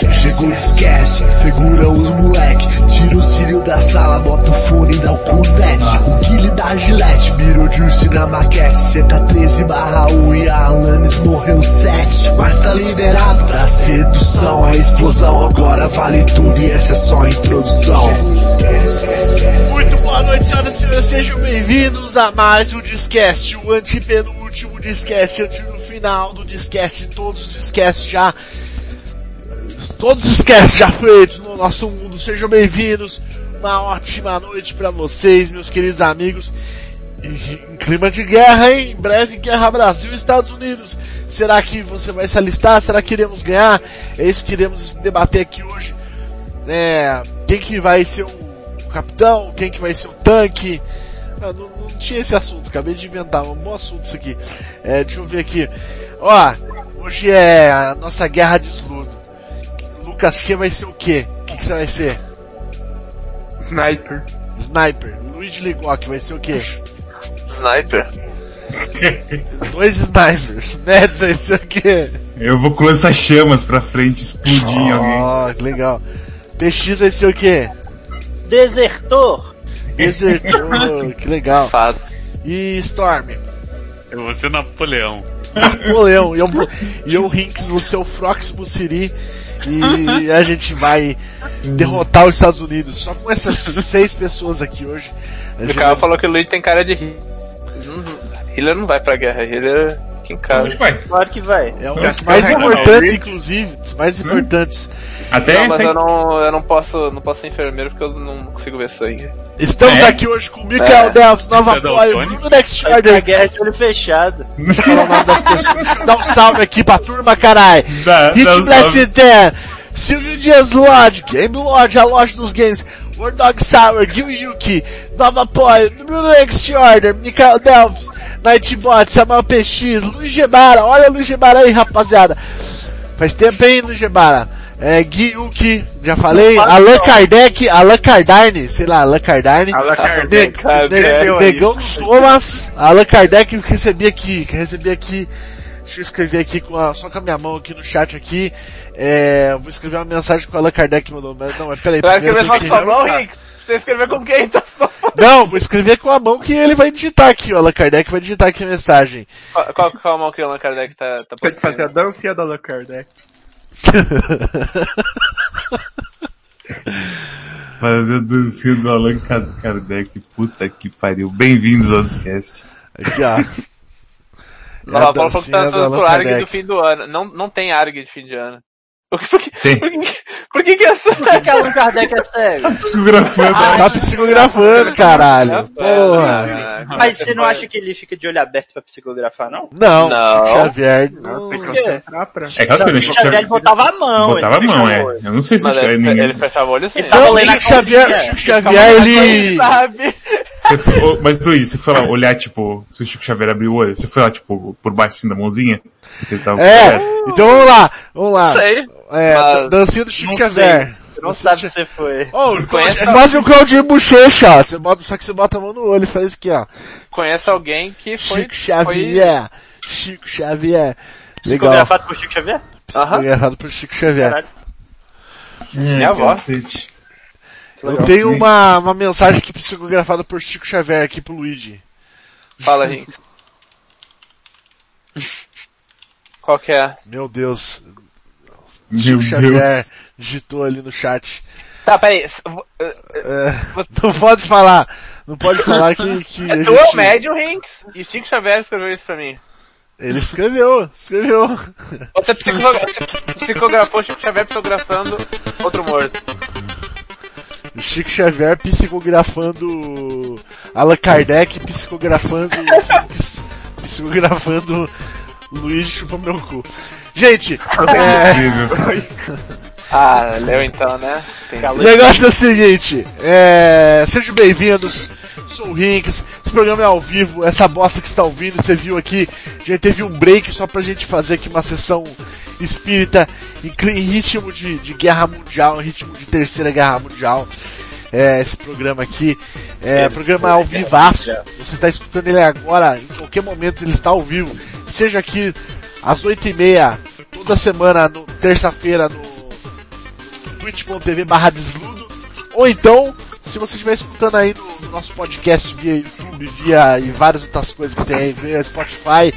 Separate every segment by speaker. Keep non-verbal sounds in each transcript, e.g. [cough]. Speaker 1: Quem chegou esquece, segura os moleque Tira o cílio da sala, bota o fone e dá o cunete
Speaker 2: Ah.
Speaker 1: O Guile da Gillette, mirou juice na maquete Cê tá 13 barra 1 e a Alanis morreu 7 Mas tá liberado da sedução, a explosão Agora vale tudo e essa é só a introdução
Speaker 2: Muito boa noite, senhoras e senhores, sejam bem-vindos a mais um Discast, o antepenúltimo Discast, antes do final do Discast, todos os Discast já. Todos os Discast já feitos no nosso mundo, sejam bem-vindos, uma ótima noite pra vocês, meus queridos amigos. E Em clima de guerra, hein? Em breve, guerra Brasil e Estados Unidos. Será que você vai se alistar? Será que iremos ganhar? É isso que iremos debater aqui hoje né, quem que vai ser o capitão, quem que vai ser o tanque. Ah, não, não tinha esse assunto, acabei de inventar, um bom assunto isso aqui. É, deixa eu ver aqui. Ó, hoje é a nossa guerra de esludo. Lucas Q vai ser o quê? O que, que você vai ser?
Speaker 3: Sniper.
Speaker 2: Sniper. Luiz de Ligoc vai ser o quê?
Speaker 4: Sniper.
Speaker 2: Dois snipers. [laughs] Ned vai ser o quê?
Speaker 3: Eu vou lançar chamas pra frente, explodir em alguém.
Speaker 2: Ó, que legal. PX vai ser o
Speaker 3: [laughs]
Speaker 2: quê?
Speaker 5: Desertor.
Speaker 2: Desertor, que legal.
Speaker 4: Faz.
Speaker 2: E Storm?
Speaker 6: Eu vou ser Napoleão.
Speaker 2: Napoleão. E eu, e eu Rinks, o seu Frox Bussiri. E a gente vai derrotar os Estados Unidos. Só com essas seis pessoas aqui hoje. A
Speaker 4: O
Speaker 2: gente
Speaker 4: cara
Speaker 2: vai-
Speaker 4: falou que o Luiz tem cara de Hitler. Uhum. Hitler não vai pra guerra, Hitler que encara.
Speaker 3: Vai.
Speaker 5: Claro que vai.
Speaker 2: é um
Speaker 3: Já né? Hum?
Speaker 2: dos mais
Speaker 3: se carrega,
Speaker 2: importantes, inclusive. Dos mais importantes.
Speaker 3: Até
Speaker 4: Não, mas
Speaker 3: até-
Speaker 4: eu não, eu não posso, não posso ser enfermeiro porque eu não consigo ver sangue.
Speaker 2: Estamos
Speaker 3: É.
Speaker 2: aqui hoje com Mikael
Speaker 4: É.
Speaker 2: Delves, Nova
Speaker 6: Você é
Speaker 2: Apoio,
Speaker 6: daltônico?
Speaker 2: Bruno Next
Speaker 5: Vai pra
Speaker 2: Order.
Speaker 5: guerra de olho fechado.
Speaker 2: Fala o nome das pessoas. Dá um salve aqui pra turma, carai.
Speaker 3: [laughs] Dá- dá
Speaker 2: Hit
Speaker 3: um
Speaker 2: Blast
Speaker 3: salve.
Speaker 2: There, Silvio Dias Lodge, Game Lodge, a loja dos games, War Dog Sour, Gil Yuki, Nova Apoio, Bruno Next Order, Mikael Delves, Nightbot, Samuel PX, Luiz Gebara, olha o Luiz Gebara aí, rapaziada. Faz tempo, hein, Luiz Gebara? É, Gui Yuki, já falei, Allan Kardec, Allan Kardarne, sei lá, Allan Kardarne.
Speaker 3: Allan
Speaker 2: Ne-
Speaker 3: Kardec. é,
Speaker 4: Kardec,
Speaker 2: Ne-
Speaker 4: eu
Speaker 2: Negão do Thomas, Allan Kardec eu recebi aqui, que recebi aqui, deixa eu escrever aqui com a, só com a minha mão aqui no chat aqui, é, eu vou escrever uma mensagem que o Allan Kardec mandou, mas não, mas peraí,
Speaker 4: Claro que
Speaker 2: primeiro
Speaker 4: ele
Speaker 2: eu
Speaker 4: vai
Speaker 2: tenho
Speaker 4: com
Speaker 2: que-
Speaker 4: sua mão, Rick. Você escreveu com quem? Tá só...
Speaker 2: não, vou escrever com a mão que ele vai digitar aqui, o Allan Kardec vai digitar aqui a mensagem.
Speaker 4: qual, qual, qual a mão que o Allan Kardec tá, tá
Speaker 7: Pode fazer a
Speaker 4: postando?
Speaker 7: dança e a da Allan Kardec.
Speaker 3: Fazer a dancinha do Allan Kard- Kardec. Puta que pariu. Bem-vindos ao Cast.
Speaker 2: aqui,
Speaker 4: [laughs]
Speaker 2: ó. É
Speaker 4: Não, a Paula falou que tá
Speaker 2: dancinha do
Speaker 4: lançando
Speaker 2: Allan
Speaker 4: pro ARG
Speaker 2: Kardec.
Speaker 4: do fim do ano. Não, não tem ARG de fim de ano. Por que, por que,
Speaker 3: Tem.
Speaker 4: por que, por que, é que essa.
Speaker 5: Por que que Allan Kardec é cego?
Speaker 3: Psicografando.
Speaker 2: Tá psicografando, caralho. Porra.
Speaker 4: Ah, cara,
Speaker 5: Mas você não
Speaker 4: pode-
Speaker 5: acha que ele fica de olho aberto pra psicografar, não?
Speaker 2: Não,
Speaker 4: Não.
Speaker 2: Chico Xavier. não-
Speaker 7: Tem que concentrar pra...
Speaker 3: É claro que ele
Speaker 5: O Xavier ele botava a mão.
Speaker 3: botava a
Speaker 5: ele
Speaker 3: mão,
Speaker 5: fica
Speaker 3: é.
Speaker 5: de olho.
Speaker 3: Eu não sei se
Speaker 4: Mas
Speaker 3: eu-
Speaker 4: ele,
Speaker 3: ninguém...
Speaker 4: ele fechava o olho assim.
Speaker 5: tá
Speaker 2: Não, o
Speaker 5: rolando
Speaker 2: Chico
Speaker 5: a
Speaker 4: né?
Speaker 2: Xavier,
Speaker 5: calcinha.
Speaker 2: Chico Xavier, ele...
Speaker 4: Sabe?
Speaker 3: Você foi- ô, Mas Luiz, você foi lá olhar, tipo, se o Chico Xavier abriu o olho, você foi lá, tipo, por baixo assim, da mãozinha? Porque ele tava-
Speaker 2: É, então vamos lá, vamos lá.
Speaker 4: Sei.
Speaker 2: É,
Speaker 4: Mas-
Speaker 2: dan- dancinha do Chico
Speaker 4: não
Speaker 2: Xavier.
Speaker 5: Não sabe se você foi.
Speaker 2: Oh,
Speaker 4: Conhece-
Speaker 2: é quase o Claudinho Bochecha, ó. Você bota, só que você bota a mão no olho e faz aqui, ó.
Speaker 4: Conhece alguém que foi.
Speaker 2: Chico Xavier. Chico Xavier. Legal.
Speaker 5: Psicografado por Chico Xavier?
Speaker 2: Psicografado por Chico Xavier.
Speaker 5: Caralho.
Speaker 4: Minha avó.
Speaker 3: Cacete.
Speaker 2: Eu tenho uma, uma mensagem aqui psicografada por Chico Xavier aqui pro Luigi.
Speaker 4: Foi... Fala, Rick. Qual que é?
Speaker 2: Meu Deus.
Speaker 3: Meu
Speaker 2: Chico Xavier [laughs]
Speaker 3: Deus.
Speaker 2: digitou ali no chat.
Speaker 4: Tá, peraí. s- vo- eh,
Speaker 2: É, [laughs] não pode falar. Não pode falar que, que a
Speaker 4: Tu é o
Speaker 2: gente...
Speaker 4: médium, Rinks? E Chico Xavier escreveu isso pra mim.
Speaker 2: Ele escreveu, escreveu.
Speaker 4: Você psicogra- você psicografou Chico Xavier psicografando outro morto.
Speaker 2: O Chico Xavier psicografando Allan Kardec, psicografando ps- psicografando Luiz chupa meu cu. Gente, é,
Speaker 3: Incrível.
Speaker 4: Ah, leu então, né? Entendi.
Speaker 2: o negócio é o seguinte, é, sejam bem-vindos, sou o Rinks, esse programa é ao vivo, essa bosta que você está ouvindo, você viu aqui, já teve um break só pra gente fazer aqui uma sessão espírita em, cli- em ritmo de, de guerra mundial, em ritmo de terceira guerra mundial. é, esse programa aqui. É, programa ao vivaço. Você está escutando ele agora, em qualquer momento ele está ao vivo. Seja aqui às 8h30, toda semana, no- terça-feira, no twitch.tv barra desludo. Ou então, se você estiver escutando aí no, no nosso podcast via YouTube, via e várias outras coisas que tem aí, via Spotify,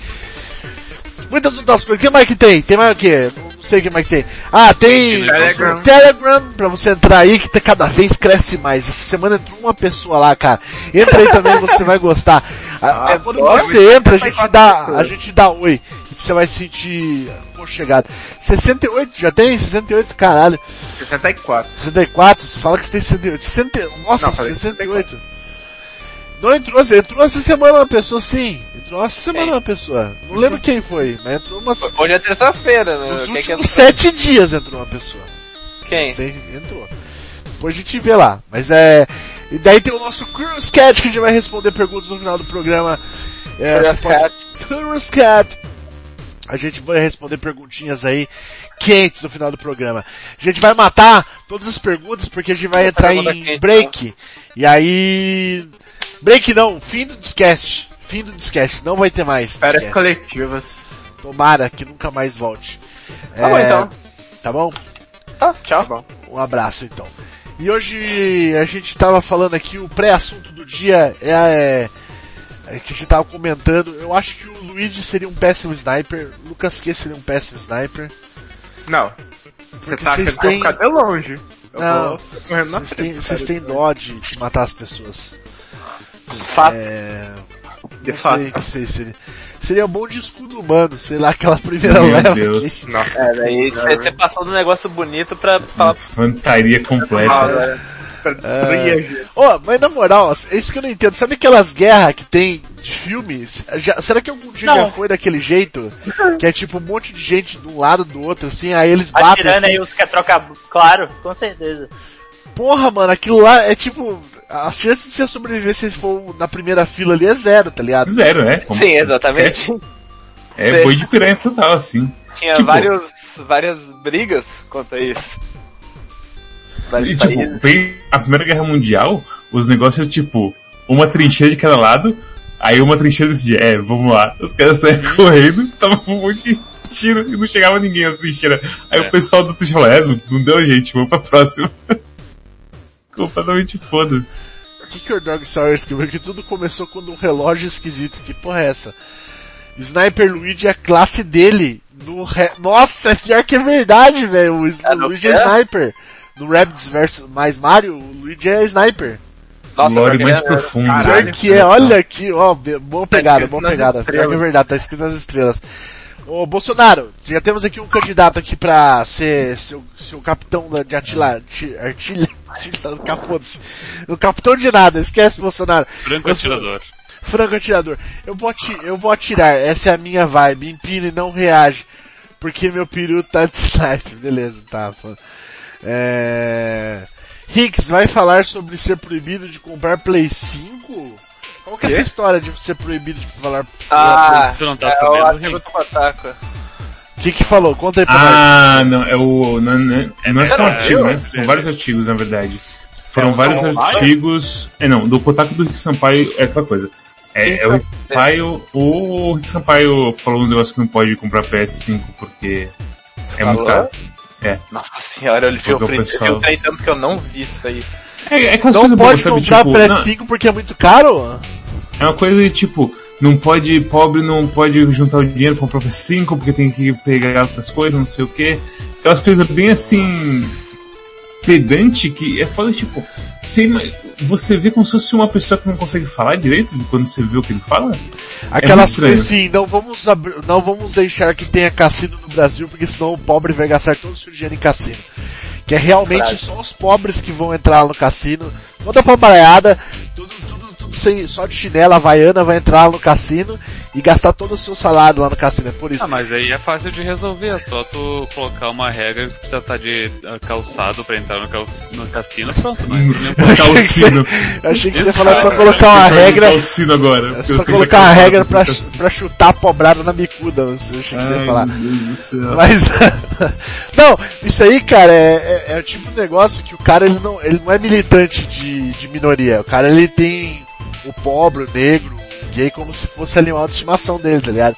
Speaker 2: muitas outras coisas. O que mais que tem? Tem mais o quê? Não- Não sei o que mais que tem. Ah, tem
Speaker 4: Telegram.
Speaker 2: Telegram pra você entrar aí que tá- cada vez cresce mais. Essa semana entrou uma pessoa lá, cara. Entra aí também, você vai gostar. Ah, é, quando você entra, a gente dá, a gente dá oi. E você vai se sentir aconchegado. 68 já tem? 68, caralho.
Speaker 7: 64.
Speaker 2: 64, você fala que você tem 68. 60, nossa,
Speaker 7: Não, falei
Speaker 2: 68. Não entrou, assim, entrou essa semana uma pessoa, sim. Entrou essa semana uma pessoa. Não lembro quem foi, mas entrou umas.
Speaker 4: Hoje é terça-feira, né?
Speaker 2: Nos
Speaker 4: Quem que
Speaker 2: últimos sete dias entrou uma pessoa. Não
Speaker 4: Quem?
Speaker 2: sei, entrou. Depois a gente vê lá. Mas é. E daí tem o nosso Curious Cat que a gente vai responder perguntas no final do programa. É,
Speaker 4: Curious
Speaker 2: você pode-
Speaker 4: Cat.
Speaker 2: Curious Cat. A gente vai responder perguntinhas aí quentes no final do programa. A gente vai matar todas as perguntas porque a gente vai entrar
Speaker 4: pergunta
Speaker 2: em
Speaker 4: quente, né?
Speaker 2: break. E aí. Break não, fim do discast. Fim do discast, não vai ter mais.
Speaker 7: Férias
Speaker 2: discast.
Speaker 7: coletivas.
Speaker 2: Tomara que nunca mais volte.
Speaker 4: Tá
Speaker 7: É.
Speaker 4: bom, então.
Speaker 2: Tá bom?
Speaker 7: Ah,
Speaker 4: Tá, tchau. Bom.
Speaker 2: Um abraço então. E hoje a gente tava falando aqui, o pré-assunto do dia é, é, é que a gente tava comentando. Eu acho que o Luigi seria um péssimo sniper, o Lucas Q seria um péssimo sniper.
Speaker 7: Não. Você
Speaker 2: Porque
Speaker 7: tá
Speaker 2: vocês
Speaker 7: achando que eu vou
Speaker 2: têm-
Speaker 7: ficar de longe. Eu
Speaker 2: Não.
Speaker 7: vou correndo na
Speaker 2: Vocês têm,
Speaker 7: frente.
Speaker 2: vocês têm dó de, de matar as pessoas.
Speaker 4: Fato.
Speaker 2: É,
Speaker 7: De
Speaker 2: não
Speaker 7: fato.
Speaker 2: sei, não sei, seria, seria um bom de escudo humano, sei lá, aquela primeira
Speaker 3: Meu
Speaker 2: leva.
Speaker 3: Deus.
Speaker 2: que-
Speaker 7: Nossa.
Speaker 4: É, daí você você passou de um negócio bonito pra
Speaker 2: Tipo
Speaker 4: falar.
Speaker 3: Infantaria
Speaker 7: É.
Speaker 3: completa.
Speaker 7: Fala, né? pra destruir a gente.
Speaker 2: Ó, mas na moral, é isso que eu não entendo. Sabe aquelas guerras que tem de filmes? Já- será que algum dia
Speaker 5: Não.
Speaker 2: já foi daquele jeito? Que é tipo um monte de gente de um lado do outro, assim, aí eles batem assim.
Speaker 5: Atirando aí os que é troca. Claro, com certeza.
Speaker 2: Porra, mano, aquilo lá é tipo. A chance de você sobreviver se for na primeira fila ali é zero, tá ligado?
Speaker 3: Zero, né? Como-
Speaker 4: Sim, exatamente.
Speaker 3: É boi de piranha total, assim.
Speaker 4: Tinha
Speaker 3: Tipo-
Speaker 4: vários, várias brigas quanto a isso. Vários
Speaker 3: E, tipo,
Speaker 4: países.
Speaker 3: veio a Primeira Guerra Mundial, os negócios, tipo, uma trincheira de cada lado, aí uma trincheira decidia, é, vamos lá. Os caras saíam [laughs] correndo, tava um monte de tiro e não chegava ninguém na trincheira. Aí
Speaker 6: É.
Speaker 3: o pessoal do trincheira falou, é, não, não deu gente, vamos pra próxima. [laughs] Completamente foda-se.
Speaker 2: O que, que o Dog Sawyer escreveu? Que tudo começou quando um relógio esquisito. Que porra é essa? Sniper Luigi é a classe dele. No re... Nossa, é pior que é verdade, velho. O Sn-
Speaker 4: Ah, não
Speaker 2: Luigi é
Speaker 4: quer?
Speaker 2: sniper. No Rabbids versus mais Mario, o Luigi é sniper.
Speaker 4: Nossa, é,
Speaker 3: Lore
Speaker 4: porque
Speaker 3: mais
Speaker 4: era-
Speaker 3: profundo.
Speaker 7: Caralho,
Speaker 2: Pior que é, olha aqui, ó, be- boa pegada,
Speaker 7: Tá escrito
Speaker 2: boa
Speaker 7: nas
Speaker 2: pegada. Pior
Speaker 7: estrelas.
Speaker 2: que é verdade, tá escrito nas estrelas. Ô, Bolsonaro, já temos aqui um candidato aqui pra ser seu, seu capitão da- de atila, de, artilha, artilha, [laughs] cafoda-se. O capitão de nada, esquece Bolsonaro.
Speaker 6: Branco
Speaker 2: Eu sou-
Speaker 6: atirador.
Speaker 2: Franco atirador. Eu vou, ati eu vou atirar, essa é a minha vibe. Empina e não reage. Porque meu peru tá de sniper. [laughs] Beleza, tá. pô. É... Hicks vai falar sobre ser proibido de comprar Play 5? Qual que é essa história de ser proibido de falar
Speaker 4: Ah,
Speaker 6: Você não tá
Speaker 4: é o
Speaker 6: sabendo?
Speaker 4: artigo do Pataco.
Speaker 2: O que que falou? Conta aí pra nós.
Speaker 3: Ah, não, é o. Não, não, não é só um
Speaker 6: verdade.
Speaker 3: artigo, né? São vários artigos, na verdade. Foram vários
Speaker 6: Sampaio?
Speaker 3: artigos. É não, do Kotaku do Rick Sampaio é aquela coisa. É, é o Rick
Speaker 4: Sampaio.
Speaker 3: Sampaio. O Rick Sampaio falou uns negócios que não pode comprar PS5 porque é muito
Speaker 4: Falou?
Speaker 3: caro.
Speaker 4: Nossa senhora, eu vi o
Speaker 3: Porque o
Speaker 4: trem, eu vi
Speaker 3: pessoal-
Speaker 4: o trem tanto que eu não vi isso aí.
Speaker 3: É, é aquelas
Speaker 2: Não
Speaker 3: coisas
Speaker 2: pode
Speaker 3: boas, sabe?
Speaker 2: comprar
Speaker 3: Tipo, não,
Speaker 2: PS5 porque é muito caro?
Speaker 3: é uma coisa de tipo, não pode, pobre não pode juntar o dinheiro pra comprar PS5 porque tem que pegar outras coisas, não sei o quê. É umas coisas bem assim. pedante que é foda, tipo, você, ima- você vê como se fosse uma pessoa que não consegue falar direito quando você vê o que ele fala.
Speaker 2: Aquelas
Speaker 3: É muito estranho.
Speaker 2: coisas assim, não vamos, abri- não vamos deixar que tenha cassino no Brasil, porque senão o pobre vai gastar todo o seu dinheiro em cassino. Que é realmente só os pobres que vão entrar no cassino, toda paparaiada, tudo, tudo, tudo sem, só de chinela havaiana vai entrar no cassino e gastar todo o seu salário lá no cassino, é por isso.
Speaker 6: Ah, mas aí é fácil de resolver, é só tu colocar uma regra que precisa estar de ah, calçado pra entrar no, cal... no cassino, pronto, né? mas
Speaker 2: [laughs]
Speaker 6: não pode.
Speaker 2: achei
Speaker 3: Colocar o
Speaker 2: que você-
Speaker 3: sino.
Speaker 2: Eu achei que você ia
Speaker 6: Isso,
Speaker 2: falar só
Speaker 6: cara, é
Speaker 2: colocar uma
Speaker 3: Vai colocar
Speaker 2: regra,
Speaker 3: o sino agora.
Speaker 2: é
Speaker 3: porque
Speaker 2: só
Speaker 3: eu tenho
Speaker 2: colocar uma
Speaker 3: aquela-
Speaker 2: regra pra, chu- pra chutar a pobrada na bicuda, eu achei que você ia
Speaker 3: Ai,
Speaker 2: falar.
Speaker 3: meu Deus do céu.
Speaker 2: Mas. [laughs] não, isso aí, cara, é, é, é o tipo de negócio que o cara ele não, ele não é militante de, de minoria. O cara ele tem o pobre, o negro, o gay como se fosse animal de estimação dele, tá ligado?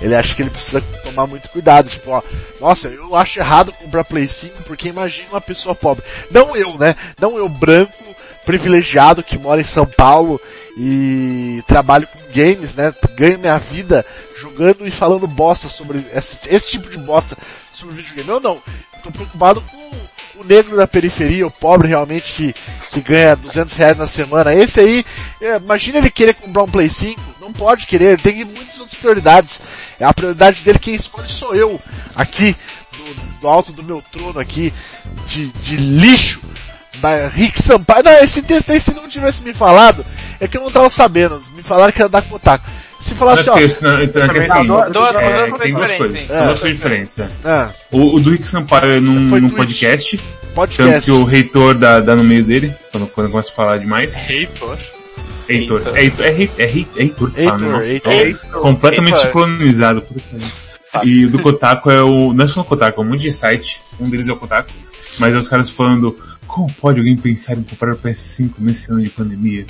Speaker 2: Ele acha que ele precisa tomar muito cuidado. Tipo, ó, nossa, eu acho errado comprar Play 5 porque imagina uma pessoa pobre. Não eu, né? Não eu branco, privilegiado que mora em São Paulo e trabalho com games, né? Ganho minha vida jogando e falando bosta sobre esse, esse tipo de bosta sobre videogame. Eu não. Eu tô preocupado com o negro da periferia, o pobre realmente que, que ganha 200 reais na semana. Esse aí, é, imagina ele querer comprar um Play 5. Não pode querer, ele tem muitas outras prioridades. É A prioridade dele quem escolhe sou eu, aqui, do, do alto do meu trono aqui, de, de lixo. Da Rick Sampaio. Não, esse texto aí, se não tivesse me falado, é que eu não tava sabendo. Me falaram que era da Kotaku. Se falasse, ó.
Speaker 3: Porque isso não- então é que assim,
Speaker 4: Duas- duas-
Speaker 3: é,
Speaker 4: duas
Speaker 3: tem duas
Speaker 4: diferentes,
Speaker 3: coisas,
Speaker 4: hein?
Speaker 3: são duas coisas diferentes. é.
Speaker 2: Ah,
Speaker 3: O, o do Rick Sampaio é num,
Speaker 2: Foi
Speaker 3: num
Speaker 2: tweet.
Speaker 3: podcast, tanto
Speaker 2: podcast.
Speaker 3: que o reitor dá, dá no meio dele, quando, quando começa a falar demais.
Speaker 6: Reitor.
Speaker 3: Reitor.
Speaker 6: Reitor.
Speaker 3: É reitor, é rei- é rei- é reitor que fala, né?
Speaker 2: Heitor,
Speaker 3: Nossa,
Speaker 2: Heitor.
Speaker 3: tô Completamente
Speaker 4: Reitor.
Speaker 3: colonizado. Puta que pariu. E o do Kotaku é o. Não é só o Kotaku, é um monte de site. Um deles é o Kotaku. Mas é os caras falando. Como pode alguém pensar em comprar o PS5 nesse ano de pandemia?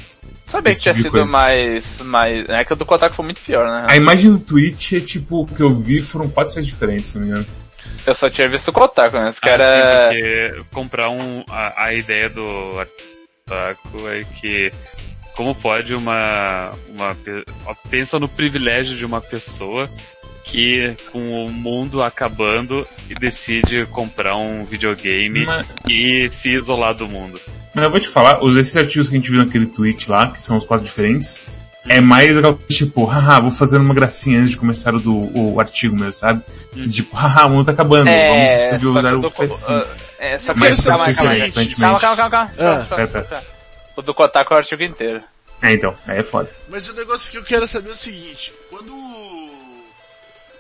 Speaker 4: Sabia
Speaker 3: Esse
Speaker 4: que tinha
Speaker 3: tipo de
Speaker 4: sido
Speaker 3: coisa.
Speaker 4: mais, mais. É que o do Kotaku foi muito pior, né?
Speaker 3: A imagem do Twitch é tipo, o que eu vi foram quatro sites diferentes, se não me engano.
Speaker 4: Eu só tinha visto o Kotaku, né? Os
Speaker 6: Ah,
Speaker 4: caras.
Speaker 6: sim, porque comprar um. A, a ideia do Otaku é que. Como pode uma, uma. pe- ó, Pensa no privilégio de uma pessoa que, com o mundo acabando, e decide comprar um videogame
Speaker 3: Mas,
Speaker 6: e se isolar do mundo.
Speaker 3: mas eu vou te falar, os esses artigos que a gente viu naquele tweet lá, que são os quatro diferentes, é mais aquela coisa, tipo, haha, vou fazer uma gracinha antes de começar o, do, o artigo meu, sabe?
Speaker 6: Hum.
Speaker 3: Tipo, haha, o mundo tá acabando,
Speaker 4: É,
Speaker 3: vamos
Speaker 4: só que
Speaker 3: usar
Speaker 4: o
Speaker 3: o
Speaker 4: do-
Speaker 3: PS5.
Speaker 4: ah, É, só que
Speaker 3: Mas
Speaker 4: calma,
Speaker 3: só que
Speaker 4: calma,
Speaker 3: é
Speaker 4: calma,
Speaker 3: diferente,
Speaker 4: calma,
Speaker 3: mas- É,
Speaker 4: calma, calma, calma.
Speaker 2: Ah,
Speaker 4: Calma,
Speaker 3: pera,
Speaker 4: calma. O do Kotaku é o artigo inteiro.
Speaker 3: É, então, aí é foda.
Speaker 2: Mas o negócio que eu quero saber é o seguinte, quando. o-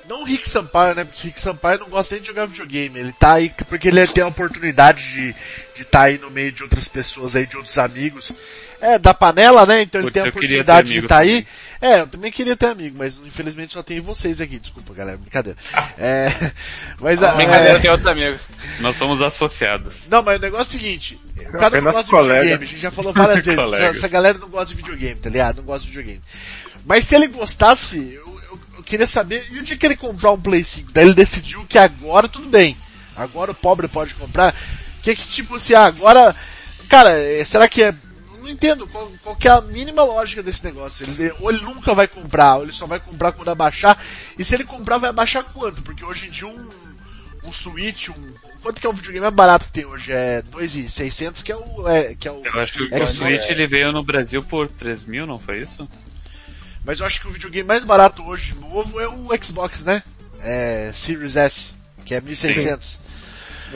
Speaker 2: Não o Rick Sampaio, né? Porque o Rick Sampaio não gosta nem de jogar videogame. Ele tá aí porque ele tem a oportunidade de de tá aí no meio de outras pessoas aí, de outros amigos. É, da panela, né? Então ele
Speaker 6: Putz,
Speaker 2: tem a
Speaker 6: eu queria ter
Speaker 2: oportunidade de
Speaker 6: amigo
Speaker 2: tá aí. É, eu também queria ter amigo, mas infelizmente só tem vocês aqui. Desculpa, galera,
Speaker 6: [laughs]
Speaker 2: brincadeira. É, mas a, é,
Speaker 6: é
Speaker 4: Brincadeira, tem outros amigos.
Speaker 6: Nós somos associados.
Speaker 2: Não, mas o negócio é o seguinte, o cara não
Speaker 7: Apenas
Speaker 2: gosta
Speaker 7: colega.
Speaker 2: de videogame, a gente já falou várias vezes, essa,
Speaker 6: Colega.
Speaker 2: essa galera não gosta de videogame, tá ligado? Não gosta de videogame. Mas se ele gostasse, eu, eu- eu queria saber, e o dia que ele comprar um Play 5, daí ele decidiu que agora tudo bem, agora o pobre pode comprar, que que tipo assim, ah, agora, cara, eh, será que é, não entendo qual, qual que é a mínima lógica desse negócio, ele, ou ele nunca vai comprar, ou ele só vai comprar quando abaixar, e se ele comprar vai abaixar quanto? Porque hoje em dia um um Switch, um. Quanto que é o videogame mais barato que tem hoje? É 2,600 que é o. É, que é o...
Speaker 6: Eu acho que
Speaker 2: É,
Speaker 6: o Switch ele veio no Brasil por 3 mil, não foi isso?
Speaker 2: Mas eu acho que o videogame mais barato hoje novo é o Xbox, né? É. Series S, que é 1.600.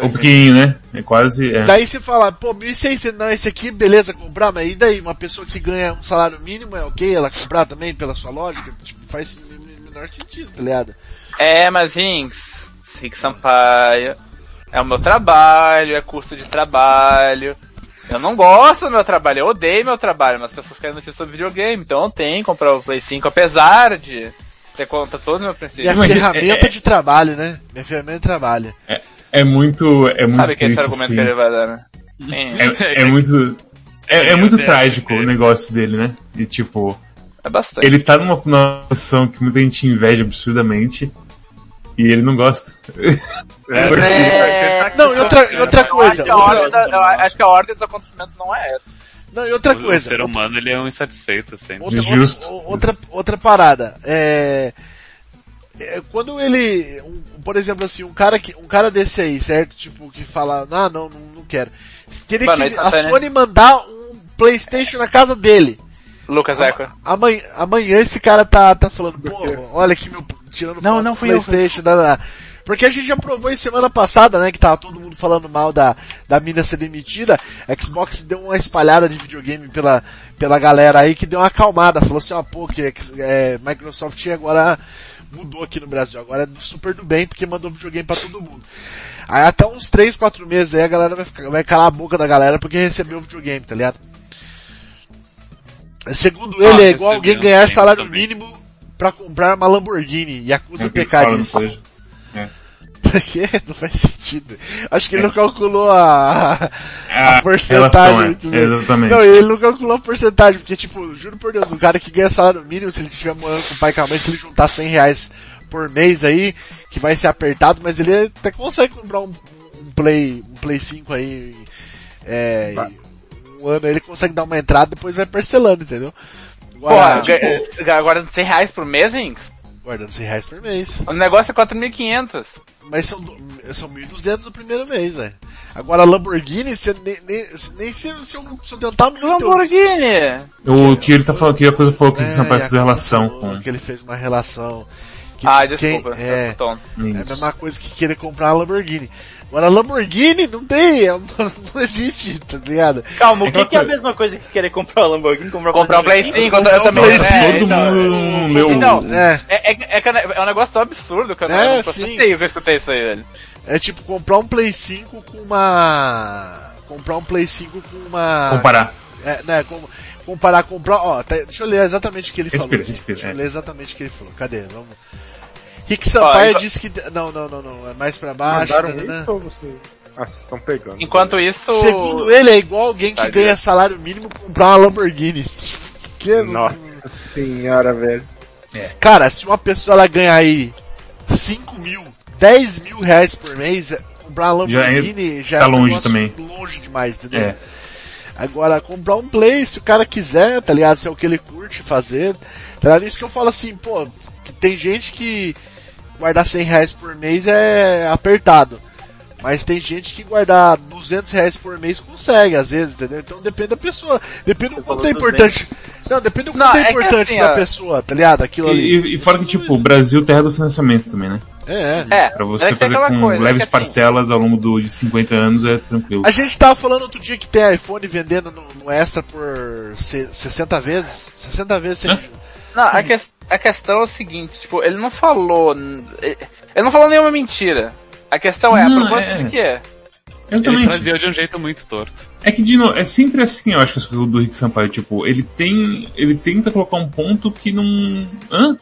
Speaker 3: O pequenininho, né? É quase... É.
Speaker 2: Daí você fala, pô, 1.600, não, esse aqui, beleza, comprar, mas e daí? Uma pessoa que ganha um salário mínimo é ok ela comprar também, pela sua lógica? Tipo, faz o menor sentido, tá ligado?
Speaker 4: É, mas Rings, Rick Sampaio, é o meu trabalho, é custo de trabalho. Eu não gosto do meu trabalho, eu odeio meu trabalho, mas as pessoas querem notícias sobre videogame, então não tem que comprar o Play 5, apesar de ter conta todo o meu
Speaker 2: E a
Speaker 4: princípio.
Speaker 3: Mas é-
Speaker 2: ferramenta
Speaker 3: é-
Speaker 2: de trabalho, né? Minha ferramenta de trabalho.
Speaker 3: É muito... É muito
Speaker 4: Sabe que esse
Speaker 3: triste,
Speaker 4: argumento
Speaker 3: assim.
Speaker 4: que ele vai dar, né? Sim, é,
Speaker 3: É, é muito... É, é
Speaker 6: Meu
Speaker 3: muito
Speaker 6: Deus,
Speaker 3: trágico
Speaker 6: meu
Speaker 3: o
Speaker 6: Deus.
Speaker 3: negócio dele, né? E tipo...
Speaker 4: bastante.
Speaker 3: Ele tá numa, numa posição que muita gente inveja absurdamente e ele não gosta. é
Speaker 4: É...
Speaker 2: Não, e outra, e outra
Speaker 4: Eu acho,
Speaker 2: coisa.
Speaker 4: que a ordem
Speaker 2: Outra,
Speaker 4: da- eu acho que a ordem dos acontecimentos não é essa.
Speaker 2: não, e outra
Speaker 6: O-
Speaker 2: coisa.
Speaker 6: O ser
Speaker 2: outra-
Speaker 6: humano ele é um insatisfeito sempre.
Speaker 2: Outra,
Speaker 3: Justo.
Speaker 2: outra, outra, outra parada. É, é, quando ele. um- por exemplo, assim, um cara, que, um cara desse aí, certo? Tipo, que fala, ah, não, não, não quero. Se queria
Speaker 4: Boa
Speaker 2: que
Speaker 4: noite,
Speaker 2: a
Speaker 4: Tatá, né?
Speaker 2: Sony mandar um Playstation na casa dele.
Speaker 4: Lucas Eco.
Speaker 2: Amanhã, amanhã esse cara tá, tá falando, pô, olha aqui meu. Tirando
Speaker 4: Não,
Speaker 2: foto
Speaker 4: não
Speaker 2: do
Speaker 4: fui eu, foi-
Speaker 2: PlayStation, não, não, não. Porque a gente já provou em semana passada, né, que tava todo mundo falando mal da, da mina ser demitida. A Xbox deu uma espalhada de videogame pela, pela galera aí que deu uma acalmada. Falou assim, ó, pô, que é, Microsoft agora mudou aqui no Brasil. Agora é do super do bem, porque mandou videogame pra todo mundo. Aí até uns 3, 4 meses aí a galera vai, ficar- vai calar a boca da galera porque recebeu o videogame, tá ligado? Segundo ele, é igual
Speaker 6: Ah, recebeu,
Speaker 2: alguém ganhar
Speaker 6: lembro
Speaker 2: salário
Speaker 6: também.
Speaker 2: mínimo pra comprar uma Lamborghini e acusa
Speaker 3: É
Speaker 2: o
Speaker 3: o que ele
Speaker 2: PK
Speaker 3: fala
Speaker 2: disso.
Speaker 3: no coisa.
Speaker 2: [laughs] Porque não faz sentido. Acho que ele não calculou a, a,
Speaker 3: A
Speaker 2: porcentagem
Speaker 3: relação, é.
Speaker 2: muito bem.
Speaker 3: Exatamente.
Speaker 2: Não, ele não calculou a porcentagem, um porque tipo, juro por Deus, o cara que ganha salário mínimo, se ele estiver morando com o pai e com a mãe, se ele juntar 100 reais por mês aí, que vai ser apertado, mas ele até consegue comprar um, um Play, um Play 5 aí, é,
Speaker 7: Vai.
Speaker 2: um ano aí ele consegue dar uma entrada, depois vai parcelando, entendeu?
Speaker 4: Pô, é,
Speaker 2: Agora, tipo,
Speaker 4: agora 100 reais por mês, Inks?
Speaker 2: guardando 100 reais por mês.
Speaker 4: O negócio é 4.500.
Speaker 2: Mas são, do- são 1.200 no primeiro mês, velho. Agora, a Lamborghini, você nem, nem, nem se, se, eu, se eu tentar muito...
Speaker 4: Lamborghini!
Speaker 3: O que ele tá falando, que a coisa falou que o
Speaker 2: um. É, e
Speaker 3: Sampaio
Speaker 2: a
Speaker 3: fez relação
Speaker 2: Coca-Cola,
Speaker 3: com
Speaker 2: Que ele fez uma relação... Que
Speaker 4: Ah,
Speaker 2: quem-
Speaker 4: desculpa.
Speaker 2: é,
Speaker 4: eu tô tonto.
Speaker 2: é a
Speaker 3: isso.
Speaker 2: mesma coisa que querer comprar a Lamborghini. Agora, a Lamborghini não tem, é uma- [laughs] não existe, tá ligado?
Speaker 5: Calma, o que,
Speaker 3: Outra
Speaker 5: que é a
Speaker 3: coisa.
Speaker 5: mesma coisa que querer comprar o Lamborghini? Comprar,
Speaker 4: Comprar o Play 5, eu, eu também.
Speaker 2: Play
Speaker 4: né,
Speaker 2: 5,
Speaker 3: Todo
Speaker 4: então,
Speaker 3: mundo leu
Speaker 4: Então,
Speaker 2: É,
Speaker 4: É, é, é, que é um negócio tão absurdo que eu não,
Speaker 2: É,
Speaker 4: eu não
Speaker 2: sim.
Speaker 4: processei que eu escutei isso aí, velho.
Speaker 2: é tipo comprar um Play 5 com uma... Comprar um Play 5 com uma...
Speaker 3: comparar.
Speaker 2: É, né, com- comparar, comprar, ó, tá- deixa eu ler exatamente o que ele falou.
Speaker 3: Respira,
Speaker 2: gente.
Speaker 3: respira,
Speaker 2: deixa eu
Speaker 3: é.
Speaker 2: ler exatamente o que ele falou. Cadê? Vamos. Rick Sampaio
Speaker 4: então-
Speaker 2: disse que. Não, não, não, não. É mais pra baixo.
Speaker 7: Mandaram
Speaker 2: né, né.
Speaker 7: isso ou você... Ah, vocês estão pegando.
Speaker 4: Enquanto isso.
Speaker 2: Segundo ele, é igual alguém que
Speaker 4: Cadê?
Speaker 2: ganha salário mínimo comprar uma Lamborghini. [laughs] Que não-
Speaker 7: Nossa senhora, velho.
Speaker 2: Cara, se uma pessoa ela ganhar aí 5 mil, 10 mil reais por mês, comprar uma
Speaker 3: Já é-
Speaker 2: Lamborghini já,
Speaker 3: tá
Speaker 2: um
Speaker 3: longe
Speaker 2: negócio
Speaker 3: também.
Speaker 2: longe demais, entendeu?
Speaker 3: É.
Speaker 2: Agora, comprar um play, se o cara quiser, tá ligado? Se é o que ele curte fazer. Tá ligado? Isso que eu falo assim, pô, que tem gente que guardar 100 reais por mês é apertado. Mas tem gente que guardar 200 reais por mês consegue, às vezes, entendeu? Então depende da pessoa. Depende do
Speaker 5: Você
Speaker 2: quanto é
Speaker 5: falou
Speaker 2: importante. Não, depende do
Speaker 4: Não,
Speaker 2: quanto
Speaker 4: é
Speaker 2: é
Speaker 4: que
Speaker 2: importante
Speaker 4: assim,
Speaker 2: pra
Speaker 4: ó.
Speaker 2: pessoa, tá ligado? Aquilo
Speaker 3: E,
Speaker 2: ali.
Speaker 3: e- e fora que, tipo, o Brasil terra do financiamento também, né?
Speaker 2: É, é.
Speaker 4: É,
Speaker 3: Pra
Speaker 4: é
Speaker 3: você
Speaker 4: que tem
Speaker 3: fazer
Speaker 4: aquela
Speaker 3: com
Speaker 4: coisa, é que
Speaker 3: leves
Speaker 4: assim,
Speaker 3: parcelas ao longo do, de 50 anos é tranquilo.
Speaker 2: A gente tava falando outro dia que tem iPhone vendendo no, no Extra por se- 60 vezes. 60 vezes sem.
Speaker 3: Hã?
Speaker 4: Não, a, que- a questão é o seguinte, tipo, ele não falou. n- Ele ele não falou nenhuma mentira. A questão é, a
Speaker 3: Não,
Speaker 4: proposta
Speaker 3: é.
Speaker 4: de quê?
Speaker 6: Ele
Speaker 3: Exatamente.
Speaker 6: fazia de um jeito muito torto.
Speaker 3: É que, Dino, é sempre assim, eu acho que as coisas do Rick Sampaio, tipo, ele tem. Ele tenta colocar um ponto que não. Hã?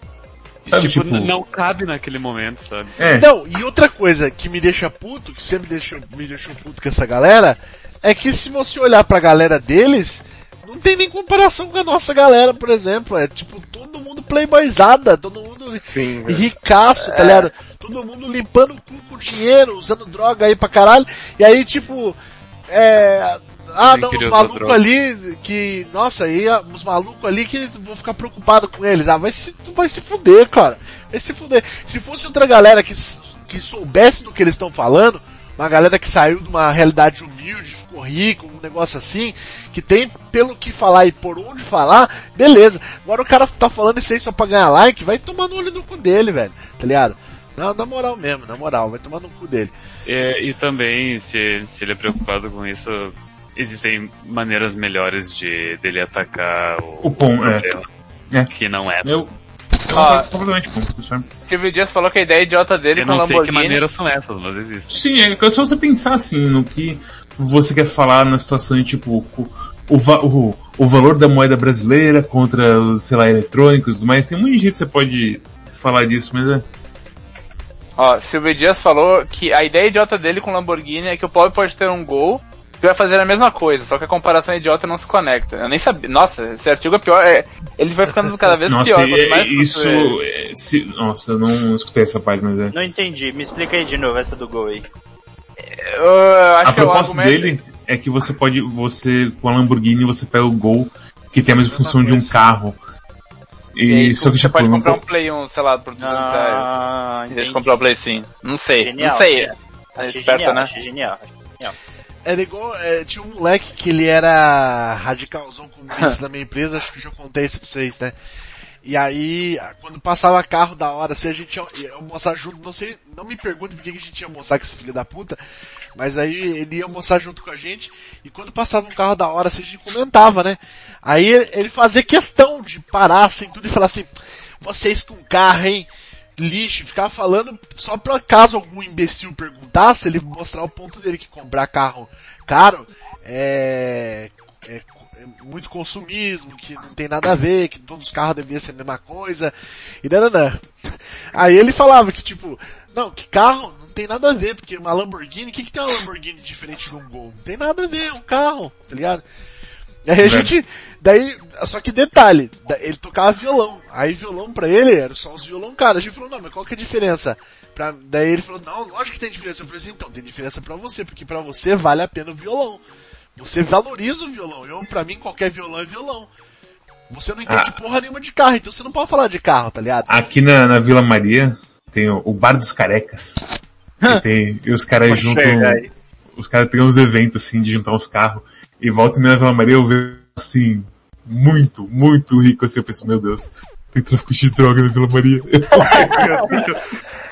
Speaker 3: Sabe,
Speaker 6: tipo,
Speaker 3: tipo.
Speaker 6: n- não cabe naquele momento, sabe?
Speaker 3: É,
Speaker 2: Não, e outra coisa que me deixa puto, que sempre deixou, me deixou puto com essa galera, é que se você olhar pra galera deles, não tem nem comparação com a nossa galera, por exemplo. É tipo, todo mundo playboyzada, todo mundo
Speaker 7: Sim, velho.
Speaker 2: ricaço, tá ligado? Todo mundo limpando o cu com dinheiro, usando droga aí pra caralho. E aí, tipo, é. Ah,
Speaker 6: Nem
Speaker 2: não, os
Speaker 6: queria usar
Speaker 2: malucos
Speaker 6: droga.
Speaker 2: ali que. Nossa, aí ah, os malucos ali que vou ficar preocupado com eles. Ah, vai se, tu vai se fuder, cara. Vai se fuder. Se fosse outra galera que, s- que soubesse do que eles estão falando, uma galera que saiu de uma realidade humilde, ficou rico, um negócio assim, que tem pelo que falar e por onde falar, beleza. Agora o cara tá falando isso aí só pra ganhar like, vai tomar no olho no cu dele, velho. Tá ligado? Na, na moral mesmo, na moral, vai tomar no cu dele.
Speaker 6: É, e também, se, se ele é preocupado com isso, existem maneiras melhores de dele atacar o,
Speaker 3: O pão,
Speaker 2: Então-
Speaker 3: é.
Speaker 6: problema,
Speaker 3: É.
Speaker 6: Que não é essa.
Speaker 3: Eu. Eu
Speaker 4: Ó.
Speaker 2: Ah.
Speaker 3: concordo completamente com o professor.
Speaker 4: Steve Dias falou que a ideia idiota dele
Speaker 6: Eu
Speaker 4: com o
Speaker 6: não sei que
Speaker 4: Lamborghini.
Speaker 6: maneiras são essas, mas existem.
Speaker 3: Sim, é que é só você pensar assim no que você quer falar na situação de tipo o, o, va- o, o valor da moeda brasileira contra, os, sei lá, eletrônicos e tudo mais. Tem um monte de jeito que você pode falar disso, mas é.
Speaker 4: Ó, Silvio Dias falou que a ideia idiota dele com o Lamborghini é que o pobre pode ter um gol que vai fazer a mesma coisa, só que a comparação idiota não se conecta. Eu nem sabia. Nossa, esse artigo é pior. é- ele vai ficando cada vez
Speaker 3: [laughs] Nossa,
Speaker 4: pior.
Speaker 3: é-
Speaker 4: quanto mais
Speaker 3: isso.
Speaker 4: você-
Speaker 3: é, se- nossa, eu não escutei essa parte, mas é.
Speaker 5: Não entendi, me explica aí de novo essa do gol aí.
Speaker 4: Eu acho
Speaker 3: A
Speaker 4: que é o
Speaker 3: proposta
Speaker 4: argumento-
Speaker 3: dele é que você pode, você com a Lamborghini você pega o Gol que tem a mesma
Speaker 2: Mesma
Speaker 3: função de um
Speaker 2: coisa.
Speaker 3: carro.
Speaker 4: é E
Speaker 3: E
Speaker 4: aí,
Speaker 3: só que
Speaker 4: você
Speaker 3: tipo,
Speaker 4: é pode
Speaker 3: não
Speaker 4: comprar
Speaker 3: co-
Speaker 4: um Play 1, sei lá, por 200 reais.
Speaker 5: Ah,
Speaker 4: Em vez de
Speaker 5: entendi.
Speaker 4: comprar o Play 5. Não sei,
Speaker 5: Genial,
Speaker 4: não sei.
Speaker 5: né?
Speaker 4: Tá
Speaker 5: Achei
Speaker 4: esperto,
Speaker 5: genial,
Speaker 4: né?
Speaker 5: achei genial.
Speaker 2: Era igual. é, tinha um moleque que ele era radicalzão comunista na minha empresa, acho que eu já contei isso pra vocês, né? E aí, a- quando passava carro da hora, assim, a gente ia, ia almoçar junto, não sei, não me pergunte por que que a gente ia almoçar com esse filho da puta, mas aí ele ia almoçar junto com a gente, e quando passava um carro da hora, assim, a gente comentava, né? Aí ele- ele fazia questão de parar, assim, tudo e falar assim, vocês com carro, hein? Lixo, ficava falando só pra caso algum imbecil perguntasse, ele mostrar o ponto dele que comprar carro caro é, é co- é muito consumismo, que não tem nada a ver, que todos os carros deviam ser a mesma coisa, e nananã. Aí ele falava que tipo, não, que carro não tem nada a ver, porque uma Lamborghini, o que, que tem uma Lamborghini diferente de um Gol? Não tem nada a ver, é um carro, tá ligado? E aí a gente. Daí, só que detalhe, da- ele tocava violão. Aí violão pra ele era só os violão, cara. A gente falou, não, mas qual que é a diferença? Pra, daí ele falou, não, lógico que tem diferença. Eu falei assim, então, tem diferença pra você, porque pra você vale a pena o violão. Você valoriza o violão. Eu, pra mim, qualquer violão é violão. Você não entende porra nenhuma de carro, então você não pode falar de carro, tá ligado?
Speaker 3: Aqui na, na Vila Maria tem o, o Bar dos Carecas. E, tem- e os caras juntam. Os caras têm uns eventos assim de juntar os carros. E volta e meia na Vila Maria eu vejo assim, muito, muito rico assim. Eu penso, meu Deus, tem tráfico de droga na Vila Maria. [laughs]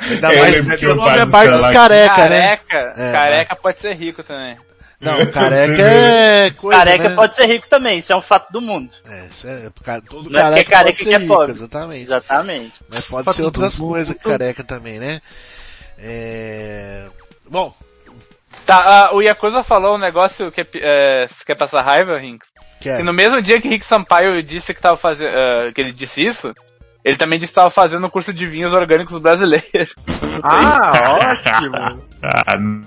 Speaker 2: Ainda
Speaker 3: eu
Speaker 2: mais
Speaker 3: lembro
Speaker 2: porque
Speaker 3: que
Speaker 2: o
Speaker 3: o
Speaker 2: nome é
Speaker 3: Bar dos
Speaker 2: Bar dos
Speaker 3: Carecas-
Speaker 2: Careca, né?
Speaker 4: Careca.
Speaker 2: É.
Speaker 4: Careca pode ser rico também.
Speaker 2: Não, careca
Speaker 3: Você
Speaker 2: é coisa,
Speaker 5: Careca
Speaker 2: né?
Speaker 5: pode ser rico também, isso é um fato do mundo.
Speaker 2: É, isso é- ca- todo
Speaker 5: Não é
Speaker 2: careca,
Speaker 5: porque careca
Speaker 2: pode
Speaker 5: que
Speaker 2: ser
Speaker 5: é
Speaker 2: rico,
Speaker 5: pobre.
Speaker 2: exatamente.
Speaker 5: Exatamente.
Speaker 2: Mas pode ser outras coisas que careca também, né? É... Bom,
Speaker 4: Tá, ah, o Yakuza falou um negócio que é, pi- é, você quer passar raiva, Rinks?
Speaker 2: que é...
Speaker 4: Que no mesmo dia que Rick Sampaio disse que tava fazendo, que ele disse isso, ele também disse que tava fazendo o curso de vinhos orgânicos brasileiros. [laughs]
Speaker 7: Ah, ótimo!
Speaker 3: Ah, n-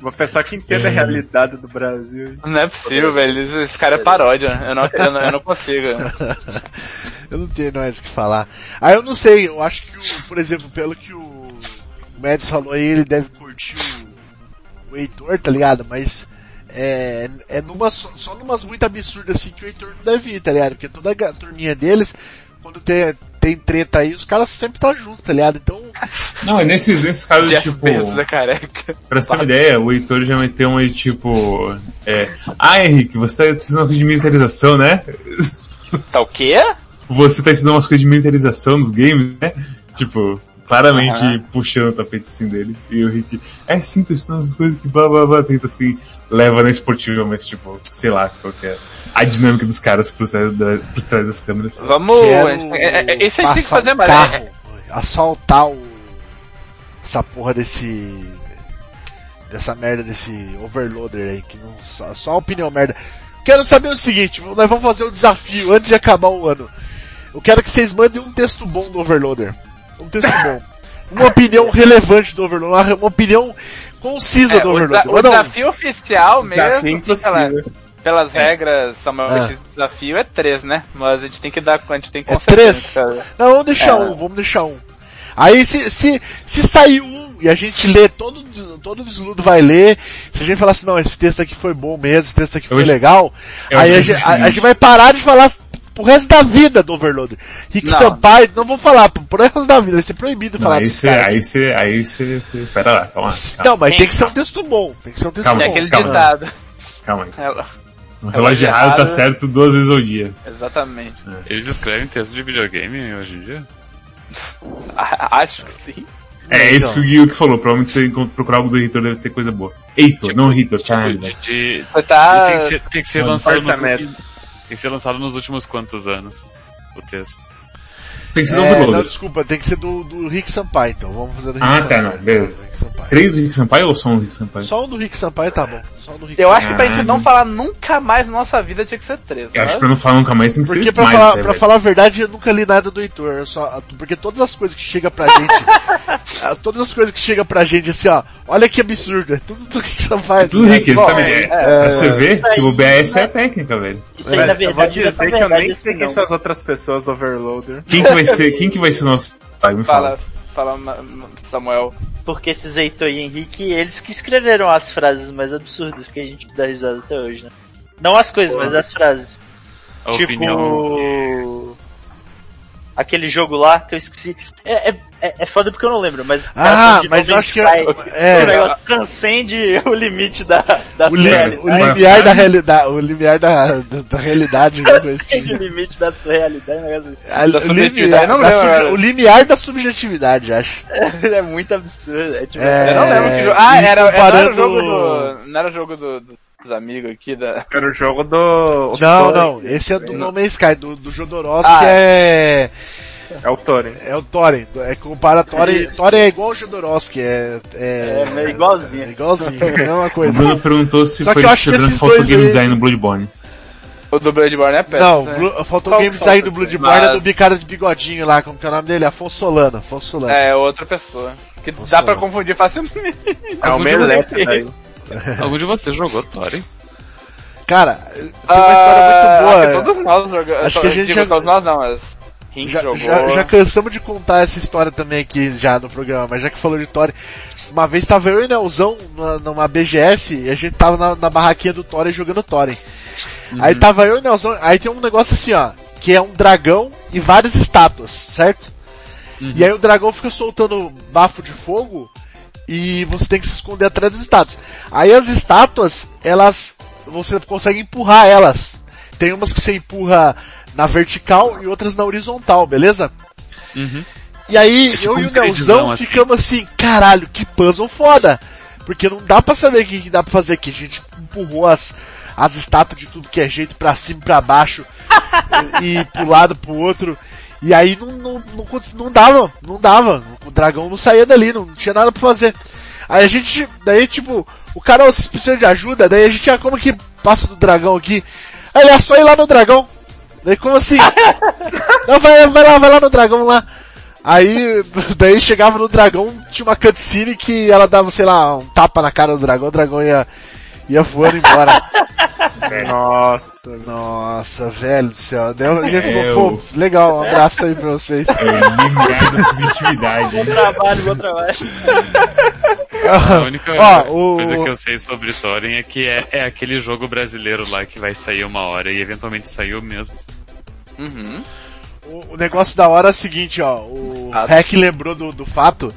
Speaker 7: Vou pensar que
Speaker 3: É.
Speaker 7: entenda a realidade do Brasil.
Speaker 4: Não é possível, velho. Esse- Esse cara é paródia. Eu não, eu não, eu
Speaker 2: [laughs]
Speaker 4: não consigo.
Speaker 2: eu não tenho mais o que falar. Ah, eu não sei, eu acho que o, por exemplo, pelo que o Mads falou aí, ele deve curtir o, o Heitor, tá ligado? Mas é, é numa, só, só numas muito absurdas assim que o Heitor não deve ir, tá ligado? Porque toda a ga- turminha deles, quando tem, tem treta aí, os caras sempre tá junto, tá ligado? Então,
Speaker 3: Não, é nesses, nesses casos,
Speaker 4: Jeff
Speaker 3: tipo.
Speaker 4: Bezos é careca.
Speaker 3: Pra você ter uma ideia, o Heitor já meteu um aí, tipo. É, ah, Henrique, você tá ensinando uma coisa de militarização, né?
Speaker 4: Tá o quê?
Speaker 3: Você tá ensinando umas coisas de militarização nos games, né? Tipo, claramente puxando o tapete assim dele. E o Henrique, é sim, tô ensinando as coisas que blá blá blá, tenta assim, leva na esportiva, mas tipo, sei lá qual que é a dinâmica dos caras por trás, da, por trás das câmeras.
Speaker 4: Vamos.
Speaker 2: Quero um
Speaker 4: a gente- é- é- é- Esse a gente tem que fazer, mano.
Speaker 2: assaltar
Speaker 4: É- é-
Speaker 2: o- Assaltar o. Essa porra desse. Dessa merda desse overloader aí, que não. Só, só opinião merda. Quero saber o seguinte, vamos- nós vamos fazer um desafio antes de acabar o ano. Eu quero que vocês mandem um texto bom do overloader. Um texto
Speaker 4: [laughs]
Speaker 2: bom. Uma opinião relevante do overloader, uma, uma opinião concisa
Speaker 4: é,
Speaker 2: do
Speaker 4: o,
Speaker 2: overloader.
Speaker 4: desa- o
Speaker 2: Manda um.
Speaker 4: desafio oficial mesmo, que pela-
Speaker 7: impossível.
Speaker 4: pelas
Speaker 2: É.
Speaker 4: regras, Samuel,
Speaker 2: Ah.
Speaker 4: esse desafio é três, né? Mas a gente tem que dar, a gente tem que
Speaker 2: É
Speaker 4: consertar,
Speaker 2: três?
Speaker 4: cara.
Speaker 2: Não, vamos deixar
Speaker 4: É.
Speaker 2: um, vamos deixar um. Aí se, se, se sair um e a gente lê, todo, des- todo desludo vai ler, se a gente falar assim, não, esse texto aqui foi bom mesmo, esse texto aqui foi
Speaker 3: acho-
Speaker 2: legal,
Speaker 3: eu
Speaker 2: aí a,
Speaker 3: acho é
Speaker 2: gente- a-
Speaker 3: seguinte.
Speaker 2: a gente vai parar de falar pro resto da vida do Overloader. Rick
Speaker 4: Não.
Speaker 2: Sampaio, não vou falar, pro pro resto da vida, vai ser proibido
Speaker 3: Não, é
Speaker 2: falar
Speaker 3: aí
Speaker 2: desse
Speaker 3: você,
Speaker 2: cara.
Speaker 3: aí você, aí você, você- pera lá, calma, calma,
Speaker 2: Não, mas tem que ser um texto bom, tem que ser um texto
Speaker 3: Calma,
Speaker 4: É
Speaker 2: bom.
Speaker 4: aquele
Speaker 3: calma.
Speaker 4: ditado.
Speaker 3: calma aí.
Speaker 4: [laughs] Ela-
Speaker 2: É
Speaker 3: O relógio errado tá certo duas vezes ao dia.
Speaker 4: Exatamente.
Speaker 6: Eles escrevem texto de videogame hoje em dia?
Speaker 4: A- Acho que sim.
Speaker 3: É,
Speaker 2: Então.
Speaker 3: isso que o Gui falou. Provavelmente se você encont- procurar algo do Heitor deve ter coisa boa. Heitor,
Speaker 2: Tipo,
Speaker 3: não Heitor, tchau.
Speaker 6: De-
Speaker 2: é,
Speaker 3: né?
Speaker 6: de-
Speaker 4: Você tá.
Speaker 2: Ah,
Speaker 6: tem, que ser, tem que ser
Speaker 2: um
Speaker 3: Mano,
Speaker 6: lançado
Speaker 7: força
Speaker 6: nos
Speaker 7: meta.
Speaker 6: últimos, tem que ser lançado nos últimos quantos anos o texto.
Speaker 3: Tem um que ser
Speaker 2: É,
Speaker 3: do
Speaker 2: não,
Speaker 3: overloader.
Speaker 2: desculpa, tem que ser do, do Rick Sampaio, então vamos fazer do Rick
Speaker 3: Ah, tá,
Speaker 2: Sampaio.
Speaker 3: não, beleza.
Speaker 2: do Rick Sampaio.
Speaker 3: Três do Rick Sampaio ou só um Rick Sampaio?
Speaker 2: Só um do Rick Sampaio tá bom. Só um do Rick
Speaker 4: Eu
Speaker 2: Sampaio.
Speaker 4: acho que pra
Speaker 7: Ah.
Speaker 4: gente não falar nunca mais na nossa vida tinha que ser três. né?
Speaker 3: Eu acho que
Speaker 4: sabe?
Speaker 3: pra não falar nunca mais tem que
Speaker 2: Porque
Speaker 3: ser
Speaker 2: pra,
Speaker 3: mais,
Speaker 2: falar,
Speaker 3: né,
Speaker 2: pra
Speaker 3: velho?
Speaker 2: falar a verdade, eu nunca li nada do Heitor. eu só, porque todas as coisas que chega pra gente. ah, todas as coisas que chega pra gente assim, ó. Olha que absurdo. É tudo do que você faz.
Speaker 3: Tudo
Speaker 2: né?
Speaker 3: Rick,
Speaker 2: Bom,
Speaker 3: esse também é. Pra você ver, se o BS é
Speaker 2: Né?
Speaker 3: a técnica, velho.
Speaker 5: Isso aí, na
Speaker 7: Eu vou
Speaker 5: verdade,
Speaker 7: dizer
Speaker 5: não é tão
Speaker 7: que eu nem
Speaker 5: verdade assim,
Speaker 7: sei quem
Speaker 5: não.
Speaker 7: são as outras pessoas overloader.
Speaker 3: Quem que vai ser, quem que vai ser o nosso. Vai, me
Speaker 4: Fala,
Speaker 3: fala.
Speaker 4: fala, ma- ma- Samuel.
Speaker 5: Porque esses Heitor e Henrique, eles que escreveram as frases mais absurdas que a gente dá risada até hoje, né? Não as coisas, mas as frases.
Speaker 6: A
Speaker 5: tipo.
Speaker 6: opinião.
Speaker 2: [laughs]
Speaker 5: Aquele jogo lá que eu esqueci. É, é, é- é foda porque eu não lembro, mas. o cara
Speaker 2: Ah,
Speaker 5: falou de
Speaker 2: mas eu
Speaker 5: Man's
Speaker 2: acho que.
Speaker 5: Sky. O
Speaker 2: É.
Speaker 5: negócio transcende [laughs] o limite da, da
Speaker 2: O, li-
Speaker 5: realidade.
Speaker 2: é, o limiar da realidade. O limiar da, da, da realidade. alguma
Speaker 5: [laughs]
Speaker 2: coisa
Speaker 5: [laughs] Transcende o
Speaker 2: assim.
Speaker 5: limite da sua realidade. um negócio assim. [laughs]
Speaker 2: A-
Speaker 4: Da
Speaker 2: o
Speaker 4: subjetividade,
Speaker 2: limiar-
Speaker 4: não
Speaker 2: da
Speaker 4: lembro,
Speaker 2: subje-
Speaker 4: velho.
Speaker 2: O limiar da subjetividade, acho.
Speaker 5: É muito absurdo. É tipo.
Speaker 2: É.
Speaker 4: Eu não lembro que jogo. Ah,
Speaker 2: isso
Speaker 4: era, era- não era o
Speaker 2: comparando-
Speaker 4: jogo do. Não era o jogo do- do- dos amigos aqui da. [laughs]
Speaker 7: Era o jogo do. o
Speaker 2: Não,
Speaker 7: Thorin.
Speaker 2: não. Esse é do No Man's Sky, do, do Jodorowsky
Speaker 4: Ah.
Speaker 2: é.
Speaker 7: É o Thorin.
Speaker 2: É o Thorin. É, compara Thorin. Thorin é igual o Jodorowsky. É, é,
Speaker 5: É, é igualzinho.
Speaker 2: É
Speaker 4: [laughs]
Speaker 2: igualzinho. É a mesma
Speaker 3: O
Speaker 2: coisa.
Speaker 3: Bruno perguntou se
Speaker 2: Só
Speaker 3: foi
Speaker 2: que eu acho que
Speaker 3: sobrando
Speaker 2: esses
Speaker 3: faltou
Speaker 2: dois
Speaker 3: game
Speaker 2: aí-
Speaker 3: design no Bloodborne.
Speaker 4: O do Bloodborne é péssimo.
Speaker 2: Não,
Speaker 4: né?
Speaker 2: Blu- faltou o
Speaker 4: Qual-
Speaker 2: game
Speaker 4: qual
Speaker 2: design do
Speaker 4: foi?
Speaker 2: Bloodborne é do
Speaker 4: Mas-
Speaker 2: Bicaras de Bigodinho lá, como que é o nome dele? Afonso Solano. Afonso Solano.
Speaker 4: É outra pessoa. Que
Speaker 2: Nossa,
Speaker 4: dá pra
Speaker 2: mano.
Speaker 4: confundir facilmente.
Speaker 7: É o
Speaker 6: Algum de,
Speaker 7: Meleto
Speaker 6: vocês,
Speaker 7: daí.
Speaker 6: algum de vocês jogou Thorin?
Speaker 2: Cara, tem uma história
Speaker 4: Ah,
Speaker 2: muito boa. é.
Speaker 4: Acho que todos nós jogamos.
Speaker 2: Acho que a gente
Speaker 4: digo,
Speaker 2: já-
Speaker 4: Todos nós não, mas. Quem
Speaker 2: Já,
Speaker 4: jogou.
Speaker 2: já, já cansamos de contar essa história também aqui já no programa, mas já que falou de Tori, uma vez tava eu e Nelzão na- numa BGS e a gente tava na, na barraquinha do Thorin jogando Thorin.
Speaker 4: Uhum.
Speaker 2: Aí tava eu e Nelzão, aí tem um negócio assim, ó, que é um dragão e várias estátuas, certo?
Speaker 4: Uhum.
Speaker 2: E aí o dragão fica soltando bafo de fogo e você tem que se esconder atrás das estátuas. Aí as estátuas, elas. Você consegue empurrar elas. Tem umas que você empurra na vertical e outras na horizontal, beleza? E aí
Speaker 6: Uhum. tipo
Speaker 2: eu e
Speaker 6: um
Speaker 2: o Nelzão
Speaker 6: credizão, assim.
Speaker 2: ficamos assim, caralho, que puzzle foda! Porque não dá pra saber o que, que dá pra fazer aqui. A gente empurrou as, as estátuas de tudo que é jeito pra cima e pra baixo
Speaker 6: [laughs]
Speaker 2: e pro lado pro outro. E aí não, não, não, cons- não dava, não dava. O dragão não saía dali, não tinha nada pra fazer. Aí a gente, daí tipo, o cara "Ô, vocês precisam de ajuda, daí a gente, ah, como que passa do dragão aqui? Aí é só ir lá no dragão. Daí como assim? não, vai, vai lá, vai lá no dragão lá. Aí, [laughs] daí chegava no dragão, tinha uma cutscene que ela dava, sei lá, um tapa na cara do dragão, o dragão ia, ia voando embora.
Speaker 7: Nossa,
Speaker 2: Nossa, velho do céu. Deu, a gente
Speaker 3: É,
Speaker 2: falou, pô, legal, um abraço aí pra vocês.
Speaker 3: É, limiar da
Speaker 2: É.
Speaker 3: subjetividade.
Speaker 5: Bom trabalho, bom trabalho.
Speaker 6: A única
Speaker 2: Ó, o-
Speaker 6: coisa que eu sei sobre Thorin é que é, é aquele jogo brasileiro lá que vai sair uma hora e eventualmente saiu mesmo.
Speaker 4: Uhum.
Speaker 2: o, o negócio da hora é o seguinte, ó. O
Speaker 4: Ah.
Speaker 2: Hack lembrou do, do fato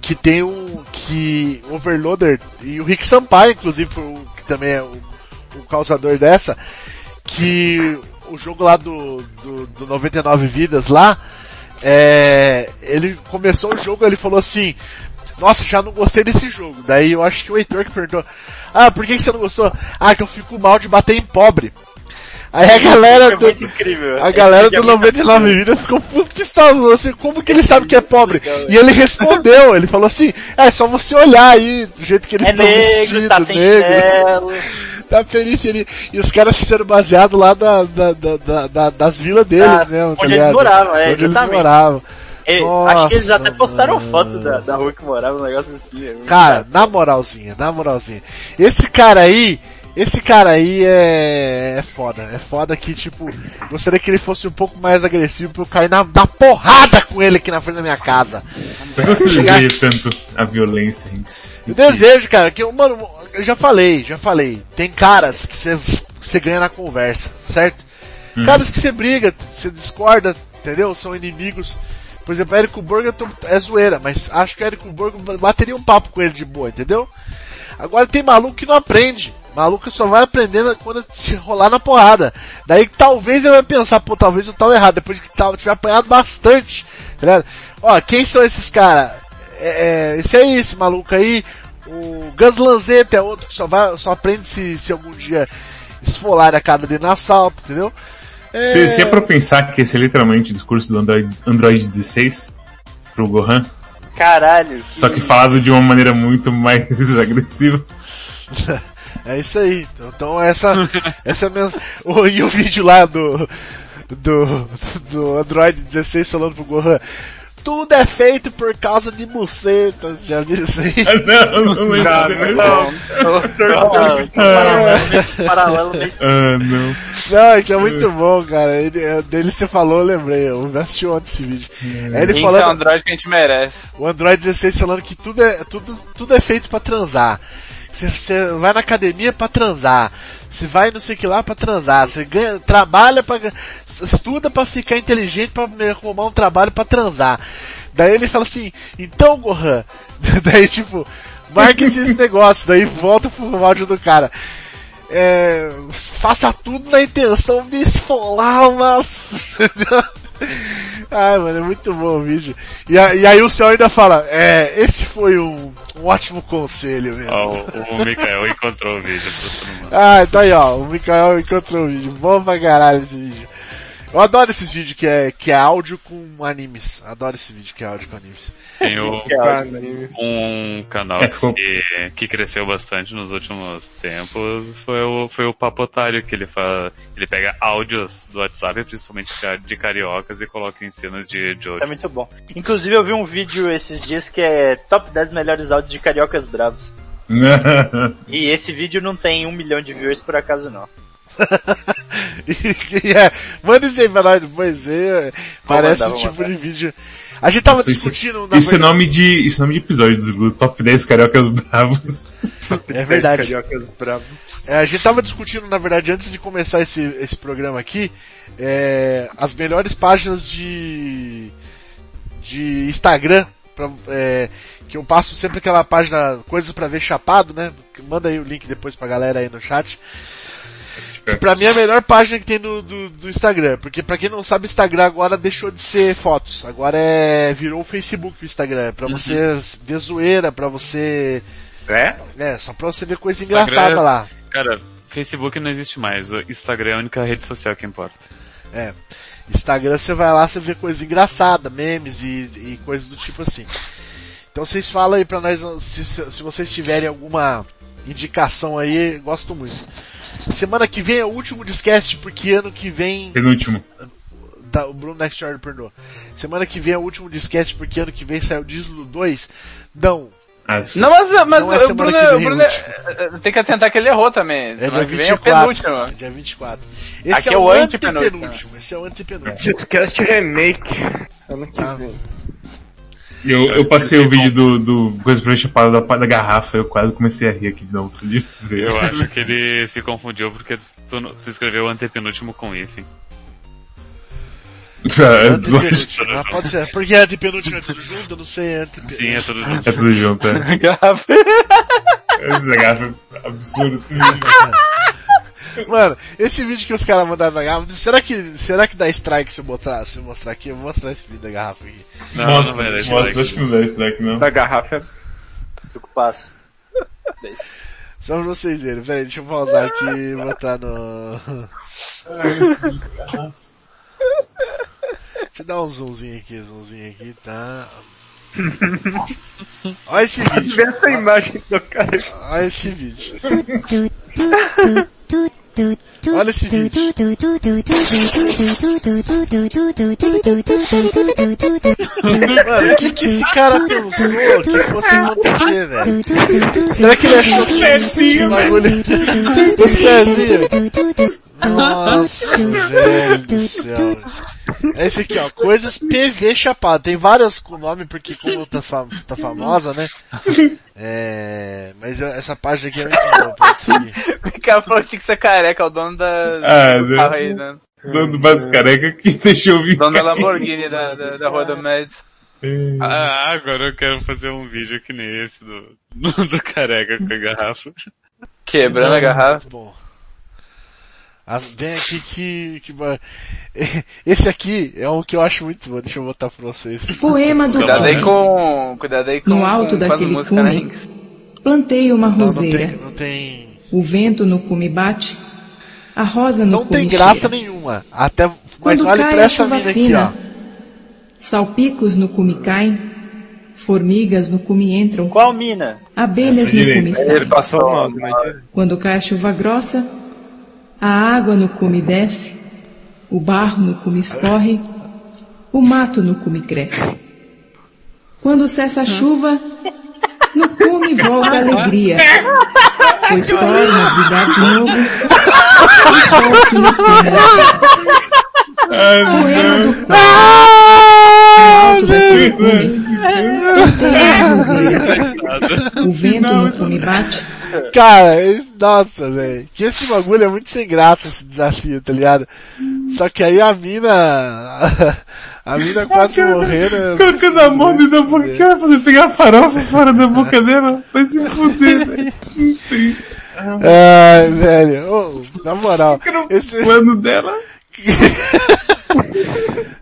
Speaker 2: que tem um. que o Overloader e o Rick Sampaio, inclusive, foi o, que também é o, o causador dessa, que o jogo lá do, do, do 99 Vidas lá, é, ele começou o jogo ele falou assim. Nossa, já não gostei desse jogo. Daí eu acho que o Heitor que perguntou. Ah, por que que você não gostou? Ah, que eu fico mal de bater em pobre. Aí É a galera do,
Speaker 5: Foi É muito incrível.
Speaker 2: a galera
Speaker 5: Esse
Speaker 2: do
Speaker 5: vídeo é muito
Speaker 2: 99 Vidas ficou puto pistola, assim, como que ele sabe que é pobre? E ele respondeu, ele falou assim, é só você olhar aí, do jeito que eles
Speaker 5: É
Speaker 2: estão
Speaker 5: negro, tá
Speaker 2: vestidos,
Speaker 5: sem
Speaker 2: negro, [laughs]
Speaker 5: chinelo.
Speaker 2: da periferia. E os caras fizeram baseado lá da, da, da- da- da- das vilas deles,
Speaker 5: Da-
Speaker 2: né? tá
Speaker 5: Ah, onde eles
Speaker 2: ligado?
Speaker 5: moravam, é,
Speaker 2: Onde eles
Speaker 5: exatamente.
Speaker 2: moravam.
Speaker 5: É, acho que eles
Speaker 2: Nossa,
Speaker 5: até postaram
Speaker 2: mano.
Speaker 5: foto da, da rua que morava, um negócio muito
Speaker 2: Cara, na moralzinha, na moralzinha. Esse cara aí, esse cara aí é, é foda. É foda que, tipo, gostaria que ele fosse um pouco mais agressivo pra eu cair na, na porrada com ele aqui na frente da minha casa.
Speaker 3: Por que você deseja tanto a violência, Hinks?
Speaker 2: Eu desejo, cara, que, eu- mano, eu já falei, já falei. Tem caras que você que você ganha na conversa, certo?
Speaker 3: Uhum.
Speaker 2: Caras que você briga, você discorda, entendeu? São inimigos. Por exemplo, Érico Borgo eu tô- é zoeira, mas acho que o Érico Borgo bateria um papo com ele de boa, entendeu? Agora tem maluco que não aprende. Maluco só vai aprendendo quando te rolar na porrada. Daí que talvez ele vai pensar, pô, talvez eu tava errado, depois que tava, tiver apanhado bastante. Tá ligado? Ó, quem são esses caras? É, é, esse aí, esse maluco aí. O Gus Lanzetta é outro que só, vai, só aprende se, se algum dia esfolar a cara dele no assalto, entendeu? É,
Speaker 3: Se, se é pra pensar que esse é literalmente o discurso do Android, Android 16 pro Gohan,
Speaker 5: Caralho. um
Speaker 3: só que falado de uma maneira muito mais [laughs] agressiva.
Speaker 2: É isso aí. Então, então essa, essa é a mensagem. O, e o vídeo lá do, do, do Android 16 falando pro Gohan. Tudo é feito por causa de bucetas, já disse
Speaker 3: [laughs]
Speaker 2: aí.
Speaker 3: Ah, não, não lembro.
Speaker 7: não.
Speaker 5: Paralelo- Paralelo meio
Speaker 3: Ah, não.
Speaker 2: Não, é que é muito bom, cara. Ele, é, dele você falou, eu lembrei. Eu assisti ontem esse vídeo. É ele
Speaker 4: Esse é o
Speaker 2: falando,
Speaker 4: Android que a gente merece.
Speaker 2: o Android 16 falando que tudo é, tudo, tudo é feito pra transar. Você- Você vai na academia pra transar. Você vai não sei o que lá pra transar. Você ganha, trabalha pra, gan- estuda pra ficar inteligente pra me- arrumar um trabalho pra transar. Daí ele fala assim, então Gohan, [laughs] daí tipo, marque esses negócios, daí volta pro áudio do cara. É, faça tudo na intenção de esfolar uma. [laughs] Ai, mano, é muito bom o vídeo. E, a- e aí o senhor ainda fala, é, esse foi um, um ótimo conselho mesmo.
Speaker 5: Ah,
Speaker 6: Ó, o, o Mikael encontrou o vídeo. pra todo mundo.
Speaker 2: Ah, então aí ó, o Mikael encontrou o vídeo. Bom pra caralho esse vídeo. Eu adoro esses vídeos que é, que é áudio com animes. Adoro esse vídeo que é áudio com animes. [laughs]
Speaker 6: Tem o-
Speaker 7: Ah, cara.
Speaker 6: um canal
Speaker 3: É, ficou-
Speaker 6: que, que cresceu bastante nos últimos tempos foi o, foi o Papotário, que ele faz. Ele pega áudios do WhatsApp, principalmente ca- de cariocas, e coloca em cenas de, de
Speaker 5: É
Speaker 6: hoje.
Speaker 5: muito bom. Inclusive eu vi um vídeo esses dias que é top 10 melhores áudios de cariocas bravos.
Speaker 3: Ah,
Speaker 5: E esse vídeo não tem um milhão de viewers por acaso não.
Speaker 2: E, é, manda isso aí pra nós depois. é, parece
Speaker 5: mandar,
Speaker 2: um
Speaker 5: vou
Speaker 2: tipo de vídeo. A gente tava
Speaker 3: Nossa, isso-
Speaker 2: discutindo na
Speaker 3: Isso é
Speaker 2: verdade-
Speaker 3: nome de. Isso é nome de episódio do Top 10 Cariocas [laughs] Bravos.
Speaker 2: É verdade.
Speaker 7: Cariocas bravo.
Speaker 2: É, a gente tava discutindo, na verdade, antes de começar esse, esse programa aqui, é, as melhores páginas de de Instagram, pra, é, que eu passo sempre aquela página coisas pra ver chapado, né? Manda aí o link depois pra galera aí no chat. Que pra mim é a melhor página que tem do, do, do Instagram, porque pra quem não sabe, Instagram agora deixou de ser fotos, agora é virou o Facebook o Instagram, é pra você ver zoeira, pra você,
Speaker 6: Uhum. É?
Speaker 2: né, só pra você ver coisa
Speaker 6: Instagram
Speaker 2: engraçada
Speaker 6: é-
Speaker 2: lá.
Speaker 6: Cara, Facebook não existe mais. O Instagram é a única rede social que importa.
Speaker 2: Instagram você vai lá, você vê coisa engraçada, memes e, e coisas do tipo assim. Então vocês falam aí pra nós se, se se vocês tiverem alguma indicação aí, gosto muito. Semana que vem é o último discast, porque ano que vem.
Speaker 3: Penúltimo.
Speaker 2: Tá, o Bruno Next Yard perdoou. Semana que vem é o último discast, porque ano que vem sai o Dízelo 2. Não,
Speaker 3: Ah,
Speaker 4: Não, mas, mas
Speaker 2: Não é
Speaker 4: o
Speaker 2: semana
Speaker 4: Bruno,
Speaker 2: que
Speaker 4: o
Speaker 2: vem,
Speaker 4: Bruno é- é- tem que atentar que ele errou também.
Speaker 2: é dia
Speaker 4: Semana que vem é o
Speaker 2: 24.
Speaker 4: penúltimo. [laughs]
Speaker 2: dia 24. Esse
Speaker 4: Aqui
Speaker 2: é,
Speaker 4: é
Speaker 2: o
Speaker 4: o antepenúltimo.
Speaker 2: antepenúltimo. Esse é o antepenúltimo.
Speaker 7: Discast Remake. Ano que
Speaker 2: Ah.
Speaker 7: vem.
Speaker 3: Eu, eu passei o vídeo do, do Coisa pra Chapada da, da garrafa, eu quase comecei a rir aqui de novo. só de ver.
Speaker 6: Eu acho que ele se confundiu porque tu, não- tu escreveu o antepenúltimo com hífen.
Speaker 3: [laughs] É
Speaker 2: Antepenúltimo. Ah, pode ser. Porque é antepenúltimo é tudo junto, eu não sei. É antepenúltimo.
Speaker 6: Sim, é tudo
Speaker 3: tudo junto,
Speaker 6: [laughs]
Speaker 3: é.
Speaker 4: Garrafa.
Speaker 3: Essa garrafa é absurda, esse vídeo.
Speaker 2: Mano, esse vídeo que os caras mandaram na garrafa, será que, será que dá strike se eu mostrar, se eu mostrar aqui? Eu vou mostrar esse vídeo da garrafa aqui.
Speaker 6: Não,
Speaker 3: Mostra,
Speaker 6: não vai dar Tá
Speaker 3: mostra, assim. acho
Speaker 6: strike.
Speaker 3: que não dá strike, não.
Speaker 7: Da garrafa é
Speaker 5: Fico passo.
Speaker 2: Só pra vocês verem. Pera aí, deixa eu pausar aqui e botar no... [laughs] deixa eu dar um zoomzinho aqui, zoomzinho aqui, tá... Olha esse vídeo,
Speaker 7: essa é imagem do cara.
Speaker 2: olha esse vídeo.
Speaker 8: Olha esse vídeo.
Speaker 2: Mano, o que que esse cara pensou que fosse acontecer, velho? Será que ele achou
Speaker 8: pezinho,
Speaker 2: bagulho? Esse pezinho. Nossa, velho do céu. É esse aqui, ó. Coisas PV Chapada. Tem várias com nome, porque como tá, fa- tá famosa, né? É. Mas eu- essa página aqui é muito boa pra seguir.
Speaker 4: O cara falou que tinha que ser careca, é o dono da.
Speaker 3: Ah,
Speaker 4: do
Speaker 6: Tá
Speaker 4: carro aí, né?
Speaker 3: Dando base careca que deixou eu vir.
Speaker 4: Dono da
Speaker 3: cair.
Speaker 4: Lamborghini da, da, da Rua do Médio.
Speaker 6: Ah, agora eu quero fazer um vídeo que nem esse do, [laughs] do careca com
Speaker 3: [laughs]
Speaker 6: a garrafa.
Speaker 4: Quebrando a garrafa.
Speaker 2: Muito bom. As- Vem aqui que, que. ba- [laughs] Esse aqui é um que eu acho muito bom. Deixa eu botar pra vocês.
Speaker 9: Poema do
Speaker 4: Cuidado aí
Speaker 9: Paulo.
Speaker 4: com. Cuidado aí com.
Speaker 9: No alto
Speaker 4: com,
Speaker 9: daquele
Speaker 4: música, né,
Speaker 9: cume.
Speaker 4: Hinks?
Speaker 9: Plantei uma
Speaker 2: Não, não tem.
Speaker 9: roseira.
Speaker 2: Não tem...
Speaker 9: O vento no cume bate. A rosa no
Speaker 2: Não
Speaker 9: cume
Speaker 2: tem graça
Speaker 9: cheira.
Speaker 2: nenhuma. Até, mas
Speaker 9: Quando
Speaker 2: olha
Speaker 9: cai
Speaker 2: pra
Speaker 9: a
Speaker 2: essa
Speaker 9: chuva
Speaker 2: mina aqui,
Speaker 9: fina,
Speaker 2: ó.
Speaker 9: Salpicos no cume caem. Formigas no cume entram.
Speaker 5: Qual mina?
Speaker 9: Abelhas
Speaker 3: Essa
Speaker 9: no
Speaker 2: É,
Speaker 3: direita.
Speaker 9: cume
Speaker 7: Ele
Speaker 9: saem.
Speaker 7: passou né? mal, não adianta.
Speaker 9: Quando cai a chuva grossa, a água no cume desce. O barro no cume escorre. O mato no cume cresce. Quando cessa a chuva, no cume volta a alegria. Pois torna a vida de novo. O sol que no cume
Speaker 3: Ah,
Speaker 9: Poema do Paulo. No alto daquele cume, tem a roseira. O vento no cume bate,
Speaker 2: Cara, esse- nossa, velho. Que esse bagulho é muito sem graça, esse desafio, tá ligado? Só que aí a mina. A mina quase morreu, né?
Speaker 3: Colocando a mão dentro da boca, o que ela vai fazer? Pegar a farofa fora da boca dela? Vai se fuder, né? velho.
Speaker 2: Ai, velho. Ô, na moral. Esse...
Speaker 3: O plano dela.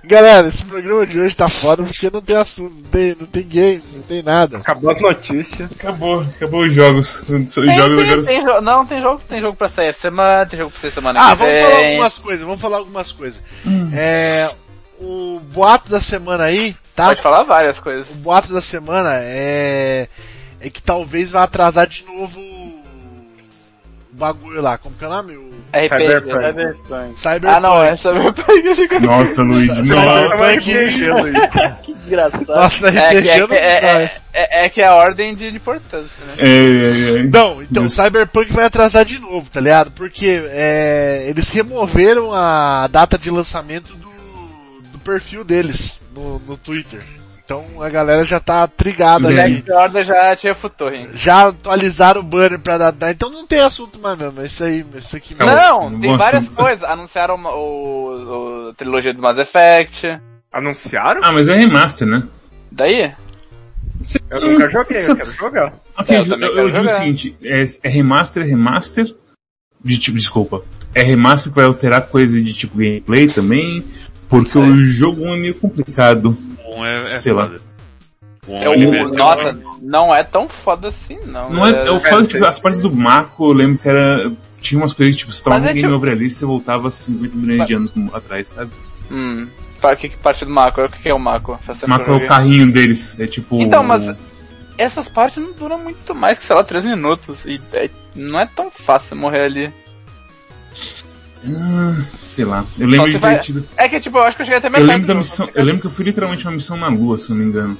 Speaker 2: Galera, esse programa de hoje tá foda porque não tem assunto, não tem, não tem games, não tem nada.
Speaker 7: Acabou as notícias.
Speaker 3: Acabou, acabou os jogos. Os
Speaker 4: Tem,
Speaker 3: jogos
Speaker 4: tem,
Speaker 3: agora
Speaker 4: tem jo- não, tem jogo, tem jogo pra sair essa semana, tem jogo pra sair semana
Speaker 2: Ah,
Speaker 4: que vem.
Speaker 2: vamos falar algumas coisas, vamos falar algumas coisas. É. O boato da semana aí, tá?
Speaker 4: Pode falar várias coisas.
Speaker 2: o boato da semana é, é que talvez vá atrasar de novo o bagulho lá, como que é o nome? O
Speaker 4: RPG.
Speaker 5: Cyberpunk.
Speaker 4: Ah,
Speaker 2: Cyberpunk.
Speaker 4: não, é Cyberpunk.
Speaker 2: [laughs]
Speaker 4: eu digo-
Speaker 3: Nossa, Luigi, não.
Speaker 2: Cyberpunk.
Speaker 4: [laughs]
Speaker 5: Que desgraçado.
Speaker 2: Nossa, tá
Speaker 4: É que,
Speaker 2: RPG
Speaker 4: é,
Speaker 2: eu
Speaker 4: que-
Speaker 2: não sei.
Speaker 4: é, é, é- é que é a ordem de importância, né?
Speaker 3: É, é, é.
Speaker 2: Não, então o Cyberpunk vai atrasar de novo, tá ligado? Porque é, eles removeram a data de lançamento do, do perfil deles no, no Twitter. Então a galera já tá trigada
Speaker 3: Uhum.
Speaker 2: ali.
Speaker 4: Black Order já te refutou, hein?
Speaker 2: Já atualizaram o banner pra datar. Então não tem assunto mais mesmo. é Isso aí, isso
Speaker 3: É,
Speaker 2: aqui mesmo.
Speaker 4: Não,
Speaker 3: não
Speaker 4: tem
Speaker 3: gosto.
Speaker 4: várias coisas. Anunciaram uma- o, o- a trilogia do Mass Effect.
Speaker 7: Anunciaram?
Speaker 3: Ah, mas é remaster, né?
Speaker 4: Daí?
Speaker 7: Eu nunca joguei, eu quero jogar.
Speaker 3: Ok,
Speaker 4: É, eu
Speaker 3: eu,
Speaker 4: também
Speaker 3: eu
Speaker 4: quero
Speaker 3: digo
Speaker 4: jogar.
Speaker 3: o seguinte, é, é remaster, é remaster de tipo, desculpa, é remaster que vai alterar coisa de tipo gameplay também, porque o jogo um é meio complicado.
Speaker 6: Um é, é
Speaker 3: Sei lá.
Speaker 6: foda. Um
Speaker 4: É
Speaker 6: ele
Speaker 4: o
Speaker 6: merece
Speaker 4: nota.
Speaker 6: um-
Speaker 4: Não é tão foda assim, não.
Speaker 3: né? Não é, eu falo que tipo, as partes do Marco, eu lembro que era tinha umas coisas que tipo, se tava
Speaker 4: Mas
Speaker 3: no
Speaker 4: é
Speaker 3: Game
Speaker 4: tipo-
Speaker 3: Over ali, você voltava 50 milhões de anos como- atrás, sabe?
Speaker 4: Hum. Para que que parte do Mako? O que que é o Mako? Faz tempo que
Speaker 3: Marco
Speaker 4: eu
Speaker 3: é
Speaker 4: não vi.
Speaker 3: o carrinho deles, é tipo
Speaker 4: Então, mas- Essas partes não duram muito mais que, sei lá, 3 minutos. E é- não é tão fácil morrer ali.
Speaker 3: Ah, sei lá. Eu lembro
Speaker 4: Só
Speaker 3: de
Speaker 4: se
Speaker 3: ter
Speaker 4: vai-
Speaker 3: tido
Speaker 4: É que, tipo, eu acho que eu cheguei até
Speaker 3: Eu
Speaker 4: metade do
Speaker 3: lembro da
Speaker 4: jogo.
Speaker 3: missão, eu lembro que eu fui literalmente uma missão na lua, se eu não me engano.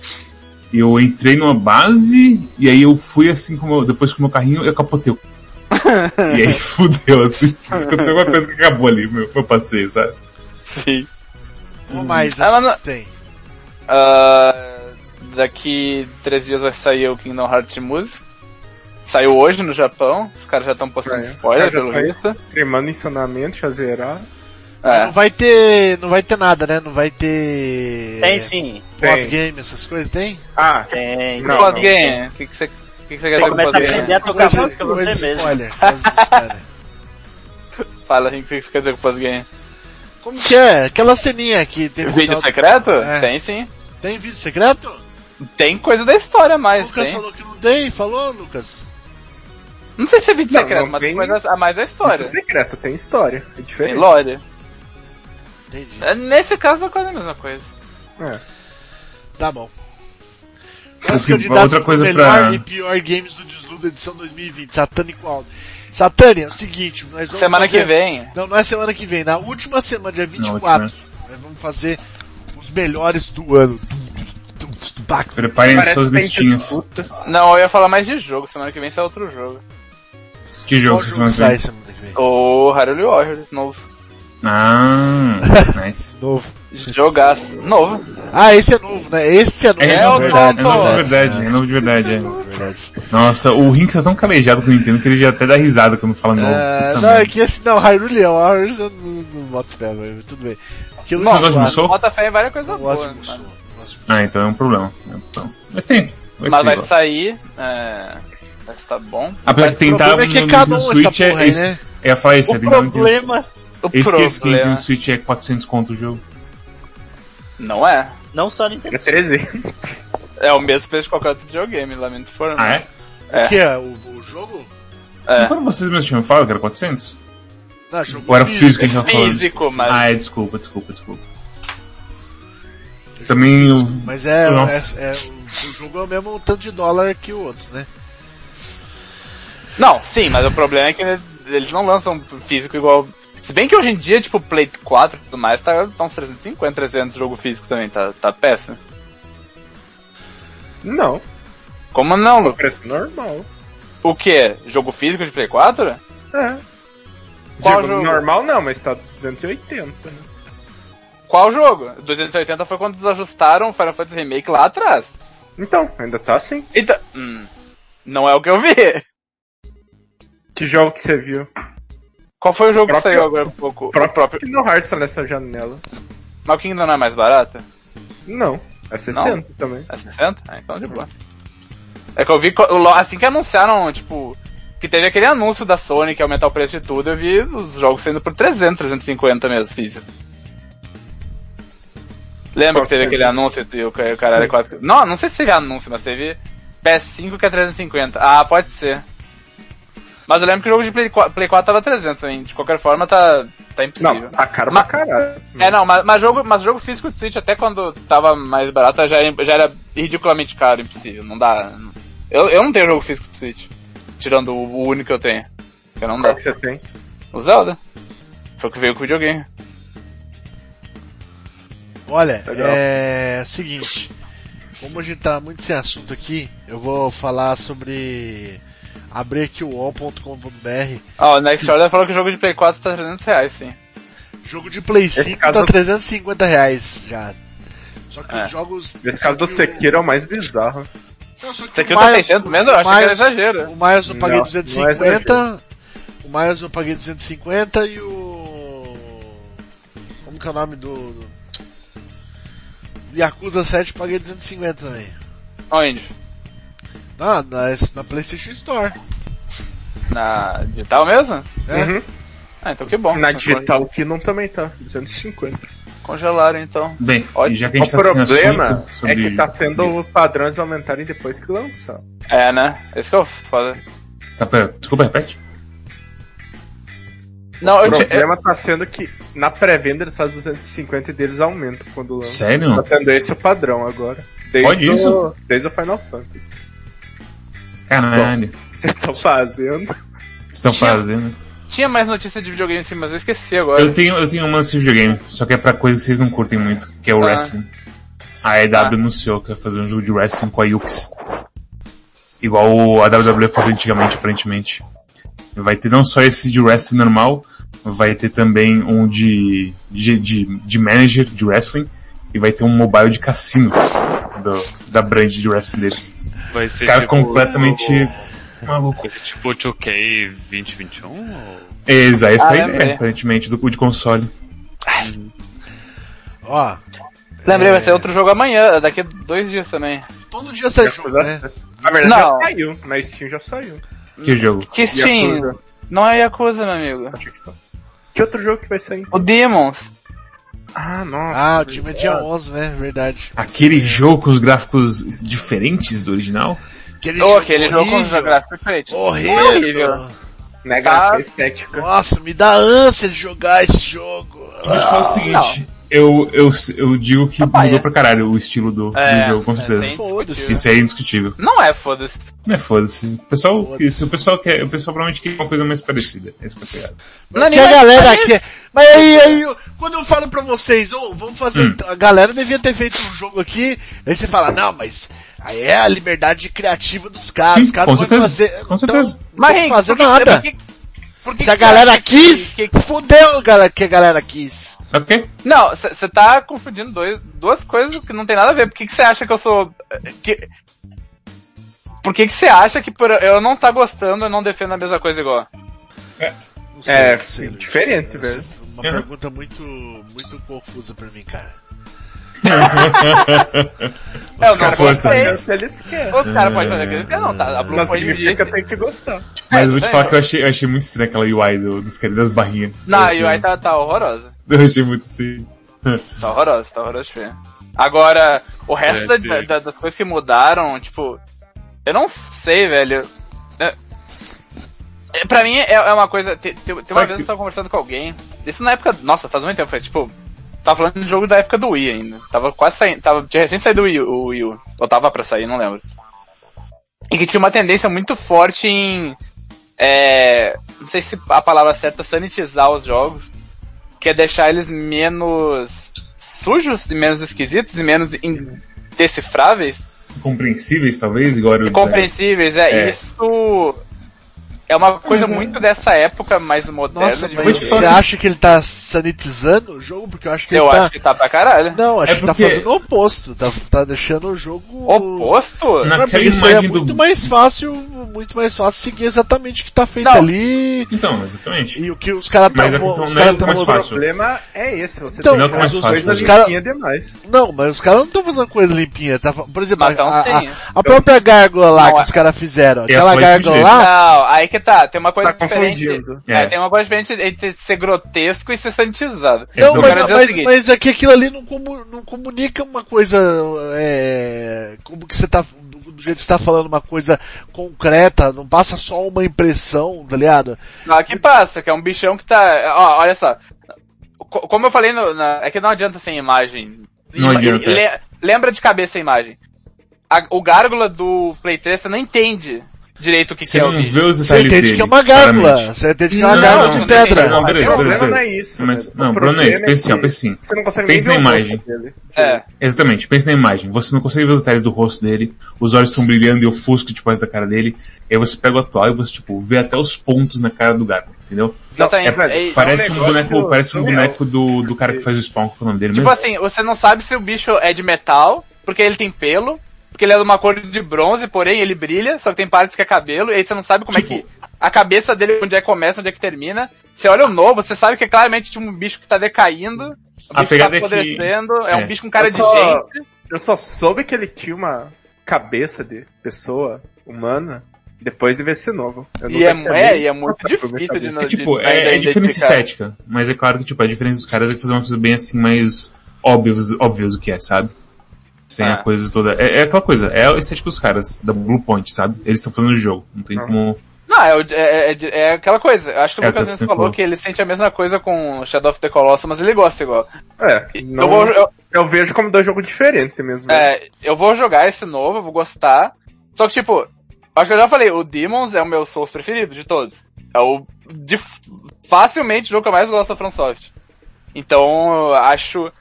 Speaker 3: Eu entrei numa base e aí eu fui assim com o meu- depois com o meu carrinho, eu capotei.
Speaker 4: [laughs]
Speaker 3: o- e aí [laughs] fudeu, assim. Aconteceu alguma coisa que acabou ali, meu, meu passeio, sabe?
Speaker 4: Sim.
Speaker 2: Não mais
Speaker 4: Ela
Speaker 2: assunto
Speaker 4: não-
Speaker 2: tem.
Speaker 4: Ah, daqui 3 dias vai sair o Kingdom Hearts Music. Saiu hoje no Japão. Os caras já estão postando
Speaker 7: Saiu. Ah,
Speaker 4: spoiler,
Speaker 7: Já
Speaker 4: pelo
Speaker 7: saiu.
Speaker 4: visto.
Speaker 7: Tremando ensinamento, já zerar.
Speaker 4: É.
Speaker 2: Não vai ter. Não vai ter nada, né? Não vai ter.
Speaker 5: Tem sim.
Speaker 2: Pós-game, essas coisas, tem?
Speaker 7: Ah,
Speaker 5: Tem.
Speaker 7: Não,
Speaker 4: Pode game. O que que você o que que você quer
Speaker 5: Você
Speaker 4: dizer com
Speaker 5: começa a
Speaker 4: pode
Speaker 5: aprender
Speaker 4: game?
Speaker 5: a tocar
Speaker 2: Coisas-
Speaker 5: música
Speaker 2: coisas
Speaker 5: você mesmo.
Speaker 2: é. spoiler, coisas
Speaker 5: [laughs]
Speaker 2: spoiler.
Speaker 4: Fala, Henrique, o que que você quer dizer com pode game?
Speaker 2: Como que é? Aquela ceninha que teve. no
Speaker 4: Vídeo
Speaker 2: final-
Speaker 4: secreto?
Speaker 2: É.
Speaker 4: Tem sim.
Speaker 2: Tem vídeo secreto?
Speaker 4: Tem coisa da história a mais,
Speaker 2: Lucas
Speaker 4: tem.
Speaker 2: falou que não tem, falou, Lucas?
Speaker 4: Não sei se é vídeo
Speaker 7: Não,
Speaker 4: secreto,
Speaker 7: não
Speaker 4: mas tem
Speaker 7: tem-
Speaker 4: coisa a mais da história.
Speaker 7: Isso é secreto, tem história. É
Speaker 4: Tem
Speaker 7: diferente.
Speaker 4: lore.
Speaker 2: Entendi.
Speaker 4: É, Nesse caso é quase a mesma coisa.
Speaker 2: Tá bom.
Speaker 3: Mas
Speaker 2: Os candidatos
Speaker 3: outra coisa
Speaker 2: pro melhor
Speaker 3: pra-
Speaker 2: e pior games do Desludo edição 2020, Satânico Aldo. Satânia, é o seguinte, nós vamos
Speaker 4: Semana
Speaker 2: fazer...
Speaker 4: que vem.
Speaker 2: Não, não é semana que vem, na última semana, dia 24, nós vamos fazer os melhores do ano. Tum, tum, tum, tum, bac.
Speaker 3: Preparem as suas
Speaker 4: tá
Speaker 7: tem
Speaker 3: listinhas.
Speaker 7: disputa.
Speaker 4: Não, eu ia falar mais de jogo. Semana que vem sai outro jogo.
Speaker 3: Que jogo
Speaker 2: Qual
Speaker 3: vocês
Speaker 2: jogo
Speaker 3: vão
Speaker 2: sai
Speaker 3: ver?
Speaker 2: semana que vem?
Speaker 4: O Haruli Warriors, novo.
Speaker 3: Ah, nice.
Speaker 2: Novo.
Speaker 4: Jogaço. Novo.
Speaker 2: Ah, esse é novo, né? Esse é novo.
Speaker 3: É,
Speaker 4: É o
Speaker 3: novo de verdade,
Speaker 4: topo.
Speaker 3: é novo de verdade, é novo de verdade. É. Nossa, o Rinks tá tão calejado com o Nintendo que ele já até dá risada quando fala novo.
Speaker 2: É,
Speaker 3: Puta
Speaker 2: não, é
Speaker 3: merda.
Speaker 2: que esse não, Hyrule Warriors eu não, não boto fé, mas tudo bem. Porque eu não
Speaker 3: Você gosta de
Speaker 2: gosto-
Speaker 3: Musou?
Speaker 4: Bota fé em várias coisas
Speaker 2: eu gosto
Speaker 4: boas.
Speaker 2: de
Speaker 4: né?
Speaker 2: Musou, eu gosto de
Speaker 3: Ah, então é um problema. Então, mas tem. Vai
Speaker 4: Mas
Speaker 3: ser
Speaker 4: vai
Speaker 3: igual.
Speaker 4: sair. É... Vai estar bom.
Speaker 3: Apesar que
Speaker 2: O
Speaker 3: tentar
Speaker 2: problema é que é cada um
Speaker 3: no
Speaker 2: essa
Speaker 3: Switch
Speaker 2: porra
Speaker 3: é,
Speaker 2: aí,
Speaker 3: isso.
Speaker 2: né?
Speaker 3: é a falar isso, é
Speaker 5: O
Speaker 3: tentar no Nintendo Switch.
Speaker 5: problema
Speaker 4: O
Speaker 3: Eu esqueço que
Speaker 4: problema
Speaker 3: Nintendo Switch é 400 conto o jogo.
Speaker 4: não é.
Speaker 5: não só Nintendo.
Speaker 7: É 300.
Speaker 4: É o mesmo preço de qualquer outro videogame, lamento informar.
Speaker 3: Ah, é?
Speaker 4: É.
Speaker 2: O que é? O, o jogo?
Speaker 4: É.
Speaker 3: Não foram vocês mesmos que me falaram que era 400?
Speaker 2: Não, jogo
Speaker 3: Ou era
Speaker 2: físico.
Speaker 3: físico que a gente tava falando?
Speaker 4: Físico, mas-
Speaker 3: Ah, é, desculpa, desculpa, desculpa. Também eu...
Speaker 2: Mas é,
Speaker 3: Nossa.
Speaker 2: é- é- o, o jogo é o mesmo tanto de dólar que o outro, né?
Speaker 4: Não, sim, mas o problema é que eles não lançam físico igual. Se bem que hoje em dia, tipo, Play 4 e tudo mais, tá, tá uns 350, 300 jogo físico também, tá, tá péssimo.
Speaker 7: Não,
Speaker 4: Como não,
Speaker 7: é um
Speaker 4: Lucas?
Speaker 7: preço normal.
Speaker 4: O que? Jogo físico de Play 4?
Speaker 7: É.
Speaker 4: Qual
Speaker 7: Digo,
Speaker 4: jogo?
Speaker 7: normal não, mas tá 280. Né?
Speaker 4: Qual jogo? 280 foi quando eles ajustaram o Final Fantasy Remake lá atrás.
Speaker 7: Então, ainda tá assim.
Speaker 4: Então. Hum, não é o que eu vi.
Speaker 7: Que jogo que você viu?
Speaker 4: Qual foi o jogo que
Speaker 7: Próprio-
Speaker 4: saiu agora há pouco?
Speaker 7: Próprio,
Speaker 4: O próprio.
Speaker 7: Kingdom Hearts tá nessa janela.
Speaker 4: Mas o Kingdom não é mais barato?
Speaker 7: Não, é 60 também.
Speaker 4: É 60? Ah, então de boa. É que eu vi, co- lo- assim que anunciaram, tipo, que teve aquele anúncio da Sony que ia aumentar o preço de tudo, eu vi os jogos saindo por 300, 350 mesmo, físico. Lembra que teve aquele anúncio e o ca- o caralho é quase... que- Não, não sei se teve anúncio, mas teve PS5 que é 350. Ah, pode ser. Mas eu lembro que o jogo de Play 4, Play 4 tava 300, hein? De qualquer forma, tá, tá impossível.
Speaker 7: Não, tá caro
Speaker 4: Mas-
Speaker 7: pra caralho.
Speaker 4: É, não, mas, mas, jogo, mas jogo físico de Switch até quando tava mais barato já era, já era ridiculamente caro, impossível, não dá. Eu, eu não tenho jogo físico de Switch, tirando o, o único que eu tenho. Porque não
Speaker 7: Qual
Speaker 4: dá.
Speaker 7: que você tem?
Speaker 4: O Zelda. Foi o que veio com o videogame.
Speaker 2: Olha,
Speaker 7: Legal.
Speaker 2: é seguinte. Como a gente tá muito sem assunto aqui, eu vou falar sobre abreakwall.com.br.
Speaker 4: Ah, o Next Order falou que o jogo de Play 4 tá 300 reais, sim.
Speaker 2: Jogo de Play 5
Speaker 7: caso-
Speaker 2: tá 350 reais já. Só que
Speaker 4: É.
Speaker 2: os jogos.
Speaker 7: Nesse caso do
Speaker 2: só que o-
Speaker 7: Sekiro é o mais bizarro.
Speaker 2: Não, só que
Speaker 4: Isso aqui
Speaker 2: o
Speaker 4: tá
Speaker 2: Miles-
Speaker 4: 600 mesmo? Eu
Speaker 2: o
Speaker 4: achei que era
Speaker 2: Miles-
Speaker 4: exagero.
Speaker 2: O Miles eu paguei
Speaker 7: Não, não é
Speaker 2: 250.
Speaker 7: exagero.
Speaker 2: O Miles eu paguei 250 e o. Como que é o nome do. do... Yakuza 7 eu paguei 250 também.
Speaker 4: Onde?
Speaker 2: Na, na, na PlayStation Store.
Speaker 4: Na digital mesmo?
Speaker 2: É.
Speaker 7: Uhum.
Speaker 4: Ah, então que bom.
Speaker 7: Na digital que não também tá. 250.
Speaker 4: Congelaram então.
Speaker 3: Bem,
Speaker 4: Ótimo.
Speaker 3: e já que a
Speaker 7: O
Speaker 3: gente tá sem
Speaker 7: problema
Speaker 3: assunto
Speaker 7: é
Speaker 3: sobre-
Speaker 7: que tá tendo padrões aumentarem depois que lançar.
Speaker 4: É, né? Esse que eu foda.
Speaker 3: Tá, pera, desculpa, repete.
Speaker 4: Não,
Speaker 7: O
Speaker 4: eu te... eu-
Speaker 7: problema tá sendo que na pré-venda eles fazem 250 e deles aumentam quando lançam.
Speaker 3: Sério?
Speaker 7: Tá tendo esse o padrão agora. Desde
Speaker 3: Pode
Speaker 7: o,
Speaker 3: isso?
Speaker 7: Desde o Final Fantasy. [laughs]
Speaker 3: Caralho.
Speaker 7: Vocês estão fazendo.
Speaker 3: O que estão
Speaker 4: Tinha-
Speaker 3: fazendo?
Speaker 4: tinha mais notícia de videogame sim, mas eu esqueci agora.
Speaker 3: Eu tenho, eu tenho uma desse videogame, só que é pra coisa que vocês não curtem muito, que é o
Speaker 4: Ah.
Speaker 3: wrestling. A EW
Speaker 4: Ah.
Speaker 3: anunciou que vai fazer um jogo de wrestling com a Yux. Igual a WWE fazia antigamente, aparentemente. Vai ter não só esse de wrestling normal, vai ter também um de, de, de, de manager de wrestling, e vai ter um mobile de cassino do- da brand de wrestling deles.
Speaker 6: Vai ser
Speaker 3: Os caras
Speaker 6: tipo,
Speaker 3: completamente maluco.
Speaker 6: Vai ser tipo o 2K 2021? Ou...
Speaker 3: Exato, essa
Speaker 4: Ah,
Speaker 3: é a
Speaker 4: lembrei.
Speaker 3: ideia, aparentemente, do de console.
Speaker 2: Ó,
Speaker 4: Lembrei,
Speaker 7: É.
Speaker 4: vai ser outro jogo amanhã, daqui a dois dias também.
Speaker 2: todo dia sai jogo, né?
Speaker 7: Na verdade
Speaker 4: Não.
Speaker 7: já saiu. Na Steam já saiu.
Speaker 3: Que jogo?
Speaker 4: Que Steam?
Speaker 7: Yakuza,
Speaker 4: Não é Yakuza, meu amigo.
Speaker 7: acho que são. Que outro jogo que vai sair?
Speaker 4: O Demons.
Speaker 7: Ah, nossa.
Speaker 2: Ah, o time é dia 11, né? Verdade.
Speaker 3: Aquele jogo com os gráficos diferentes do original?
Speaker 2: Aquele
Speaker 4: Ou aquele jogo com
Speaker 2: horrível,
Speaker 4: gráfico diferente.
Speaker 2: Horrível.
Speaker 4: Horrível.
Speaker 7: Mega
Speaker 3: Ah.
Speaker 4: tá.
Speaker 7: estética.
Speaker 2: Nossa, me dá ânsia de jogar esse jogo.
Speaker 3: Eu vou te
Speaker 2: Ah,
Speaker 3: falar o seguinte, eu, eu, eu digo que
Speaker 4: Papai,
Speaker 3: mudou
Speaker 4: é.
Speaker 3: pra caralho o estilo do,
Speaker 4: É,
Speaker 3: do jogo, com
Speaker 4: é
Speaker 3: certeza.
Speaker 4: bem
Speaker 2: Foda-se.
Speaker 4: discutível.
Speaker 3: Isso é indiscutível.
Speaker 4: Não é, foda-se.
Speaker 3: Não é foda-se. O pessoal,
Speaker 2: Foda-se.
Speaker 3: se o pessoal quer, o pessoal provavelmente quer uma coisa mais parecida. É isso que eu pegado.
Speaker 4: Não,
Speaker 2: que a
Speaker 4: ninguém-
Speaker 2: galera
Speaker 4: mas-
Speaker 2: aqui. é- Mas aí, aí, eu- quando eu falo pra vocês, ô, vamos fazer. então,
Speaker 3: Hum.
Speaker 2: A galera devia ter feito um jogo aqui. Aí você fala, não, mas aí é a liberdade criativa dos
Speaker 4: Ah,
Speaker 2: caras.
Speaker 3: Sim,
Speaker 2: Os caras
Speaker 4: um
Speaker 3: com
Speaker 2: não vão
Speaker 3: certeza,
Speaker 2: fazer.
Speaker 3: com
Speaker 2: então,
Speaker 3: certeza.
Speaker 2: Não vão
Speaker 4: Henrique,
Speaker 2: fazer
Speaker 4: por que-
Speaker 2: nada.
Speaker 4: por que- por que
Speaker 2: Se a
Speaker 4: que
Speaker 2: galera
Speaker 4: você-
Speaker 2: quis,
Speaker 4: que- que-
Speaker 2: fudeu galera, que a galera quis.
Speaker 4: Então-
Speaker 3: Sabe o quê?
Speaker 4: Não, você tá confundindo dois, duas coisas que não tem nada a ver. Por que você acha que eu sou. eh, Que... Por que você acha que por eu não tá gostando, eu não defendo a mesma coisa igual?
Speaker 2: Não sei,
Speaker 7: É,
Speaker 2: não sei,
Speaker 7: diferente,
Speaker 2: Luiz.
Speaker 7: velho.
Speaker 2: Uma
Speaker 3: Uhum.
Speaker 2: pergunta muito, muito confusa pra mim, cara.
Speaker 4: É, eu não
Speaker 3: caras gostam
Speaker 4: gostei.
Speaker 3: disso.
Speaker 7: Se eles querem.
Speaker 4: Os caras podem fazer aquilo que não, tá? A Blue
Speaker 7: Não
Speaker 4: foi
Speaker 7: significa que
Speaker 4: dividida.
Speaker 7: tem que gostar.
Speaker 3: Mas eu vou te
Speaker 4: É,
Speaker 3: falar
Speaker 4: é.
Speaker 3: que eu achei, eu achei muito estranho aquela UI do, dos caras das barrinhas.
Speaker 4: Não, a
Speaker 3: eu achei,
Speaker 4: UI tá, tá horrorosa.
Speaker 3: Eu achei muito assim, sim.
Speaker 4: Tá horrorosa, tá horrorosa de feia. Agora, o resto
Speaker 6: É,
Speaker 4: da-
Speaker 6: teve.
Speaker 4: da- das coisas que mudaram, tipo. Eu não sei, velho. É, é, pra mim é, é uma coisa. Tem, tem- tem uma
Speaker 3: Sabe
Speaker 4: vez
Speaker 3: que-
Speaker 4: que eu tava conversando com alguém. Isso na época. Nossa, faz muito tempo, foi tipo. Tava falando de jogo da época do Wii ainda. Tava quase saindo. Tava, tinha recém saído o Wii, o Wii U. Ou tava pra sair, não lembro. E que tinha uma tendência muito forte em. É. Não sei se a palavra certa é sanitizar os jogos. Que é deixar eles menos sujos e menos esquisitos e menos indecifráveis.
Speaker 3: Compreensíveis, talvez, igual era o design.
Speaker 4: Compreensíveis, é,
Speaker 3: É.
Speaker 4: isso. É uma coisa muito dessa época mais moderna.
Speaker 2: Uhum. Nossa,
Speaker 4: de
Speaker 3: vou
Speaker 2: mas
Speaker 3: te
Speaker 4: videogame.
Speaker 2: você
Speaker 3: falar.
Speaker 2: acha que ele tá sanitizando o jogo? Porque eu acho que
Speaker 4: eu
Speaker 2: ele tá.
Speaker 4: acho que tá pra caralho.
Speaker 2: Não, acho
Speaker 3: É
Speaker 2: que tá
Speaker 3: porque-
Speaker 2: fazendo o oposto. Tá, tá deixando o jogo.
Speaker 4: Oposto?
Speaker 2: Não,
Speaker 3: Na-
Speaker 2: porque
Speaker 3: Aquela
Speaker 2: isso aí é
Speaker 3: imagem do-
Speaker 2: muito mais fácil, muito mais fácil seguir exatamente o que tá feito
Speaker 4: Não.
Speaker 2: ali
Speaker 3: Então, exatamente.
Speaker 2: e o que os caras
Speaker 3: Mas a
Speaker 2: tão-
Speaker 3: questão
Speaker 2: os tá-
Speaker 3: não é
Speaker 2: caras
Speaker 3: o
Speaker 2: tão
Speaker 3: mais
Speaker 7: O
Speaker 2: mudando-
Speaker 3: fácil.
Speaker 7: problema é esse, você
Speaker 2: Então,
Speaker 7: tem
Speaker 3: Não é o que mais
Speaker 7: os
Speaker 3: faz,
Speaker 7: dois
Speaker 3: né?
Speaker 7: na
Speaker 3: Os
Speaker 2: cara-
Speaker 7: limpinha demais.
Speaker 3: tá-
Speaker 2: Não, mas os caras não estão fazendo coisa limpinha. Tá, fa- por exemplo, a,
Speaker 4: Mas tão
Speaker 2: a-
Speaker 4: então sim.
Speaker 2: a própria gárgula lá
Speaker 4: Não,
Speaker 2: que
Speaker 4: é-
Speaker 2: os caras fizeram.
Speaker 3: É,
Speaker 2: Aquela
Speaker 3: foi
Speaker 2: gárgula
Speaker 3: fugido.
Speaker 2: lá.
Speaker 4: Não, aí que tá. Tem uma coisa
Speaker 7: Tá
Speaker 4: diferente.
Speaker 7: confundindo.
Speaker 4: É,
Speaker 3: É.
Speaker 4: tem uma coisa diferente entre ser grotesco e ser sanitizado.
Speaker 3: Então,
Speaker 2: Não,
Speaker 4: eu
Speaker 2: mas,
Speaker 4: quero dizer o
Speaker 2: mas,
Speaker 4: seguinte.
Speaker 2: mas é que aquilo ali não, comu- não comunica uma coisa, é, como que você tá, do do jeito que você tá falando, uma coisa concreta, não passa só uma impressão, tá ligado?
Speaker 4: Não, que passa, que é um bichão que tá. Ó, olha só. Co- Como eu falei, no, na- é que não adianta sem imagem.
Speaker 3: Não
Speaker 4: Ima-
Speaker 3: adianta. é.
Speaker 4: le- lembra de cabeça a imagem. A- o gárgula do Play 3 você não entende. direito o que,
Speaker 3: Você
Speaker 4: que é o
Speaker 3: não vê
Speaker 4: lixo.
Speaker 3: os
Speaker 2: Você
Speaker 3: detalhes
Speaker 2: entende
Speaker 3: dele,
Speaker 2: que é uma gárgula.
Speaker 3: claramente.
Speaker 2: Você entende que é uma
Speaker 3: Não,
Speaker 2: gárgula
Speaker 4: não,
Speaker 2: de
Speaker 4: não,
Speaker 2: pedra.
Speaker 3: Não,
Speaker 7: Mas
Speaker 3: beleza,
Speaker 7: o
Speaker 3: beleza,
Speaker 7: problema
Speaker 3: beleza.
Speaker 7: não é isso.
Speaker 3: Mas-
Speaker 7: né?
Speaker 3: não,
Speaker 7: O
Speaker 3: Bruno, é
Speaker 7: problema
Speaker 3: isso, pensa assim, ó,
Speaker 7: que
Speaker 3: pensa assim.
Speaker 7: Você não consegue
Speaker 3: Pensa
Speaker 7: nem ver
Speaker 3: na
Speaker 7: o rosto
Speaker 3: imagem.
Speaker 7: dele.
Speaker 4: É.
Speaker 3: Exatamente, pensa na imagem. Você não consegue ver os detalhes do rosto dele, os olhos estão brilhando e ofuscam depois da cara dele. E aí você pega o atual e você, tipo, vê até os pontos na cara do gato, entendeu?
Speaker 4: Exatamente.
Speaker 7: velho,
Speaker 4: É-
Speaker 3: Parece um
Speaker 7: negócio
Speaker 3: boneco,
Speaker 7: do-
Speaker 3: parece um
Speaker 7: do
Speaker 3: boneco do, do cara que faz o spawn, que é o nome dele
Speaker 4: Tipo
Speaker 3: mesmo.
Speaker 4: assim, você não sabe se o bicho é de metal, porque ele tem pelo, porque ele é de uma cor de bronze, porém ele brilha, só que tem partes que é cabelo, e aí você não sabe como
Speaker 3: Tipo-
Speaker 4: é que a cabeça dele, onde é que começa, onde é que termina. Você olha o novo, você sabe que é claramente tipo, um bicho que tá decaindo, um bicho
Speaker 3: A
Speaker 4: que tá
Speaker 3: pegada é que-
Speaker 4: apodrecendo, é,
Speaker 3: é.
Speaker 4: um bicho com cara de
Speaker 7: só-
Speaker 4: gente.
Speaker 7: Eu só soube que ele tinha uma cabeça de pessoa humana depois de ver esse novo. Eu
Speaker 4: E
Speaker 7: nunca
Speaker 4: é,
Speaker 7: sabia.
Speaker 4: é, e é
Speaker 3: [laughs]
Speaker 4: muito
Speaker 7: Eu nunca
Speaker 4: difícil de,
Speaker 7: sabia.
Speaker 4: não-
Speaker 3: É
Speaker 4: de
Speaker 3: tipo,
Speaker 4: ainda
Speaker 3: é, é diferença
Speaker 4: identificar.
Speaker 3: estética, mas é claro que tipo, a diferença dos caras é que fazer uma coisa bem assim, mais óbvios, óbvios o que é, sabe? Sem a
Speaker 4: Ah.
Speaker 3: coisa toda. É, é aquela coisa, é a estética dos caras, da Blue Point, sabe? Eles estão fazendo o jogo, não tem
Speaker 7: Uhum.
Speaker 3: como.
Speaker 4: Não, é, o- é, é- é aquela coisa. Eu Acho que o
Speaker 3: É,
Speaker 4: Lucas
Speaker 3: tá
Speaker 4: Nunes
Speaker 3: sendo
Speaker 4: falou
Speaker 3: bom.
Speaker 4: que ele sente a mesma coisa com Shadow of the Colossus, mas ele gosta igual.
Speaker 7: É, não,
Speaker 4: eu, vou, eu-
Speaker 7: eu vejo como dois jogos diferentes mesmo. né?
Speaker 4: é, eu vou jogar esse novo, eu vou gostar. Só que, tipo, eu acho que eu já falei, o Demons é o meu Souls preferido de todos. É o de, facilmente o jogo que eu mais gosto da FromSoft. Então, eu acho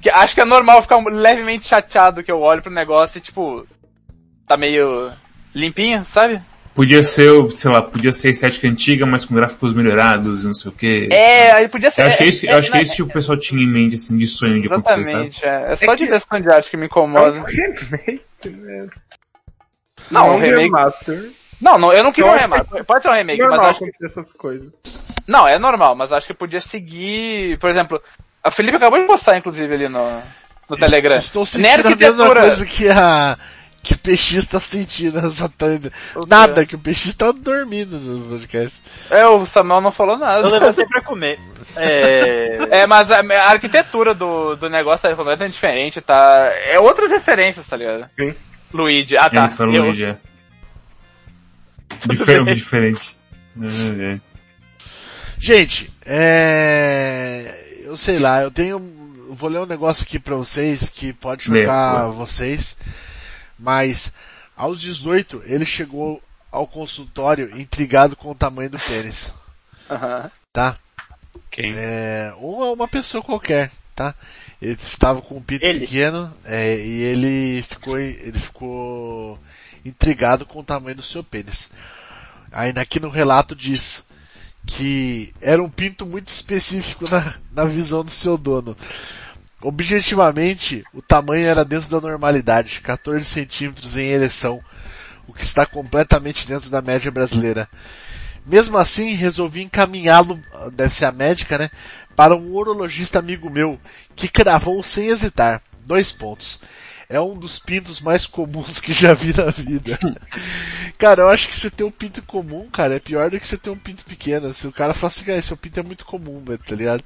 Speaker 4: que acho que é normal eu ficar um- levemente chateado que eu olho pro negócio e tipo tá meio limpinho, sabe?
Speaker 3: Podia ser, sei lá, podia ser a estética antiga, mas com gráficos melhorados e não sei o que.
Speaker 4: É, aí podia ser.
Speaker 3: Eu acho que é isso, eu acho que é
Speaker 4: não,
Speaker 3: isso que o pessoal tinha em mente, assim, de sonho de acontecer, sabe?
Speaker 4: Exatamente, é. É só
Speaker 7: É que-
Speaker 4: de direção de arte que me
Speaker 7: É um
Speaker 4: incomoda.
Speaker 7: remake, né?
Speaker 4: Não,
Speaker 7: Não é
Speaker 4: um remake-
Speaker 7: remaster.
Speaker 4: Não, não, eu não queria um
Speaker 7: Eu acho que-
Speaker 4: remake. Pode ser um remake, mas eu
Speaker 7: Normal
Speaker 4: acho que.
Speaker 7: acontecer essas coisas.
Speaker 4: Não, é normal, mas eu acho que podia seguir. Por exemplo, a Felipe acabou de postar, inclusive, ali no, no
Speaker 5: [laughs]
Speaker 4: Telegram.
Speaker 2: Estou
Speaker 4: Nem
Speaker 2: sentindo a mesma
Speaker 4: arquitetura.
Speaker 2: coisa que a. Que o PX tá sentindo [laughs] essa tanda. Nada, que o PX tá dormindo no podcast.
Speaker 4: É, o Samuel não falou
Speaker 5: Eu
Speaker 4: nada.
Speaker 5: levantei pra comer. É.
Speaker 4: É, mas a, a arquitetura do, do negócio é completamente diferente, tá? É outras referências, tá ligado?
Speaker 7: Sim.
Speaker 4: Luigi, ah tá.
Speaker 3: Ele falou,
Speaker 4: eu- [laughs]
Speaker 3: Luigi, é. Diferente, diferente. É, é.
Speaker 2: Gente, é. Eu sei lá, eu tenho. eu Vou ler um negócio aqui pra vocês que pode
Speaker 3: Lê,
Speaker 2: chocar
Speaker 3: lê.
Speaker 2: vocês. Mas, aos 18, ele chegou ao consultório intrigado com o tamanho do pênis.
Speaker 4: Aham.
Speaker 2: Tá?
Speaker 6: Quem?
Speaker 2: É, ou é uma pessoa qualquer, tá? Ele tava com um pinto
Speaker 5: Ele.
Speaker 2: pequeno é, e ele ficou, ele ficou intrigado com o tamanho do seu pênis. Ainda aqui no relato diz que era um pinto muito específico na, na visão do seu dono. Objetivamente, o tamanho era dentro da normalidade, 14 centímetros em ereção, o que está completamente dentro da média brasileira. Mesmo assim, resolvi encaminhá-lo, ah, deve ser a médica, né? Para um urologista amigo meu, que cravou sem hesitar. Dois pontos. É um dos pintos mais comuns que já vi na vida. cara, eu acho que você ter um pinto comum, cara, é pior do que você ter um pinto pequeno. Se o cara fala assim, cara, seu pinto é muito comum, velho, tá ligado?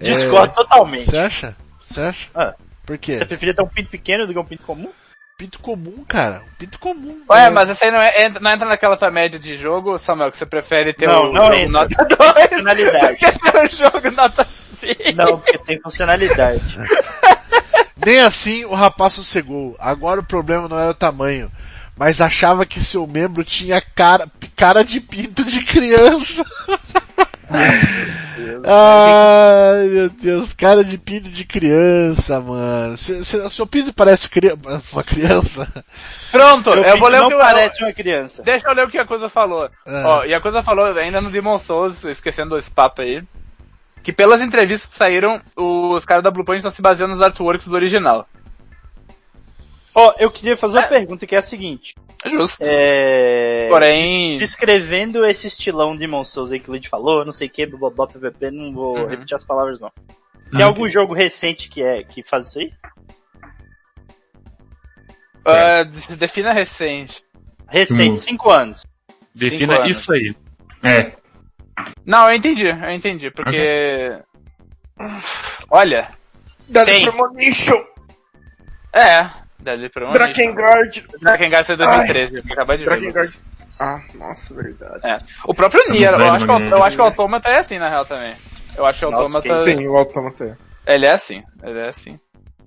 Speaker 2: É,
Speaker 5: Discordo totalmente.
Speaker 2: Você acha? Você acha?
Speaker 5: Ah.
Speaker 2: Por quê?
Speaker 5: Você preferia ter um pinto pequeno do que um pinto comum?
Speaker 2: Pinto comum, cara. Um pinto comum.
Speaker 4: Ué,
Speaker 2: cara.
Speaker 4: mas essa aí não, é, entra- não entra naquela tua média de jogo, Samuel, que você prefere ter
Speaker 5: Não,
Speaker 4: o,
Speaker 5: não
Speaker 4: o
Speaker 5: entra.
Speaker 4: nota 2
Speaker 5: Funcionalidade.
Speaker 4: Porque tem um jogo nota 5.
Speaker 5: Não, porque tem funcionalidade.
Speaker 2: Nem assim o rapaz sossegou. Agora o problema não era o tamanho, mas achava que seu membro tinha cara, cara de pinto de criança. Ai meu Deus, cara de pinto de criança, mano. Se, se, o seu pinto parece cri uma criança?
Speaker 4: Pronto,
Speaker 5: Meu
Speaker 4: eu vou
Speaker 5: pinto
Speaker 4: ler o
Speaker 5: não
Speaker 4: que o
Speaker 5: parece uma criança.
Speaker 4: Deixa eu ler o que a coisa falou.
Speaker 2: É.
Speaker 4: Ó, e a coisa falou, ainda no Demon Souls, esquecendo esse papo aí, que pelas entrevistas que saíram, os caras da Blue Point estão se baseando nos artworks do original.
Speaker 5: Ó, eu queria fazer uma pergunta que é a seguinte.
Speaker 4: É Justo.
Speaker 5: É...
Speaker 4: Porém,
Speaker 5: Descrevendo esse estilão de Souls aí que o Luigi falou, não sei o que, blá blá pvp, não vou
Speaker 4: Uhum.
Speaker 5: repetir as palavras não. Tem
Speaker 3: Não,
Speaker 5: algum jogo recente que é que faz isso aí?
Speaker 4: ah, defina recente.
Speaker 5: Recente,
Speaker 3: Hum.
Speaker 5: 5 anos.
Speaker 4: Cinco
Speaker 6: Defina
Speaker 4: anos.
Speaker 6: isso aí.
Speaker 3: É,
Speaker 4: Não, eu entendi, eu entendi, porque... Olha,
Speaker 7: Deadly
Speaker 4: Tem.
Speaker 7: Premonition,
Speaker 4: é... Deadly Premonition.
Speaker 7: Drakengard.
Speaker 4: Drakengard saiu em 2013, eu acabei de ver.
Speaker 7: Drakengard. Ah, nossa, verdade.
Speaker 4: É. O próprio
Speaker 3: Estamos
Speaker 4: Nier, eu
Speaker 3: velho,
Speaker 4: acho, que, o-
Speaker 3: mano.
Speaker 4: eu acho que o Automata é assim, na real, também. Eu acho que o
Speaker 5: Nossa,
Speaker 4: Automata...
Speaker 5: quem-
Speaker 7: Sim, o Automata é.
Speaker 4: Ele é assim, ele é assim.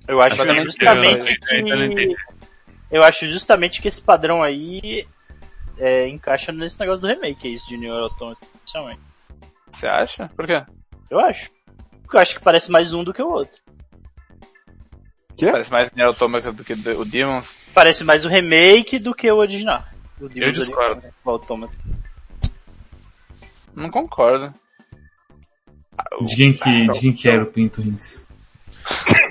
Speaker 5: Eu acho
Speaker 4: Exatamente.
Speaker 5: justamente
Speaker 6: Eu- eu- eu
Speaker 5: que...
Speaker 6: entendi.
Speaker 5: Eu acho justamente que esse padrão aí é, encaixa nesse negócio do remake, é isso, de New Automata, principalmente.
Speaker 4: Você acha? Por quê?
Speaker 5: Eu acho. Porque eu acho que parece mais um do que o outro.
Speaker 7: Quê?
Speaker 4: Parece mais Nier Automata do que do- o Demons.
Speaker 5: Parece mais o remake do que o original. O Demon's
Speaker 6: discordo.
Speaker 5: Original, né? O Automata.
Speaker 4: Não concordo.
Speaker 3: De quem que, de quem que era o Pinto Rins?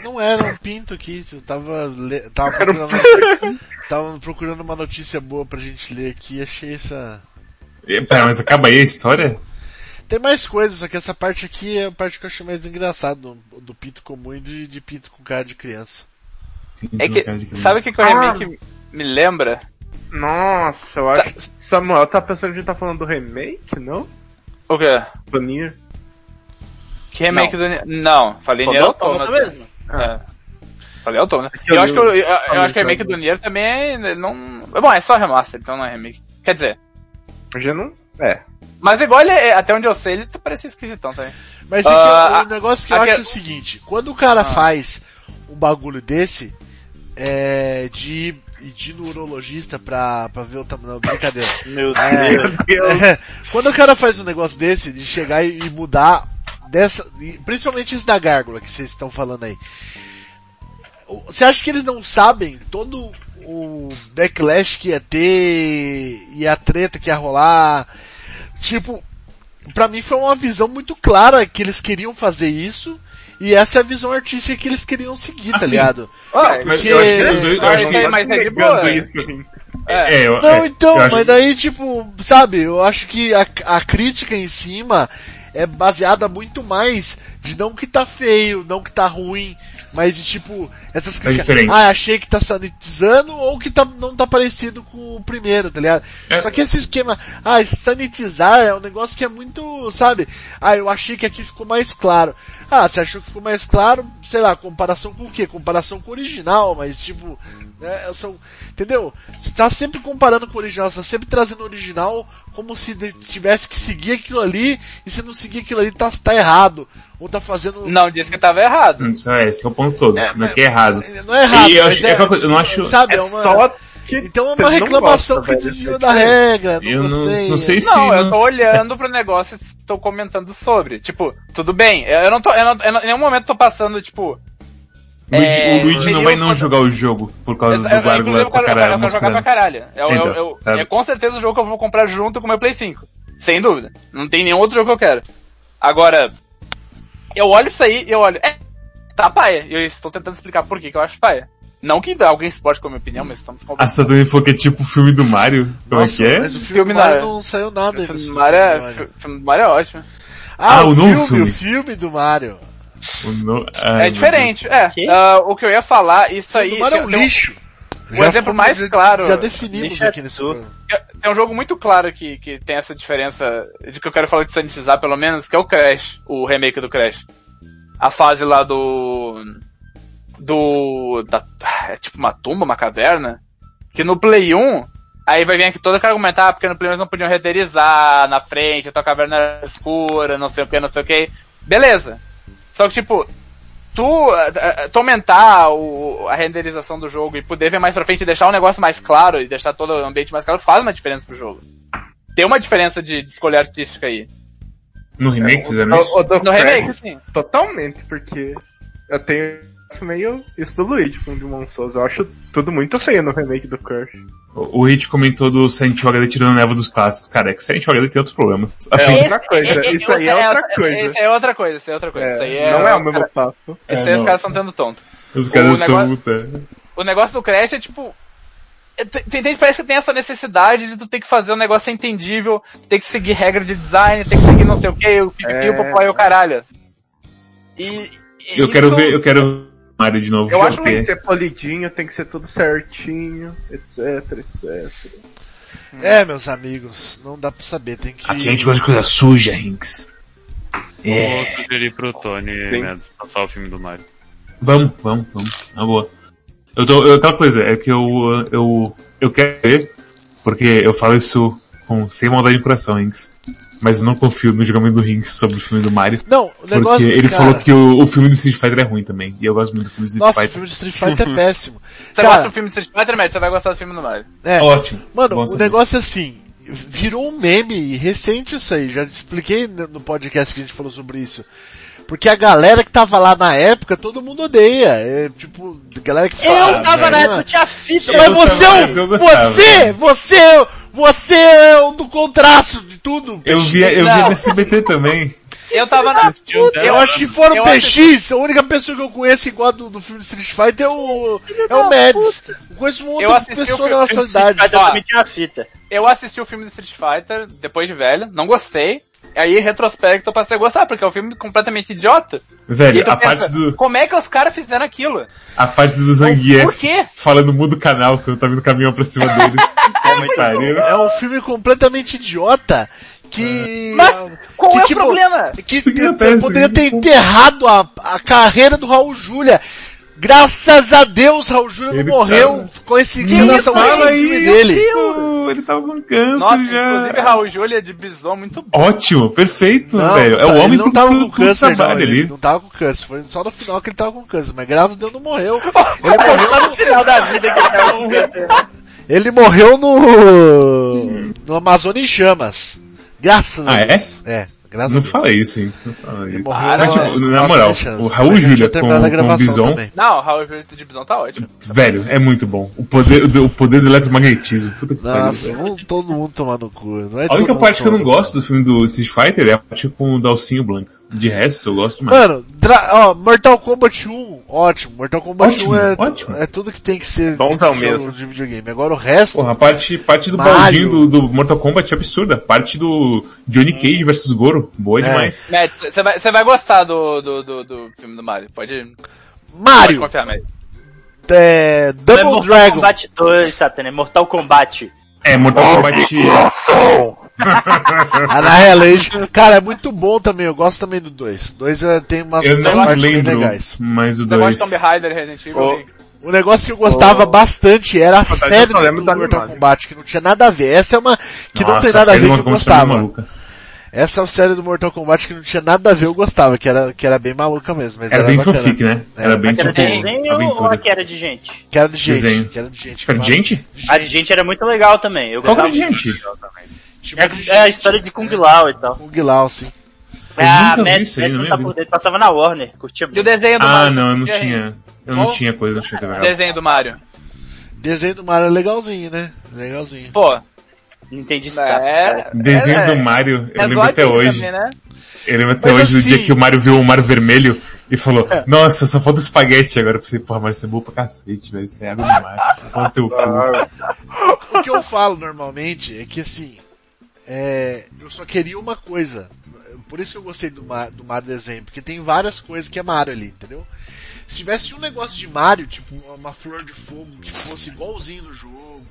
Speaker 2: Não era um pinto aqui, eu tava, le... tava, procurando... [laughs] tava procurando uma notícia boa pra gente ler aqui, achei essa.
Speaker 3: É, Pera, mas acaba aí a história?
Speaker 2: Tem mais coisas, só que essa parte aqui é a parte que eu achei mais engraçada, do, do pinto comum e de, de pinto com cara de criança.
Speaker 3: Pinto
Speaker 4: É
Speaker 3: no cara de
Speaker 4: que,
Speaker 3: criança.
Speaker 4: sabe o que, que o remake me lembra?
Speaker 7: Nossa, eu acho. que Samuel, tá pensando que a gente tá falando do remake, não?
Speaker 4: O quê?
Speaker 7: Do Nier?
Speaker 4: Que remake do Nier? Não, falei Nier
Speaker 5: Falou do Automata
Speaker 4: Automata.
Speaker 5: mesmo.
Speaker 4: É. Falei Automata.
Speaker 7: Aqui
Speaker 4: Eu
Speaker 7: eu
Speaker 4: acho que,
Speaker 7: li o-
Speaker 4: eu, eu- eu
Speaker 7: li
Speaker 4: acho que o
Speaker 7: o
Speaker 4: remake do
Speaker 7: jogo.
Speaker 4: Nier também é, não... Bom, é só remaster, então não é remake. Quer dizer,
Speaker 7: Já não. É.
Speaker 4: mas igual ele, é- até onde eu sei, ele tá- parecia esquisitão também.
Speaker 2: Mas é que
Speaker 4: Ah,
Speaker 2: o negócio que eu
Speaker 4: aque-
Speaker 2: acho é o seguinte, quando o cara faz um bagulho desse, é, de ir- ir de neurologista pra, pra ver o tamanho. Não, brincadeira.
Speaker 5: Meu
Speaker 2: É.
Speaker 5: Deus.
Speaker 2: É, quando o cara faz um negócio desse, de chegar e, e mudar dessa. e principalmente isso da gárgula que vocês estão falando aí. O- Você acha que eles não sabem todo o backlash que ia ter e a treta que ia rolar? Tipo, pra mim foi uma visão muito clara que eles queriam fazer isso e essa é a visão artística que eles queriam seguir, tá
Speaker 3: Assim,
Speaker 2: ligado?
Speaker 4: Ah,
Speaker 3: Mas eu acho que os dois- eu
Speaker 4: Mas
Speaker 3: acho que-
Speaker 4: aí- mas aí de boa.
Speaker 7: Negando isso.
Speaker 4: é.
Speaker 3: É, eu-
Speaker 2: Não,
Speaker 3: é,
Speaker 2: então,
Speaker 3: eu acho
Speaker 2: mas
Speaker 3: que-
Speaker 2: daí, tipo, sabe, eu acho que a, a crítica em cima é baseada muito mais de não que tá feio, não que tá ruim, mas de tipo, essas críticas.
Speaker 3: É diferente.
Speaker 2: ah, achei que tá sanitizando ou que tá, não tá parecido com o primeiro, tá ligado?
Speaker 3: É.
Speaker 2: Só que esse esquema, ah, sanitizar é um negócio que é muito, sabe? Ah, eu achei que aqui ficou mais claro. Ah, você achou que ficou mais claro, sei lá, comparação com o quê? Comparação com o original, mas tipo, né, são, entendeu? Você tá sempre comparando com o original, você tá sempre trazendo o original como se de- tivesse que seguir aquilo ali, e se não seguir aquilo ali, tá, tá errado. Ou tá fazendo.
Speaker 4: Não, disse que tava errado.
Speaker 3: Não, isso é, esse que é o ponto todo.
Speaker 2: É,
Speaker 3: não é que é errado.
Speaker 2: Não é errado,
Speaker 3: E eu
Speaker 2: mas
Speaker 3: acho-
Speaker 2: é,
Speaker 3: é aquela coisa, eu não acho-
Speaker 2: Sabe,
Speaker 7: É
Speaker 2: é uma,
Speaker 7: só que.
Speaker 2: então é
Speaker 7: você
Speaker 2: uma
Speaker 7: não
Speaker 2: reclamação
Speaker 7: gosta,
Speaker 2: que
Speaker 7: velho,
Speaker 2: desviou
Speaker 7: é
Speaker 2: da
Speaker 7: diferente.
Speaker 2: regra, não
Speaker 3: Eu não-
Speaker 2: gostei. é.
Speaker 3: não sei se-
Speaker 4: Não, eu
Speaker 3: não-
Speaker 4: tô olhando pro negócio e tô comentando sobre. Tipo, tudo bem. Eu eu não tô, eu não, eu não- em nenhum momento tô passando, tipo.
Speaker 3: Luigi-
Speaker 4: é,
Speaker 3: o Luigi não
Speaker 4: seria
Speaker 3: vai
Speaker 4: um
Speaker 3: não
Speaker 4: ponto-
Speaker 3: jogar o jogo por
Speaker 4: Eu-
Speaker 3: causa
Speaker 4: eu-
Speaker 3: do Gárgula
Speaker 4: É, inclusive,
Speaker 3: pra
Speaker 4: eu quero- eu
Speaker 3: caralho
Speaker 4: quero jogar pra
Speaker 3: mostrando.
Speaker 4: caralho. É, o-
Speaker 3: Então,
Speaker 4: eu- eu-
Speaker 3: sabe?
Speaker 4: é com certeza o jogo que eu vou comprar junto com o meu Play 5. Sem dúvida. Não tem nenhum outro jogo que eu quero. Agora, eu olho isso aí e eu olho. É, tá paia. E eu estou tentando explicar por que que eu acho paia. Não que alguém suporte com a minha opinião, mas estamos com
Speaker 3: A Satani falou que é tipo o filme do Mario. Como é
Speaker 2: Nossa,
Speaker 3: que é?
Speaker 2: Mas o filme,
Speaker 4: Filme
Speaker 2: do Mario
Speaker 4: da-
Speaker 2: não saiu nada.
Speaker 4: o filme
Speaker 2: desse
Speaker 4: do Mario
Speaker 2: filme do
Speaker 4: é-
Speaker 2: Mario.
Speaker 4: o filme do Mario é ótimo.
Speaker 2: Ah,
Speaker 3: Ah,
Speaker 2: o
Speaker 3: o novo
Speaker 2: filme, o
Speaker 3: filme.
Speaker 2: filme do Mario.
Speaker 3: O no- ah, Ai, meu
Speaker 4: é
Speaker 3: Deus.
Speaker 4: diferente, é.
Speaker 5: Que?
Speaker 4: Ah, o que eu ia falar, isso
Speaker 2: O filme
Speaker 4: aí.
Speaker 2: do Mario é
Speaker 4: tem-
Speaker 2: um
Speaker 4: tem
Speaker 2: lixo.
Speaker 4: O exemplo mais claro.
Speaker 2: Já definimos
Speaker 5: Lixo é
Speaker 2: aqui nesse
Speaker 5: tudo.
Speaker 2: programa.
Speaker 4: É um jogo muito claro que, que tem essa diferença de que eu quero falar de sanitizar, pelo menos, que é o Crash, o remake do Crash. A fase lá do. Do. Da, é tipo uma tumba, uma caverna. Que no Play 1, aí vai vir aqui todo que argumentar, ah, porque no Play 1 eles não podiam renderizar na frente, então a tua caverna era escura, não sei o que, não sei o que. Beleza. Só que tipo, tu, eh, eh, tu aumentar o, a renderização do jogo e poder ver mais pra frente e deixar o negócio mais claro e deixar todo o ambiente mais claro faz uma diferença pro jogo. Tem uma diferença de, de escolha artística aí.
Speaker 3: No remake fizeram
Speaker 4: É,
Speaker 3: isso?
Speaker 7: O, o do
Speaker 4: No
Speaker 7: Crash,
Speaker 4: remake, sim.
Speaker 7: Totalmente, porque eu tenho isso meio isso do Luigi com o Demon Souls. Eu acho tudo muito feio no remake do Crash.
Speaker 3: O o Hit comentou do Silent Hill HD tirando a neva dos clássicos. Cara, é que Silent Hill HD tem outros problemas. [laughs]
Speaker 7: É outra coisa. Isso aí é outra coisa.
Speaker 4: Isso aí é outra coisa, isso aí é outra coisa. isso aí é,
Speaker 7: não é o mesmo papo.
Speaker 4: Isso aí
Speaker 3: É,
Speaker 4: os
Speaker 3: não.
Speaker 4: caras estão tendo tonto.
Speaker 3: Os
Speaker 4: o
Speaker 3: caras
Speaker 4: negócio-
Speaker 3: são puta.
Speaker 4: O negócio do Crash é tipo. é, tu- tu Entende? Parece que tem essa necessidade de tu ter que fazer um negócio ser entendível, ter que seguir regra de design, ter que seguir não sei o que, o pipi,
Speaker 7: É.
Speaker 4: o papai e o caralho. E. e
Speaker 3: Eu quero
Speaker 4: isso-
Speaker 3: ver, eu quero ver Mario de novo.
Speaker 7: Eu acho que
Speaker 3: porque-
Speaker 7: tem que ser polidinho, tem que ser tudo certinho, etc, etc.
Speaker 2: É, meus amigos, não dá pra saber, tem que.
Speaker 1: Aqui a gente gosta de coisa suja, Rinks.
Speaker 3: É,
Speaker 2: É.
Speaker 6: Vou sugerir pro Tony,
Speaker 7: Sim.
Speaker 6: né, descansar o filme do Mario.
Speaker 3: Vamos, vamos, vamos. Na boa. Eu tô, eu, aquela coisa, é que eu, eu, eu quero ver, porque eu falo isso com sem maldade de coração, Inks. mas eu não confio no julgamento do Rings sobre o filme do Mario.
Speaker 2: Não, o
Speaker 3: Porque
Speaker 2: negócio.
Speaker 3: ele
Speaker 2: cara,
Speaker 3: falou que o, o filme do Street Fighter é ruim também. E eu gosto muito do filme do Street
Speaker 2: Nossa, o
Speaker 3: Fighter.
Speaker 2: filme de Street Fighter é péssimo.
Speaker 4: Você
Speaker 2: Cara,
Speaker 4: gosta do filme de Street Fighter, Matt? Você vai gostar do filme do Mario.
Speaker 2: é,
Speaker 3: Ótimo.
Speaker 2: Mano,
Speaker 3: Bom
Speaker 2: o
Speaker 3: saber.
Speaker 2: negócio é assim, virou um meme recente isso aí, já te expliquei n- no podcast que a gente falou sobre isso. Porque a galera que tava lá na época, todo mundo odeia. É tipo, galera que fala.
Speaker 5: Eu tava
Speaker 2: "Ah,
Speaker 5: na
Speaker 2: mano,
Speaker 5: época, eu tinha fita.
Speaker 2: Mas você
Speaker 3: Eu gostava,
Speaker 2: é o-
Speaker 3: eu gostava.
Speaker 2: Você! Você! é o- Você é o do contraste de tudo!
Speaker 3: Eu vi, eu vi
Speaker 4: Não.
Speaker 3: no SBT também.
Speaker 4: Eu tava
Speaker 3: Ah,
Speaker 4: na.
Speaker 2: É, Eu acho que fora o
Speaker 4: Eu
Speaker 2: PX, a única pessoa que eu conheço igual do, do filme Street Fighter é o. É o Mads. Eu conheço uma
Speaker 4: Eu
Speaker 2: outra
Speaker 4: assisti o
Speaker 2: pessoa
Speaker 4: filme-
Speaker 2: da nossa idade.
Speaker 5: Mas eu também tinha fita.
Speaker 4: Eu assisti o filme do Street Fighter, depois de velho, não gostei. Aí, em retrospecto, eu passei a gostar, porque é um filme completamente idiota. E aí
Speaker 3: Velho,
Speaker 4: tu
Speaker 3: a
Speaker 4: pensa,
Speaker 3: parte do,
Speaker 4: Como é que os caras fizeram aquilo?
Speaker 3: a parte do
Speaker 4: Por
Speaker 3: Zangief
Speaker 4: quê?
Speaker 3: falando muda o canal, que eu tava indo caminhão pra cima deles. é muito pariu.
Speaker 2: [laughs] É um filme completamente idiota que.
Speaker 4: Mas qual
Speaker 2: Que
Speaker 4: é
Speaker 2: tipo-
Speaker 4: o problema?
Speaker 2: que
Speaker 3: que
Speaker 2: te-
Speaker 3: acontece? né?
Speaker 2: poderia ter enterrado a, a carreira do Raul Júlia. Graças a Deus, Raul Júlia
Speaker 3: Ele
Speaker 2: não morreu
Speaker 3: tava-
Speaker 2: com esse
Speaker 3: Ele não
Speaker 2: essa última
Speaker 3: fala
Speaker 2: filme
Speaker 3: isso,
Speaker 2: dele.
Speaker 3: Ele tava com câncer
Speaker 4: Nossa, inclusive
Speaker 3: já.
Speaker 4: Raul Júlia de Bison muito bom.
Speaker 3: Ótimo, perfeito,
Speaker 2: Não,
Speaker 3: velho. É o
Speaker 2: tá-
Speaker 3: homem
Speaker 2: ele não
Speaker 3: pro-
Speaker 2: tava
Speaker 3: pro-
Speaker 2: com
Speaker 3: pro
Speaker 2: câncer, não,
Speaker 3: trabalho
Speaker 2: ele
Speaker 3: ali.
Speaker 2: não tava com câncer, foi só no final que ele tava com câncer, mas graças a Deus não morreu.
Speaker 5: [laughs]
Speaker 2: Ele morreu
Speaker 5: Só no final da vida que tava um cantor.
Speaker 2: [laughs] Ele morreu no. no Amazônia em Chamas. Graças
Speaker 3: Ah,
Speaker 2: a
Speaker 3: é?
Speaker 2: Deus. É? graças
Speaker 3: Não
Speaker 2: a Deus.
Speaker 3: fala isso, hein? Não fala
Speaker 2: Ele
Speaker 3: isso.
Speaker 2: morreu
Speaker 3: Mas,
Speaker 2: no-
Speaker 3: tipo,
Speaker 2: no
Speaker 3: na
Speaker 2: Amazônia
Speaker 3: moral,
Speaker 2: em Chamas.
Speaker 3: o
Speaker 2: Mas
Speaker 3: Raul
Speaker 2: a gente
Speaker 3: Júlia
Speaker 2: tinha terminado
Speaker 3: com-
Speaker 2: a
Speaker 3: com
Speaker 2: gravação
Speaker 3: Bison.
Speaker 2: também.
Speaker 4: Não, Raul Júlia de Bison tá ótimo.
Speaker 3: Velho, é muito bom. O poder do, o poder do eletromagnetismo. Puta que pariu.
Speaker 2: Nossa,
Speaker 3: velho.
Speaker 2: não, todo mundo tomar no cu. Não é
Speaker 3: A
Speaker 2: todo
Speaker 3: única
Speaker 2: mundo
Speaker 3: parte que eu
Speaker 2: tomar
Speaker 3: não
Speaker 2: no cu.
Speaker 3: gosto do filme do Street Fighter é a parte com o Dalcinho Blanco. De resto, eu gosto mais.
Speaker 2: Mano, dra- ó, Mortal Kombat 1, ótimo. Mortal Kombat
Speaker 3: Ótimo,
Speaker 2: 1 é,
Speaker 3: ótimo.
Speaker 2: é tudo que tem que ser
Speaker 7: Bom
Speaker 2: de
Speaker 7: tá o
Speaker 2: jogo
Speaker 7: mesmo.
Speaker 2: de videogame. Agora o resto.
Speaker 3: Porra, a parte, parte do
Speaker 2: Mario.
Speaker 3: baldinho do, do Mortal Kombat é absurda. A parte do Johnny Cage versus Goro, boa
Speaker 2: É.
Speaker 3: demais.
Speaker 4: Matt, você vai, você vai gostar do, do, do, do filme do Mario. Pode, pode
Speaker 2: Mario,
Speaker 4: confiar, Matt.
Speaker 2: é,
Speaker 5: Não é
Speaker 2: Double
Speaker 5: Mortal
Speaker 2: Dragon.
Speaker 5: Kombat 2, Satana, é Mortal Kombat.
Speaker 3: É, Mortal Kombat.
Speaker 2: Annihilation. Cara, é muito bom também. Eu gosto também do 2. 2 é, tem umas
Speaker 3: Eu
Speaker 2: umas
Speaker 3: não lembro, mas
Speaker 4: Você gosta
Speaker 3: o
Speaker 4: de
Speaker 3: dois. Oh.
Speaker 4: Tomb Raider, Resident Evil?
Speaker 7: Ô.
Speaker 4: Link?
Speaker 2: O negócio que eu gostava bastante era a
Speaker 7: Fantasma
Speaker 2: série
Speaker 7: só
Speaker 2: do
Speaker 7: lembra da
Speaker 2: Mortal
Speaker 7: animada.
Speaker 2: Kombat, que não tinha nada a ver. Essa é uma que não
Speaker 3: Nossa,
Speaker 2: tem nada a
Speaker 3: série
Speaker 2: ver
Speaker 3: do
Speaker 2: que eu
Speaker 3: Mortal Kombat tá muito
Speaker 2: gostava.
Speaker 3: maluca.
Speaker 2: Essa é a série do Mortal Kombat que não tinha nada a ver, eu gostava, que era, que era bem maluca mesmo. Mas
Speaker 3: Era bem
Speaker 2: bacana.
Speaker 3: fanfic, né?
Speaker 2: É,
Speaker 3: Era bem
Speaker 5: Aquela
Speaker 3: tipo.
Speaker 5: de desenho ou
Speaker 3: Aventuras.
Speaker 5: aquela de gente?
Speaker 2: Que era de gente.
Speaker 3: Desenho.
Speaker 2: Que era de gente.
Speaker 3: Era de gente?
Speaker 5: A de gente era muito legal também. Eu
Speaker 3: Qual que
Speaker 5: gostava
Speaker 3: era de gente?
Speaker 2: Tipo de
Speaker 5: muito. É, é a história de Kung Lao e tal.
Speaker 2: Kung Lao, sim.
Speaker 3: Eu
Speaker 5: Ah,
Speaker 3: nunca vi
Speaker 5: Matt,
Speaker 3: isso aí,
Speaker 5: Matt
Speaker 3: não
Speaker 5: não tá
Speaker 3: lembro.
Speaker 5: por dentro, passava na Warner, curtia
Speaker 4: E o
Speaker 5: muito.
Speaker 4: desenho do
Speaker 3: Ah,
Speaker 4: Mario?
Speaker 3: não, eu não
Speaker 4: Resident
Speaker 3: tinha. Eu não
Speaker 2: Qual?
Speaker 3: tinha coisa na TV
Speaker 4: Evil.
Speaker 3: Legal.
Speaker 4: Desenho do Mario.
Speaker 2: Desenho do Mario é legalzinho, né? Legalzinho.
Speaker 4: Pô,
Speaker 5: Não entendi esse caso.
Speaker 4: é...
Speaker 3: Desenho
Speaker 4: é-
Speaker 3: do Mario, eu
Speaker 4: é
Speaker 3: lembro até
Speaker 4: gótico
Speaker 3: hoje.
Speaker 4: também, né?
Speaker 3: Eu lembro até
Speaker 2: Mas
Speaker 3: hoje do
Speaker 2: assim-
Speaker 3: dia que o Mario viu o Mario vermelho e falou,
Speaker 4: É.
Speaker 3: nossa, só falta espaguete agora. Eu pensei, porra, Mario, você é bom pra cacete, velho. Você é água do mar. Toma teu cu.
Speaker 2: [laughs] O que eu falo normalmente é que assim. É, eu só queria uma coisa. Por isso que eu gostei do, Mar, do Mario desenho, porque tem várias coisas que é Mario ali, entendeu? Se tivesse um negócio de Mario, tipo uma- uma flor de fogo que fosse igualzinho no jogo.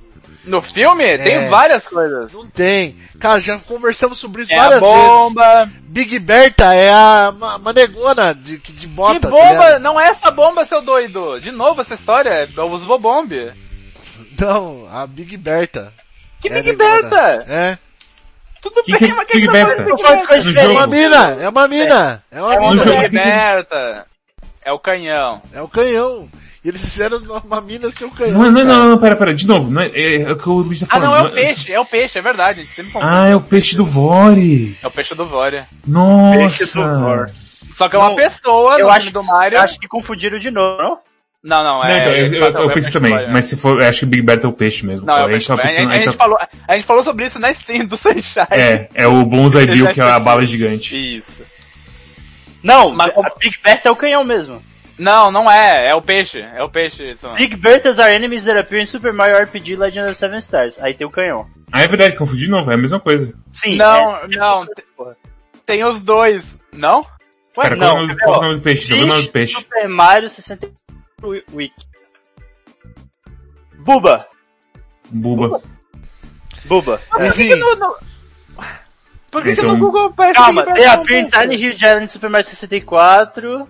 Speaker 4: No filme
Speaker 2: É.
Speaker 4: tem várias coisas.
Speaker 2: Não tem. Cara, já conversamos sobre isso
Speaker 4: É a
Speaker 2: várias vezes.
Speaker 4: bomba.
Speaker 2: Big Berta é a ma- manegona de, que- de bota.
Speaker 4: que
Speaker 2: tá
Speaker 4: bomba?
Speaker 2: ligado?
Speaker 4: não é essa bomba, seu doido! De novo essa história, é os Bobomb.
Speaker 2: Não, a Big Berta.
Speaker 4: Que
Speaker 2: É a
Speaker 4: Big
Speaker 2: negona.
Speaker 4: Berta!
Speaker 2: É.
Speaker 4: Tudo
Speaker 3: Que
Speaker 4: bem,
Speaker 3: que-
Speaker 4: mas
Speaker 3: Big
Speaker 4: que tá você
Speaker 3: Berta?
Speaker 4: faz com
Speaker 5: Foi coisa
Speaker 3: No
Speaker 2: É
Speaker 5: diferente.
Speaker 2: uma
Speaker 3: jogo.
Speaker 2: mina, é uma mina, é uma
Speaker 5: É uma
Speaker 3: No
Speaker 2: mina,
Speaker 3: jogo.
Speaker 4: Big Berta! É o canhão.
Speaker 2: é o canhão. E eles fizeram uma- uma mina ser o canhão.
Speaker 3: Não, não,
Speaker 2: cara.
Speaker 3: não, não, pera, pera, de novo. Não é, é- é o que o Luiz tá
Speaker 4: Ah,
Speaker 3: falando.
Speaker 4: não, é o peixe, é o peixe, é verdade, a gente sempre confunde.
Speaker 3: Ah, é o peixe do Vore.
Speaker 4: É o peixe do Vória.
Speaker 3: Nossa.
Speaker 7: Peixe do Vore.
Speaker 4: Só que é uma
Speaker 5: Não,
Speaker 4: pessoa
Speaker 5: Eu
Speaker 4: no
Speaker 5: acho,
Speaker 4: filme do Mario.
Speaker 5: eu acho que confundiram de novo, não?
Speaker 4: Não, não,
Speaker 3: Não,
Speaker 4: é.
Speaker 3: então, eu,
Speaker 4: é-
Speaker 3: eu- eu
Speaker 4: não, é o
Speaker 3: pensei
Speaker 4: peixe do
Speaker 3: também,
Speaker 4: Vória.
Speaker 3: mas se for, eu acho que Big Berta é o peixe mesmo.
Speaker 4: Não, é o
Speaker 3: a gente
Speaker 4: peixe do
Speaker 3: tava
Speaker 4: Vória. A
Speaker 3: pensando,
Speaker 4: gente- a gente
Speaker 3: tava-
Speaker 4: falou- a gente falou sobre isso na stream do Sunshine.
Speaker 3: É, é o Bonsai
Speaker 4: Ele
Speaker 3: Bill,
Speaker 4: já
Speaker 3: que é a
Speaker 4: tinha-
Speaker 3: bala gigante.
Speaker 4: Isso.
Speaker 5: Não,
Speaker 4: Mas-
Speaker 5: a Big Bertha é o canhão mesmo.
Speaker 4: Não, não é, é o peixe, é o peixe. Isso.
Speaker 5: Big Berthas are enemies that appear in Super Mario RPG Legend of Seven Stars. Aí tem o canhão.
Speaker 3: Ah, é verdade, confundi de novo, é a mesma coisa.
Speaker 5: Sim.
Speaker 4: Não,
Speaker 5: é-
Speaker 4: não, te- tem os dois, não? Ué,
Speaker 3: Cara,
Speaker 5: não,
Speaker 3: qual é o nome- qual é o nome do peixe? Qual é o nome do peixe?
Speaker 5: Super Mario 64 Wiki. Buba.
Speaker 3: Buba.
Speaker 5: Buba.
Speaker 2: Enfim,
Speaker 4: Por que, que
Speaker 3: Então-
Speaker 4: no Google aparece
Speaker 5: Calma,
Speaker 4: Big
Speaker 5: tem
Speaker 4: Bertha
Speaker 5: a Pintani Rio de Janeiro de Super Mario 64.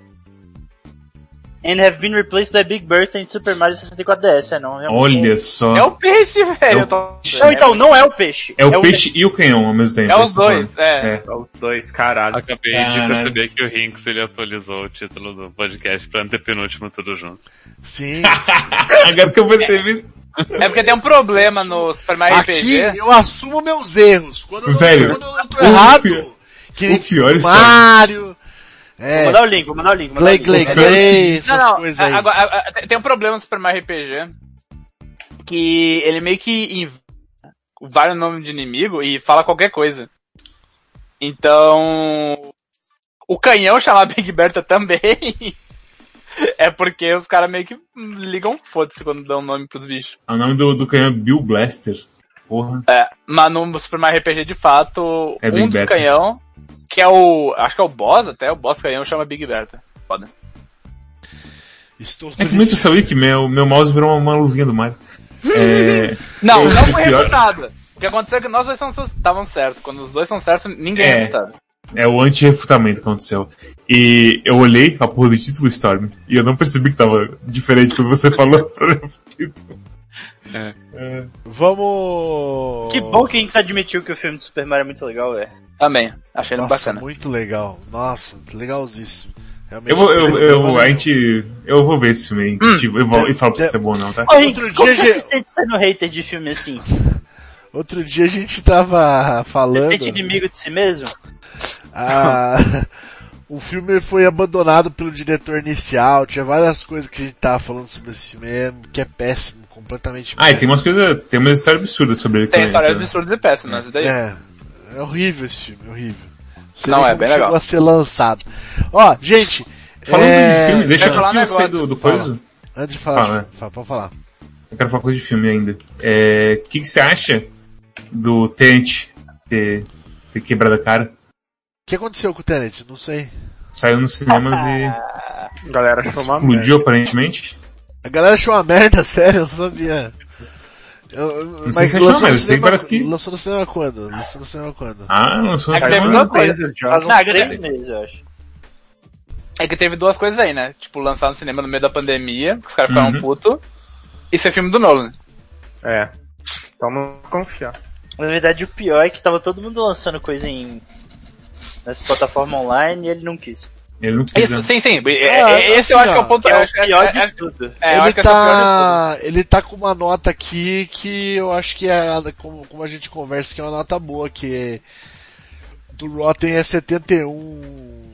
Speaker 5: and have been replaced by Big Bertha in Super Mario 64 DS. É, não, realmente.
Speaker 3: Olha só.
Speaker 4: É o peixe, velho.
Speaker 3: É o
Speaker 4: eu tô-
Speaker 3: peixe.
Speaker 5: Não, então, não é o peixe.
Speaker 3: É o peixe e o canhão ao mesmo tempo.
Speaker 4: É
Speaker 3: isso
Speaker 4: os
Speaker 3: que eu tô falando.
Speaker 4: dois, é.
Speaker 3: É.
Speaker 7: Só os dois, caralho.
Speaker 6: Acabei
Speaker 3: Caralho.
Speaker 6: de perceber que o Rinks ele atualizou o título do podcast pra antepenúltimo tudo junto.
Speaker 2: Sim.
Speaker 3: Agora que eu percebi.
Speaker 4: É porque tem um problema no Super Mario
Speaker 2: Aqui
Speaker 4: RPG.
Speaker 2: eu assumo meus erros. Quando eu não,
Speaker 3: Velho,
Speaker 2: quando eu não tô
Speaker 3: o
Speaker 2: errado,
Speaker 3: pior-
Speaker 2: que nem
Speaker 3: o pior está-
Speaker 2: Mario, é,
Speaker 5: Vou mandar o link, vou mandar o link. vou
Speaker 2: Clay,
Speaker 5: mandar o link.
Speaker 2: Clay,
Speaker 5: É,
Speaker 2: Clay,
Speaker 4: Não,
Speaker 2: essas
Speaker 4: não,
Speaker 2: coisas aí.
Speaker 4: agora, a- a- tem- tem um problema no Super Mario RPG. Que ele meio que inv- vai o nome de inimigo e fala qualquer coisa. Então. O canhão chamar [laughs] Big Bertha também. [laughs] é porque os caras meio que ligam foda-se quando dão nome pros bichos.
Speaker 3: O nome do, do canhão é Bill Blaster. Porra.
Speaker 4: É, mas no Super Mario RPG de fato,
Speaker 3: É Big
Speaker 4: um dos
Speaker 3: Bertha.
Speaker 4: canhão, que é o. Acho que é o boss até, o boss canhão chama Big Bertha. Foda.
Speaker 2: Estou
Speaker 3: É que muito
Speaker 2: triste.
Speaker 3: sabia que meu, meu mouse virou uma, uma luvinha do Mario. É,
Speaker 4: Não,
Speaker 3: Eu
Speaker 4: não
Speaker 3: fui
Speaker 4: foi
Speaker 3: pior.
Speaker 4: refutado. O que aconteceu é que nós dois estavam certos. Quando os dois são certos, ninguém é,
Speaker 3: É.
Speaker 4: refutado.
Speaker 3: é o anti-refutamento que aconteceu. E eu olhei a porra do título Storm e eu não percebi que tava diferente quando você falou. [laughs]
Speaker 4: É.
Speaker 3: É.
Speaker 2: Vamos.
Speaker 5: Que bom que a gente admitiu que o filme do Super Mario é muito legal, velho.
Speaker 4: Também. Achei ele
Speaker 2: Nossa,
Speaker 4: é bacana.
Speaker 2: muito legal. Nossa, legalzíssimo. Realmente
Speaker 3: eu vou, eu, eu,
Speaker 2: valeu.
Speaker 3: a gente, eu vou ver esse filme aí.
Speaker 4: Hum.
Speaker 3: tipo, eu, vou, e falo pra você se é bom ou não, tá?
Speaker 5: Ô,
Speaker 2: Outro
Speaker 5: Henrique, como
Speaker 2: dia
Speaker 5: você
Speaker 2: já-
Speaker 5: se sente sendo hater de filme assim?
Speaker 2: Outro dia a gente tava
Speaker 5: Você
Speaker 2: falando.
Speaker 5: sente inimigo de si mesmo?
Speaker 2: Ah, [laughs] o filme foi abandonado pelo diretor inicial. Tinha várias coisas que a gente tava falando sobre esse filme, que é péssimo, completamente
Speaker 3: Ah, e tem
Speaker 2: péssimo.
Speaker 3: umas coisas, tem umas histórias absurdas sobre ele
Speaker 4: Tem
Speaker 3: também.
Speaker 4: histórias
Speaker 3: tá?
Speaker 4: absurdas e péssimas. isso daí.
Speaker 2: É, é horrível esse filme, é horrível. Sei
Speaker 4: Não,
Speaker 2: nem
Speaker 4: é
Speaker 2: como
Speaker 4: bem
Speaker 2: chegou
Speaker 4: legal.
Speaker 2: a ser lançado. Ó, gente,
Speaker 3: Falando
Speaker 2: é,
Speaker 3: de filme, deixa
Speaker 4: quero
Speaker 3: antes
Speaker 4: falar
Speaker 3: que eu
Speaker 4: um
Speaker 3: sair
Speaker 4: negócio.
Speaker 3: do, do coisa.
Speaker 2: antes de falar,
Speaker 3: Fala. né?
Speaker 2: de- fa- pode falar.
Speaker 3: Eu quero falar coisa de filme ainda. É, O que, que você acha do Tenet ter, ter quebrado a cara?
Speaker 2: O que aconteceu com o Tenet? Não sei.
Speaker 3: Saiu nos cinemas e
Speaker 7: A galera achou uma merda.
Speaker 3: explodiu aparentemente.
Speaker 2: A galera achou uma merda, [laughs] sério, eu não sabia. Eu- eu-
Speaker 3: sei se achou uma merda, sei que parece que-
Speaker 2: Lançou no cinema quando? Lançou no cinema quando?
Speaker 3: Ah, lançou no
Speaker 4: É que
Speaker 7: Saiu
Speaker 4: teve
Speaker 7: um
Speaker 3: cinema.
Speaker 4: duas
Speaker 7: ano
Speaker 4: coisas.
Speaker 7: depois, já.
Speaker 4: Faz uns
Speaker 5: Ah,
Speaker 4: três-
Speaker 5: três meses, eu acho.
Speaker 4: É que teve duas coisas aí, né? Tipo, lançar no cinema no meio da pandemia, que os caras ficaram
Speaker 3: Uhum.
Speaker 4: puto. Isso é filme do Nolan.
Speaker 7: É. Então não confiar.
Speaker 5: Na verdade, o pior é que tava todo mundo lançando coisa em... Nessa plataforma online e ele não quis.
Speaker 3: Ele não quis.
Speaker 4: Isso,
Speaker 3: né?
Speaker 4: sim, sim. E-
Speaker 2: Ah,
Speaker 4: e-
Speaker 2: assim,
Speaker 4: Esse eu acho que é
Speaker 2: ó,
Speaker 4: o ponto.
Speaker 5: É
Speaker 4: eu
Speaker 5: o
Speaker 4: acho que é-
Speaker 5: pior
Speaker 4: é-
Speaker 5: de
Speaker 4: é,
Speaker 5: tudo.
Speaker 4: eu
Speaker 2: ele
Speaker 4: acho que esse é o pior de tudo.
Speaker 2: tá, ele tá com uma nota aqui que eu acho que é, a- como, como a gente conversa, que é uma nota boa, que do Rotten é 71,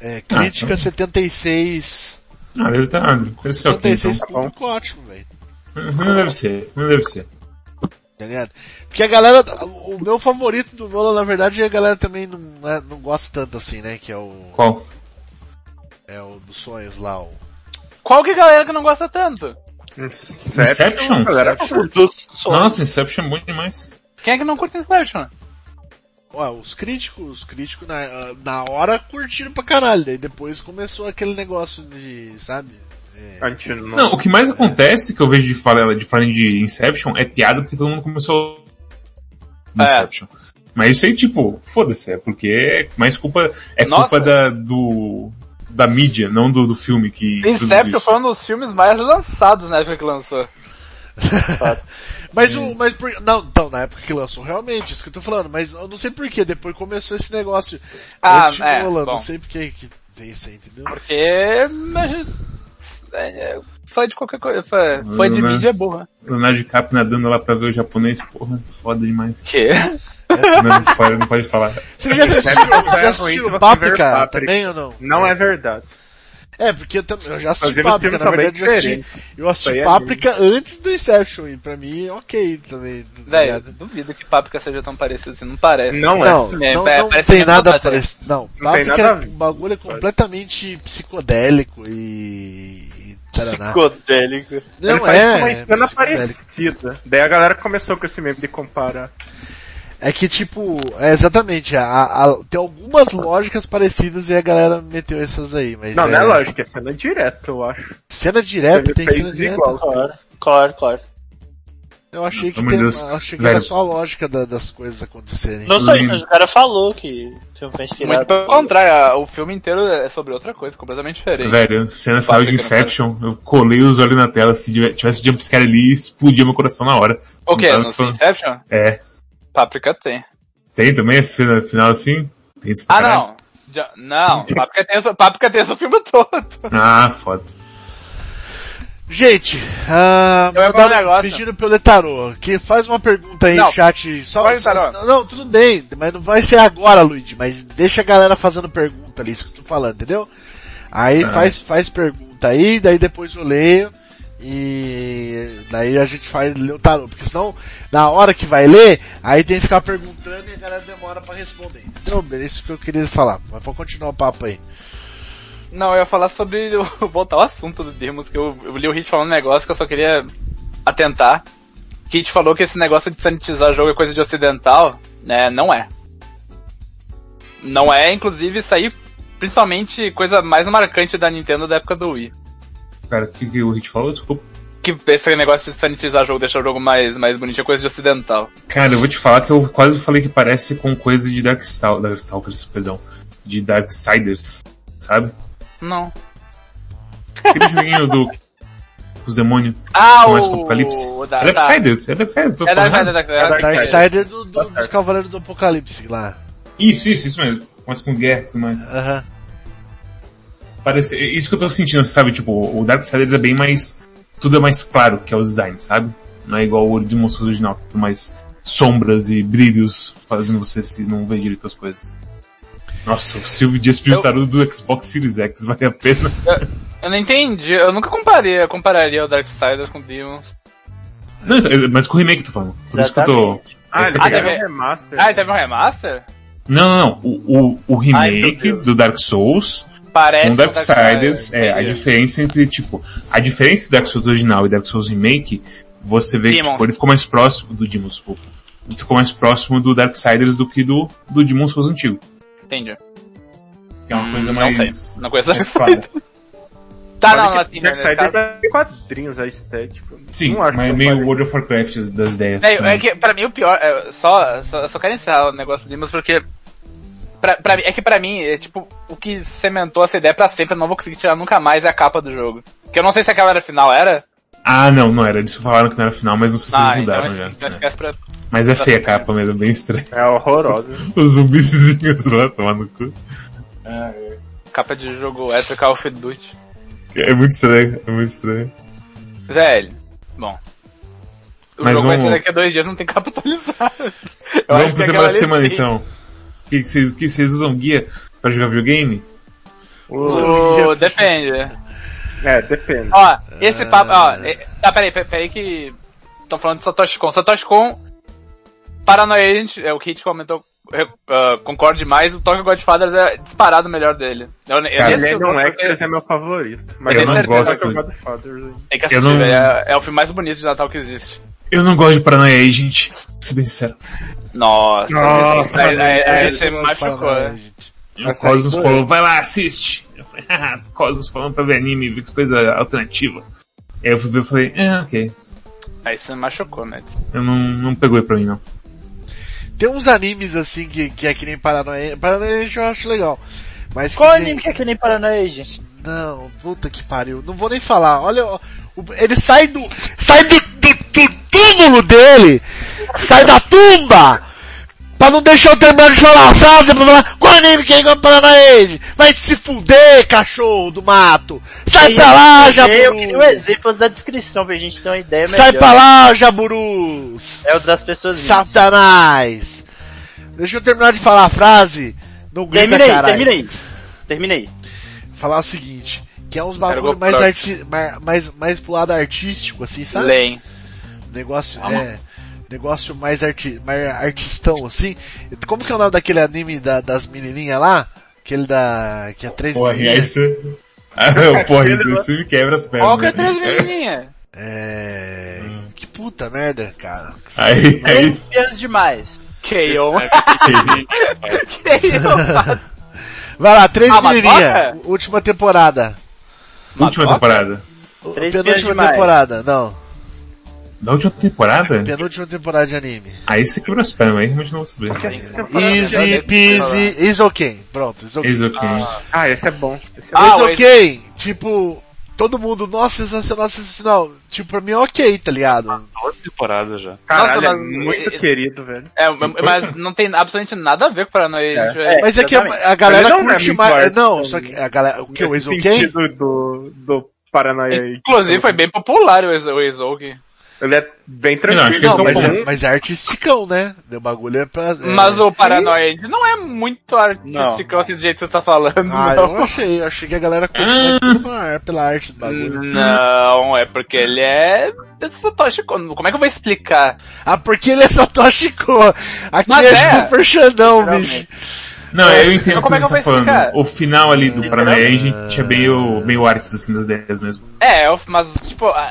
Speaker 2: é, crítica
Speaker 3: então.
Speaker 2: 76,
Speaker 3: Ah, deve estar. Deve ser ok. Então.
Speaker 2: 76 público ótimo, velho.
Speaker 3: Não deve ser, não deve ser.
Speaker 2: Tá ligado? Porque a galera, o meu favorito do Nolan, na verdade, a galera também não, é- não gosta tanto assim, né, que é o,
Speaker 3: Qual?
Speaker 2: é o dos sonhos lá, o...
Speaker 4: Qual que é a galera que não gosta tanto?
Speaker 7: Inception?
Speaker 3: Inception?
Speaker 7: A galera
Speaker 3: Nossa, Inception é bom demais.
Speaker 4: Quem é que não curte Inception?
Speaker 2: Ué, os críticos, os críticos na, na hora curtiram pra caralho, daí depois começou aquele negócio de, sabe?
Speaker 7: a gente não...
Speaker 3: Não, o que mais acontece que eu vejo de falar de, falarem de Inception é piada porque todo mundo começou no
Speaker 4: É.
Speaker 3: Inception. Mas isso aí, tipo, foda-se, é porque é mais culpa, é
Speaker 4: Nossa.
Speaker 3: culpa da, do, da mídia, não do, do filme que
Speaker 4: Inception
Speaker 3: produziu
Speaker 4: foi um
Speaker 3: isso.
Speaker 4: dos filmes mais lançados na época que lançou.
Speaker 2: Mas
Speaker 4: É.
Speaker 2: o. Mas por, não, então, na época que lançou, realmente, isso que eu tô falando, mas eu não sei porquê, depois começou esse negócio.
Speaker 4: Ah,
Speaker 2: anti-
Speaker 4: é,
Speaker 2: Nolan,
Speaker 4: bom.
Speaker 2: não sei porque que tem isso aí, entendeu?
Speaker 4: Porque. mas, é, Fã de qualquer coisa. Fã, fã de
Speaker 3: Né?
Speaker 4: mídia é burra.
Speaker 3: Leonardo DiCaprio nadando lá pra ver o japonês, porra, foda demais.
Speaker 4: Que?
Speaker 3: Não, spoiler, não pode
Speaker 4: [laughs]
Speaker 3: falar.
Speaker 2: Você já assistiu, você
Speaker 7: Inception é
Speaker 2: já
Speaker 7: ruim se
Speaker 2: assistiu
Speaker 7: você
Speaker 2: Páprica
Speaker 7: ver Páprica.
Speaker 2: também ou não?
Speaker 7: Não é verdade.
Speaker 2: É, porque eu, também- eu já assisti
Speaker 7: Inclusive,
Speaker 2: Páprica,
Speaker 7: esse filme
Speaker 2: Tipo, na
Speaker 7: tá bem
Speaker 2: verdade eu já assisti,
Speaker 7: diferente.
Speaker 2: eu assisti
Speaker 7: Isso aí é
Speaker 2: Páprica antes do Inception, e pra mim, ok também. tá
Speaker 4: Véi,
Speaker 2: ligado?
Speaker 4: duvido que Páprica seja tão parecido assim. Não parece.
Speaker 7: Não é.
Speaker 2: Não,
Speaker 4: É,
Speaker 2: não,
Speaker 4: é,
Speaker 2: não
Speaker 4: parece
Speaker 2: tem
Speaker 4: que é
Speaker 2: nada
Speaker 4: nada,
Speaker 2: parecido. Não,
Speaker 7: Não tem
Speaker 2: Páprica
Speaker 7: nada a
Speaker 2: é
Speaker 7: ver.
Speaker 2: um bagulho completamente psicodélico e. e taraná.
Speaker 5: Psicodélico.
Speaker 7: Ele
Speaker 2: Não
Speaker 7: faz
Speaker 2: é.
Speaker 7: uma
Speaker 2: é
Speaker 7: cena
Speaker 2: psicodélico.
Speaker 7: parecida. Daí a galera começou com esse meme de comparar.
Speaker 2: É que tipo, é exatamente, a, a- tem algumas lógicas parecidas e a galera meteu essas aí, mas.
Speaker 7: Não,
Speaker 2: é,
Speaker 7: não é lógico, é cena direta, eu acho.
Speaker 2: Cena direta,
Speaker 7: Ele
Speaker 2: tem
Speaker 7: fez
Speaker 2: cena direta.
Speaker 7: igual.
Speaker 5: Claro, claro, claro.
Speaker 2: Eu achei que,
Speaker 3: Pelo
Speaker 2: tem,
Speaker 3: amor de Deus,
Speaker 2: eu achei que
Speaker 3: velho.
Speaker 2: era só a lógica da- das coisas acontecerem.
Speaker 5: Não só isso,
Speaker 3: Lindo.
Speaker 5: mas o cara falou que o filme foi inspirado.
Speaker 4: Muito pelo contrário, o filme inteiro é sobre outra coisa, completamente diferente.
Speaker 3: Velho, cena final de
Speaker 4: Patrick, eu não
Speaker 3: Inception, eu colei os olhos na tela, se tiver- tivesse jumpscare ali, explodia meu coração na hora.
Speaker 4: O quê?
Speaker 3: Não tava
Speaker 4: No
Speaker 3: falando-
Speaker 4: Inception?
Speaker 3: então, tipo, É.
Speaker 4: Páprica tem.
Speaker 3: Tem também essa cena final assim? Tem isso pra
Speaker 4: Ah,
Speaker 3: caralho.
Speaker 4: não. Já- não, Páprica tem, essa- Páprica tem esse filme todo.
Speaker 3: Ah, foda.
Speaker 2: Gente, ah,
Speaker 4: Eu ia falar um
Speaker 2: mandaram-
Speaker 4: negócio.
Speaker 2: pediram pelo Etarô, que faz uma pergunta aí
Speaker 4: Não.
Speaker 2: no chat. Só,
Speaker 4: Vai,
Speaker 2: só-
Speaker 4: Etarô.
Speaker 2: não, tudo bem, mas não vai ser agora, Luigi, mas deixa a galera fazendo pergunta ali, isso que eu tô falando, entendeu? Aí
Speaker 3: Tá.
Speaker 2: faz, faz pergunta aí, daí depois eu leio e daí a gente faz ler o tarô, porque senão na hora que vai ler, aí tem que ficar perguntando e a galera demora pra responder. Então, é isso que eu queria falar, mas pode continuar o papo aí.
Speaker 4: Não, eu ia falar sobre o, [laughs] voltar ao assunto do Demos, que eu, eu li o Hit falando um negócio que eu só queria atentar. Que Hit falou que esse negócio de sanitizar jogo é coisa de ocidental, né? Não é. Não é, inclusive, isso aí, principalmente, coisa mais marcante da Nintendo da época do Wii.
Speaker 3: Cara, o que, que o tipo, Hit falou? Desculpa.
Speaker 4: Que esse negócio de sanitizar jogo, deixar o jogo mais, mais bonito, é coisa de ocidental.
Speaker 3: Cara, eu vou te falar que eu quase falei que parece com coisa de Darkstal- Darkstalkers, perdão. De Darksiders, sabe?
Speaker 4: Não. [laughs]
Speaker 3: Aquele joguinho do... Os demônios.
Speaker 4: Ah,
Speaker 3: Começa com
Speaker 4: o...
Speaker 3: Apocalipse.
Speaker 4: o da-
Speaker 3: É
Speaker 4: tá.
Speaker 3: Darksiders, é Darksiders. tô
Speaker 4: É da-
Speaker 3: falando.
Speaker 4: é da- é da-
Speaker 3: É Darksiders.
Speaker 2: Darksider do, do, dos Cavaleiros do Apocalipse lá.
Speaker 3: Isso, isso, isso mesmo. Começa com guerra e tudo mais.
Speaker 2: Aham.
Speaker 3: Parece, é isso que eu tô sentindo, sabe? Tipo, o Darksiders é bem mais. Tudo é mais claro que é o design, sabe? Não é igual o olho de monstro original, que é tudo mais sombras e brilhos fazendo você se não ver direito as coisas. Nossa, o Silvio Dias
Speaker 4: Eu-
Speaker 3: Pintarudo do Xbox Series X, [laughs] vale a pena.
Speaker 4: Eu não entendi, eu nunca comparei, eu compararia o Darksiders com o Demon.
Speaker 3: Não, então, mas com o remake que eu tô falando. Por isso que eu tô.
Speaker 7: Ah,
Speaker 3: isso
Speaker 4: Ah,
Speaker 3: que eu tô
Speaker 7: ele teve
Speaker 3: ligado.
Speaker 4: deve-
Speaker 7: um remaster.
Speaker 4: Ah, ele teve um remaster?
Speaker 3: não, não, não. O, o, o
Speaker 4: Ai, meu
Speaker 3: remake
Speaker 4: Deus.
Speaker 3: do Dark Souls
Speaker 4: Parece
Speaker 3: com
Speaker 4: o
Speaker 3: Darksiders, Um é, a
Speaker 4: entendi.
Speaker 3: diferença entre, tipo, a diferença do Dark Souls original e Dark Souls Remake, você vê
Speaker 4: Demons.
Speaker 3: que, tipo, ele ficou mais próximo do Demon Souls. Ele ficou mais próximo do Darksiders do que do, do Demon Souls antigo.
Speaker 4: Entendi.
Speaker 3: Que é uma
Speaker 4: Hum,
Speaker 3: coisa
Speaker 4: não
Speaker 3: mais...
Speaker 4: sei, não conheço. [laughs]
Speaker 3: mais clara.
Speaker 4: Tá,
Speaker 7: Olha
Speaker 4: não,
Speaker 7: que
Speaker 4: assim, né, nesse
Speaker 7: Darksiders
Speaker 4: caso-
Speaker 7: é quadrinhos, a estética.
Speaker 3: Sim,
Speaker 7: Não acho
Speaker 3: mas é
Speaker 7: tão
Speaker 3: meio
Speaker 7: parecido.
Speaker 3: World of Warcraft das ideias.
Speaker 4: Velho,
Speaker 3: né?
Speaker 4: é que pra mim o pior, é, só, só, eu só quero encerrar o negócio do Demons porque pra, pra, mim- é que pra mim, é tipo, o que cementou essa ideia pra sempre, eu não vou conseguir tirar nunca mais é a capa do jogo. Que eu não sei se aquela era final, era?
Speaker 3: Ah, não, não era. Eles falaram que não era final, mas não sei se eles
Speaker 4: ah,
Speaker 3: mudaram
Speaker 4: então, es- então
Speaker 3: já. né?
Speaker 4: esquece pra...
Speaker 3: Mas é feia a capa mesmo, é bem estranha.
Speaker 7: É horroroso.
Speaker 3: [laughs] Os zumbizinhos lá tomar no cu. Ah, é.
Speaker 4: Capa de jogo hétero Call of Duty.
Speaker 3: É muito estranho, é muito estranho.
Speaker 4: Velho, é, bom. O
Speaker 3: Mas
Speaker 4: jogo vai
Speaker 3: vamos-
Speaker 4: ser daqui a dois dias, não tem [laughs] capa atualizada. Eu
Speaker 3: Vamos
Speaker 4: acho que
Speaker 3: pro tema
Speaker 4: aquela
Speaker 3: da
Speaker 4: ali
Speaker 3: semana
Speaker 4: tem.
Speaker 3: então. O que que vocês que vocês usam guia pra jogar videogame?
Speaker 4: O- Depende.
Speaker 7: É, depende.
Speaker 4: Ó, esse papo. Ó, é- tá, peraí, peraí, peraí que. Tô falando de Satoshi Kon. Satoshi Kon. Paranoia, gente, é, o Kit comentou. Eu, ah, concordo demais, o Tokyo Godfathers é disparado o melhor dele. Eu, eu,
Speaker 3: Cara,
Speaker 4: esse
Speaker 7: Ele
Speaker 4: eu-
Speaker 7: não é
Speaker 4: eu-
Speaker 7: que esse é meu favorito. Mas é
Speaker 4: Eu tenho
Speaker 7: eu, não
Speaker 4: certeza
Speaker 7: gosto
Speaker 3: que-
Speaker 7: do Godfather. hein.
Speaker 4: tem que assistir,
Speaker 3: eu não-
Speaker 4: velho, é, é o filme mais bonito de Natal que existe.
Speaker 3: Eu não gosto de Paranoia aí, gente. Vou ser bem sincero.
Speaker 4: Nossa,
Speaker 7: Nossa,
Speaker 4: esse- é, é, é,
Speaker 2: Esse
Speaker 4: esse
Speaker 2: eu não vou falar
Speaker 4: machucou.
Speaker 2: nada,
Speaker 4: né?
Speaker 2: gente.
Speaker 3: E o
Speaker 7: Mas
Speaker 3: Cosmos
Speaker 7: aí,
Speaker 3: falou, vai lá, assiste. Eu falei, haha, Cosmos falando pra ver anime, ver que coisa alternativa. Aí eu fui ver e falei, é, ok.
Speaker 4: Aí você machucou, né?
Speaker 3: Eu não, não pegou pra mim, não.
Speaker 2: Tem uns animes assim que, que é que nem Paranoia. Paranoia eu acho legal. Mas que
Speaker 5: Qual
Speaker 2: tem-
Speaker 5: anime que é que nem Paranoia, gente?
Speaker 2: Não, puta que pariu. Não vou nem falar. Olha, ó, o- ele sai do. Sai do, do, do túmulo dele! Sai da tumba! Pra não deixar eu terminar de falar a frase, pra falar, qual anime que é igual Paranoide? Vai se fuder, cachorro do mato! Sai pra lá,
Speaker 5: Eu queria um
Speaker 2: Jaburu!
Speaker 5: exemplo né? da descrição pra gente ter uma ideia melhor.
Speaker 2: Sai pra lá, Jaburu!
Speaker 5: É o das pessoas lindas.
Speaker 2: Satanás! Deixa eu terminar de falar a frase. Não grita,
Speaker 5: Termina aí,
Speaker 2: caralho.
Speaker 5: termina aí. Termina aí.
Speaker 2: Falar o seguinte, que é uns
Speaker 4: Cara, eu
Speaker 2: bagulho
Speaker 4: vou
Speaker 2: mais,
Speaker 4: pra-
Speaker 2: arti mar- mais, mais pro lado artístico, assim, sabe?
Speaker 4: Lem.
Speaker 2: Negócio, é... Negócio mais, arti mais artistão, assim. Como que é o nome daquele anime da- das menininhas lá? Aquele da... que é três
Speaker 3: Porra,
Speaker 2: menininhas.
Speaker 3: isso... [laughs] Ah, Porra, isso me quebra as pernas. né?"
Speaker 4: Qual que é três menininhas?
Speaker 2: É... Que puta merda, cara.
Speaker 3: [laughs] Aí, aí...
Speaker 5: Anos é demais.
Speaker 4: K.O.
Speaker 2: Vai lá, três
Speaker 4: Ah,
Speaker 2: menininhas.
Speaker 4: Madoka?
Speaker 2: Última temporada.
Speaker 3: Última
Speaker 4: Madoka?
Speaker 3: temporada.
Speaker 2: O-
Speaker 5: Três
Speaker 2: Penúltima
Speaker 5: Dias Demais.
Speaker 2: temporada, não.
Speaker 3: Da última temporada?
Speaker 2: Penúltima temporada de anime.
Speaker 3: Aí você quebrou as pernas, aí realmente não vou saber.
Speaker 2: Easy peasy. Is okay. Pronto, is okay.
Speaker 3: Eis o que.
Speaker 7: Ah, esse é bom. Esse é
Speaker 4: Ah,
Speaker 2: Mas
Speaker 4: o
Speaker 2: ok, tipo, todo mundo, nossa, sensacional, sensacional. Tipo, pra mim é ok, tá ligado?
Speaker 6: Duas temporadas já.
Speaker 7: Caralho,
Speaker 4: Nossa,
Speaker 7: é
Speaker 4: mas-
Speaker 7: muito
Speaker 4: e-
Speaker 7: querido, velho.
Speaker 4: É, mas não tem absolutamente nada a ver com paranoia.
Speaker 7: É.
Speaker 4: gente.
Speaker 2: Mas é que
Speaker 5: exatamente.
Speaker 2: a, a galera
Speaker 7: Mas não é
Speaker 2: curte
Speaker 7: muito
Speaker 2: mais.
Speaker 7: arte,
Speaker 2: Não,
Speaker 7: né?
Speaker 2: só que a galera. O que? O is
Speaker 7: Esse
Speaker 2: ok?
Speaker 7: sentido do, do Paranoia aí.
Speaker 4: Inclusive foi bem popular o Ezo- o Eizouki.
Speaker 7: Ele é bem
Speaker 3: Não, acho
Speaker 7: tranquilo.
Speaker 3: que eles
Speaker 2: Não,
Speaker 3: tão
Speaker 2: mas
Speaker 3: bom.
Speaker 2: é, mas é artisticão, né? O bagulho é pra. é-
Speaker 4: Mas o Paranoia Angel não é muito artístico assim do jeito que você tá falando,
Speaker 2: Ah,
Speaker 4: não.
Speaker 2: eu achei, eu achei que a galera curte mais pela, pela arte do
Speaker 4: Uhum.
Speaker 2: bagulho.
Speaker 4: Não, é porque ele é. Satoshi Kon. Como é que eu vou explicar?
Speaker 2: Ah, porque ele é Satoshi Kon. Aqui
Speaker 4: Mas
Speaker 2: é,
Speaker 4: é.
Speaker 2: super Xandão, bicho.
Speaker 3: Não, eu entendo
Speaker 4: Então,
Speaker 3: como
Speaker 4: como é
Speaker 3: você
Speaker 4: que
Speaker 3: tá
Speaker 4: eu vou
Speaker 3: falando.
Speaker 4: explicar?
Speaker 3: O final ali do Paranoia a gente é meio, meio artes assim das 10 mesmo.
Speaker 4: É, eu- mas tipo. ah,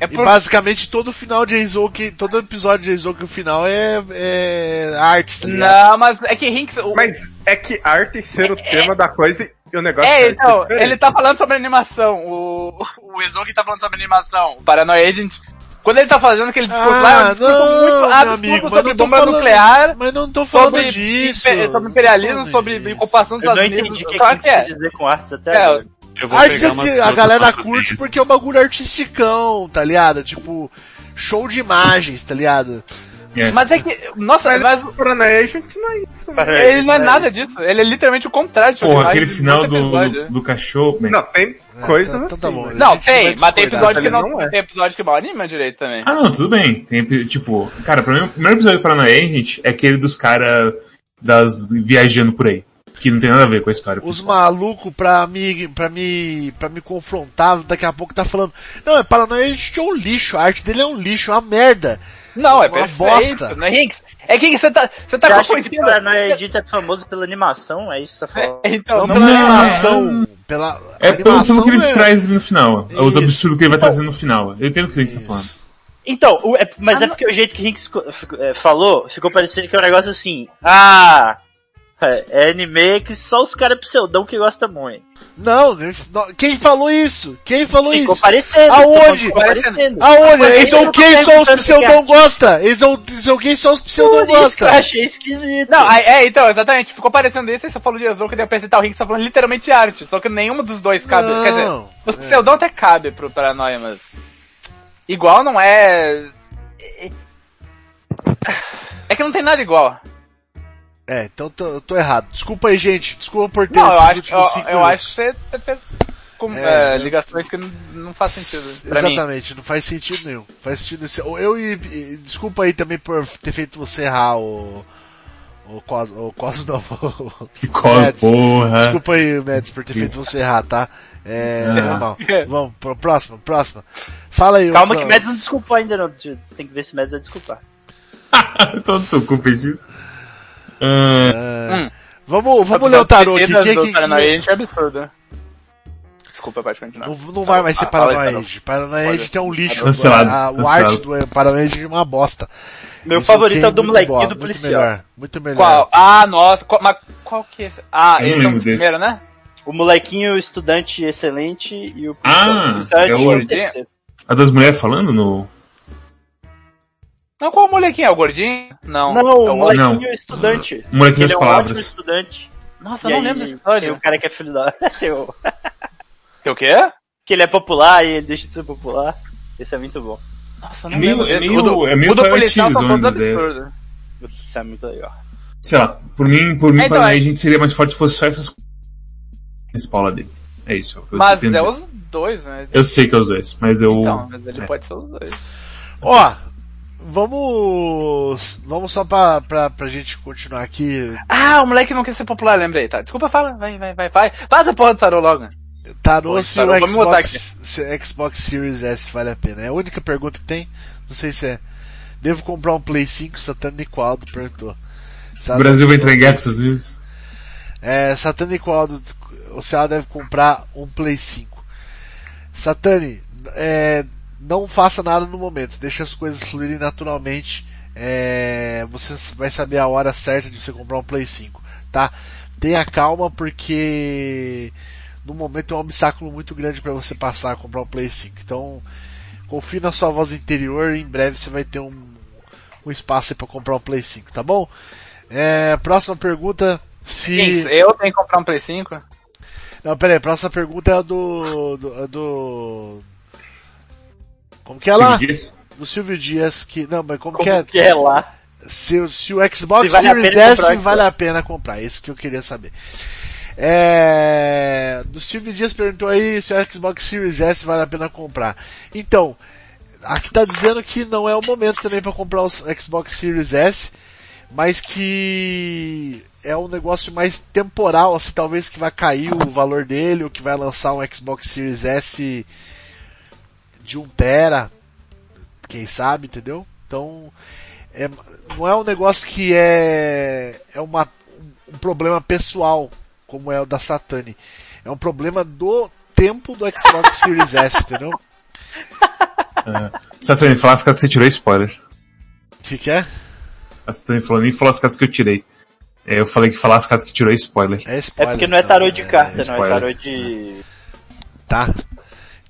Speaker 4: É
Speaker 2: E
Speaker 4: por.
Speaker 2: basicamente todo final de Eizouki, todo episódio de Eizouki, o final é, é artes, tá ligado?
Speaker 4: Não, mas é que Hinks. o-
Speaker 7: Mas é que arte ser o tema da coisa e o negócio
Speaker 4: É,
Speaker 7: arte
Speaker 4: então,
Speaker 7: diferente.
Speaker 4: ele tá falando sobre animação. O, o Ezogi tá falando sobre animação. O Paranoia Agent. Quando ele tá fazendo aquele discurso
Speaker 2: Ah,
Speaker 4: lá, é um
Speaker 2: não,
Speaker 4: discurso
Speaker 2: meu
Speaker 4: muito absurdo
Speaker 2: amigo, mas
Speaker 4: sobre
Speaker 2: não tô
Speaker 4: bomba
Speaker 2: falando-
Speaker 4: nuclear,
Speaker 2: Mas não tô falando
Speaker 4: sobre,
Speaker 2: disso.
Speaker 4: impe- sobre imperialismo,
Speaker 2: Não tô
Speaker 4: sobre
Speaker 2: falando disso.
Speaker 4: ocupação dos
Speaker 5: Eu não
Speaker 4: Estados
Speaker 5: entendi
Speaker 4: Unidos.
Speaker 5: o que,
Speaker 4: Claro
Speaker 5: que
Speaker 4: que
Speaker 5: ele
Speaker 4: é.
Speaker 5: quis dizer com artes até
Speaker 4: É,
Speaker 5: agora.
Speaker 6: Eu vou
Speaker 2: Artes
Speaker 6: pegar
Speaker 2: é
Speaker 6: umas
Speaker 2: que
Speaker 6: duas
Speaker 2: a galera
Speaker 6: outras
Speaker 2: curte
Speaker 6: dele.
Speaker 2: porque é um bagulho artisticão, tá ligado? Tipo, show de imagens, tá ligado?
Speaker 3: É.
Speaker 4: Mas é que, nossa, mas
Speaker 7: Mas o Paranoia a gente não é isso, né?
Speaker 5: Paranoia.
Speaker 4: ele não é nada disso. Ele é literalmente o contrário. de
Speaker 3: Porra,
Speaker 4: Shogunai,
Speaker 3: aquele
Speaker 4: de
Speaker 3: final
Speaker 4: todo
Speaker 3: do,
Speaker 4: episódio.
Speaker 3: do, do cachorro, né?
Speaker 7: Não, tem coisas
Speaker 2: então
Speaker 7: assim.
Speaker 2: tá bom.
Speaker 7: né?
Speaker 4: Não,
Speaker 2: A gente vai
Speaker 4: tem, mas
Speaker 2: discordar,
Speaker 4: tem episódio que
Speaker 7: ele
Speaker 4: não,
Speaker 7: não é.
Speaker 4: tem episódio que mal anima direito também.
Speaker 3: Ah, não, tudo bem. Tem, epi- tipo, cara, pra mim, o primeiro episódio do Paranoia gente é aquele dos caras das viajando por aí. Que não tem nada a ver com a história.
Speaker 2: Os malucos pra me, pra me, pra me confrontar, daqui a pouco tá falando, não, é Paranoia Agent é um lixo, a arte dele é um lixo, é uma merda.
Speaker 4: Não, é
Speaker 2: Uma
Speaker 4: perfeito.
Speaker 2: bosta.
Speaker 4: Não é Hinks. É que você tá, você
Speaker 5: Você
Speaker 4: tá
Speaker 5: acha que o
Speaker 4: confundindo.
Speaker 5: Paranoia Edit é famoso pela animação? É isso que você tá falando?
Speaker 4: [laughs] Então,
Speaker 2: Não, pela
Speaker 3: não.
Speaker 2: animação, pela
Speaker 3: É pelo
Speaker 2: animação
Speaker 3: pelo que ele
Speaker 2: é-
Speaker 3: traz no final. Os
Speaker 2: Isso. Tipo,
Speaker 3: absurdos que ele vai trazer no final. Eu entendo o que ele está falando.
Speaker 5: Então, o- é- mas é porque o jeito que o Hinks co- fico- é, falou, ficou parecendo que é um negócio assim, ah, é, é anime que só os caras é pseudão que gostam muito.
Speaker 2: Não, não, quem falou isso? Quem falou
Speaker 5: Ficou
Speaker 2: isso?
Speaker 5: parecendo.
Speaker 2: Aonde?
Speaker 5: Ficou parecendo.
Speaker 2: Aonde?
Speaker 5: Mas
Speaker 2: Eles
Speaker 5: eu
Speaker 2: são
Speaker 5: não
Speaker 2: quem
Speaker 4: tá
Speaker 5: tô
Speaker 2: só os
Speaker 5: pensando que
Speaker 4: é.
Speaker 2: pseudão gosta? Eles são eles são quem só os pseudão
Speaker 5: Por isso que eu
Speaker 2: gosta?
Speaker 5: achei esquisito.
Speaker 4: Não, aí- é, então, exatamente. Ficou parecendo isso, aí você falou de Ezoku, daí eu pensei, tá, o Rick tá falando literalmente arte, só que nenhum dos dois cabe.
Speaker 2: Não,
Speaker 4: quer dizer,
Speaker 2: é.
Speaker 4: o pseudão até cabe pro Paranoia, mas... Igual não é... É que não tem nada igual.
Speaker 2: É, então tô- eu tô errado. Desculpa aí, gente. Desculpa por ter
Speaker 4: Não, eu
Speaker 2: esses
Speaker 4: acho,
Speaker 2: últimos
Speaker 4: eu,
Speaker 2: cinco
Speaker 4: eu acho que
Speaker 2: minutos.
Speaker 4: você você fez com,
Speaker 2: um É,
Speaker 4: eh,
Speaker 2: eu-
Speaker 4: ligações que não, não faz sentido pra mim.
Speaker 2: Exatamente, não faz sentido nenhum. Faz sentido isso. Eu e, e- desculpa aí também por ter feito você errar o o Cos, o Cos não. o-
Speaker 3: Que cola,
Speaker 2: Mads.
Speaker 3: porra.
Speaker 2: É, Desculpa aí, Mads, por ter feito você errar, tá? É, foi
Speaker 3: Ah.
Speaker 2: mal.
Speaker 4: [laughs]
Speaker 2: Vamos pro próximo, próximo. Fala aí,
Speaker 5: Calma
Speaker 2: ô,
Speaker 5: que o Mads não desculpou ainda não, tio. tem que ver se o Mads vai desculpar.
Speaker 3: Todo teu culpa disso. Ah,
Speaker 2: Ah,
Speaker 4: Hum.
Speaker 2: Vamos, vamos
Speaker 4: Episódio
Speaker 2: ler o tarô aqui.
Speaker 4: suicida
Speaker 2: Quem,
Speaker 4: do
Speaker 2: quem, quem,
Speaker 4: Paranoia, gente, é absurdo. Desculpa, pode continuar.
Speaker 2: Não, não vai mais ser
Speaker 4: Ah,
Speaker 2: Paranoia
Speaker 4: olha,
Speaker 2: Age. Paranoia Age
Speaker 4: Olha.
Speaker 2: tem um lixo.
Speaker 3: Cancelado,
Speaker 2: A, a, o
Speaker 3: cancelado.
Speaker 2: arte do Paranoia Age é uma bosta.
Speaker 5: Meu
Speaker 2: Isso
Speaker 5: favorito
Speaker 2: aqui
Speaker 5: é o do
Speaker 2: muito
Speaker 5: molequinho
Speaker 2: boa,
Speaker 5: do
Speaker 2: muito
Speaker 5: policial.
Speaker 2: Melhor, muito melhor.
Speaker 4: Qual? Ah, nossa, qual, mas qual que é esse? Ah,
Speaker 3: Eu não
Speaker 4: esse é o
Speaker 3: lembro desse.
Speaker 4: primeiro, né?
Speaker 5: O molequinho, o estudante excelente e o
Speaker 3: Ah,
Speaker 5: policial
Speaker 3: é o
Speaker 5: tinha
Speaker 3: gordinho?
Speaker 5: terceiro.
Speaker 3: a das mulheres falando no.
Speaker 4: Não, qual o molequinho? É o gordinho? Não.
Speaker 5: Não,
Speaker 4: é
Speaker 5: o
Speaker 4: o...
Speaker 3: mole-
Speaker 5: molequinho é o estudante.
Speaker 3: O molequinho das
Speaker 5: Ele é um ótimo
Speaker 3: palavras.
Speaker 5: estudante.
Speaker 4: Nossa,
Speaker 5: E
Speaker 4: eu não
Speaker 5: aí,
Speaker 4: lembro dessa
Speaker 5: Tem um
Speaker 4: história.
Speaker 5: cara que é filho da... [laughs] tem o-
Speaker 4: Tem o quê?
Speaker 5: que ele é popular e ele deixa de ser popular. Esse é muito bom.
Speaker 4: Nossa, eu
Speaker 3: É
Speaker 4: não
Speaker 3: meio,
Speaker 4: lembro.
Speaker 3: é
Speaker 4: dele.
Speaker 3: meio,
Speaker 4: o do,
Speaker 3: é meio né?
Speaker 4: o do policial são
Speaker 3: Twilight
Speaker 4: todos
Speaker 3: Zone dessa.
Speaker 4: absurdos.
Speaker 5: Isso é muito legal.
Speaker 3: Sei lá, por mim, por mim,
Speaker 4: É, então,
Speaker 3: Paranoia
Speaker 4: é-
Speaker 3: a gente seria mais forte se fosse só essas escola dele. É isso. eu
Speaker 4: Mas
Speaker 3: tento
Speaker 4: é
Speaker 3: dizer.
Speaker 4: os dois, né?
Speaker 3: Eu sei que é os dois, mas eu.
Speaker 4: Então, mas ele
Speaker 3: é.
Speaker 4: pode ser os dois.
Speaker 2: Ó, vamos. Vamos só pra, pra, pra gente continuar aqui.
Speaker 4: Ah, o moleque não quer ser popular, lembrei, tá? Desculpa, fala. Vai, vai, vai, vai. Faz a porra do tarô logo.
Speaker 2: Tarô
Speaker 4: Oi,
Speaker 2: se
Speaker 4: tarô,
Speaker 2: o
Speaker 4: vamos botar
Speaker 2: Xbox, se Xbox Series S vale a pena. É a única pergunta que tem. Não sei se é. Devo comprar um Play 5? Satânico Aldo perguntou.
Speaker 3: O
Speaker 2: Sabe?
Speaker 3: Brasil vai entrar em guerra com os Estados Unidos.
Speaker 2: É, Satânico Aldo, o Ceará deve comprar um Play 5. Satani, é, não faça nada no momento, deixa as coisas fluírem naturalmente. É, você vai saber a hora certa de você comprar um Play 5, tá? Tenha calma porque no momento é um obstáculo muito grande para você passar a comprar um Play 5. Então, Confie na sua voz interior, em breve você vai ter um, um espaço aí pra comprar um Play 5, tá bom? É, próxima pergunta, se...
Speaker 4: Gente, eu tenho que comprar um Play 5?
Speaker 2: Não, pera aí, próxima pergunta é a do, do, a do... Como que é lá?
Speaker 3: Dias.
Speaker 2: Do Silvio Dias, que... Não, mas como,
Speaker 5: Como
Speaker 2: que é?
Speaker 5: que é lá?
Speaker 2: Se, o- se o Xbox
Speaker 5: Se vale
Speaker 2: Series
Speaker 5: a pena comprar
Speaker 2: S
Speaker 5: o
Speaker 2: vale a pena comprar, esse que eu queria saber. É, do Silvio Dias perguntou aí se o Xbox Series S vale a pena comprar. Então, aqui tá dizendo que não é o momento também para comprar o Xbox Series S, mas que é um negócio mais temporal, assim, talvez que vai cair o valor dele, ou que vai lançar um Xbox Series S de 1 tera, quem sabe, entendeu? Então, é, não é um negócio que é é uma, um problema pessoal como é o da Satani. É um problema do tempo do Xbox Series S, entendeu? O
Speaker 3: Satani, fala as casas que você tá tirou é spoiler. tá
Speaker 2: que, que é?
Speaker 3: A Satani falou, nem falou as casas que eu tirei. É, eu falei que falar as casas que tirou spoiler.
Speaker 2: É
Speaker 5: É
Speaker 2: spoiler.
Speaker 5: porque não é tarô de
Speaker 2: então,
Speaker 5: carta,
Speaker 2: é
Speaker 5: não. É
Speaker 3: spoiler.
Speaker 5: tarô de.
Speaker 2: tá?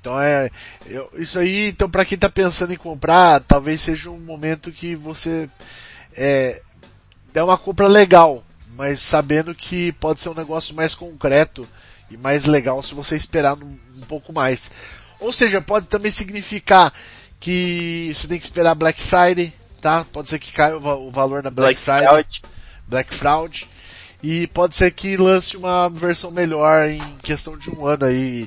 Speaker 2: Então é eu- isso aí. Então para quem tá pensando em comprar, talvez seja um momento que você é, dê uma compra legal, mas sabendo que pode ser um negócio mais concreto e mais legal se você esperar um, um pouco mais. Ou seja, pode também significar que você tem que esperar Black Friday, tá? Pode ser que caia o, va- o valor na Black,
Speaker 5: Black
Speaker 2: Friday.
Speaker 5: Out.
Speaker 2: Black Fraud. E pode ser que lance uma versão melhor em questão de um ano aí,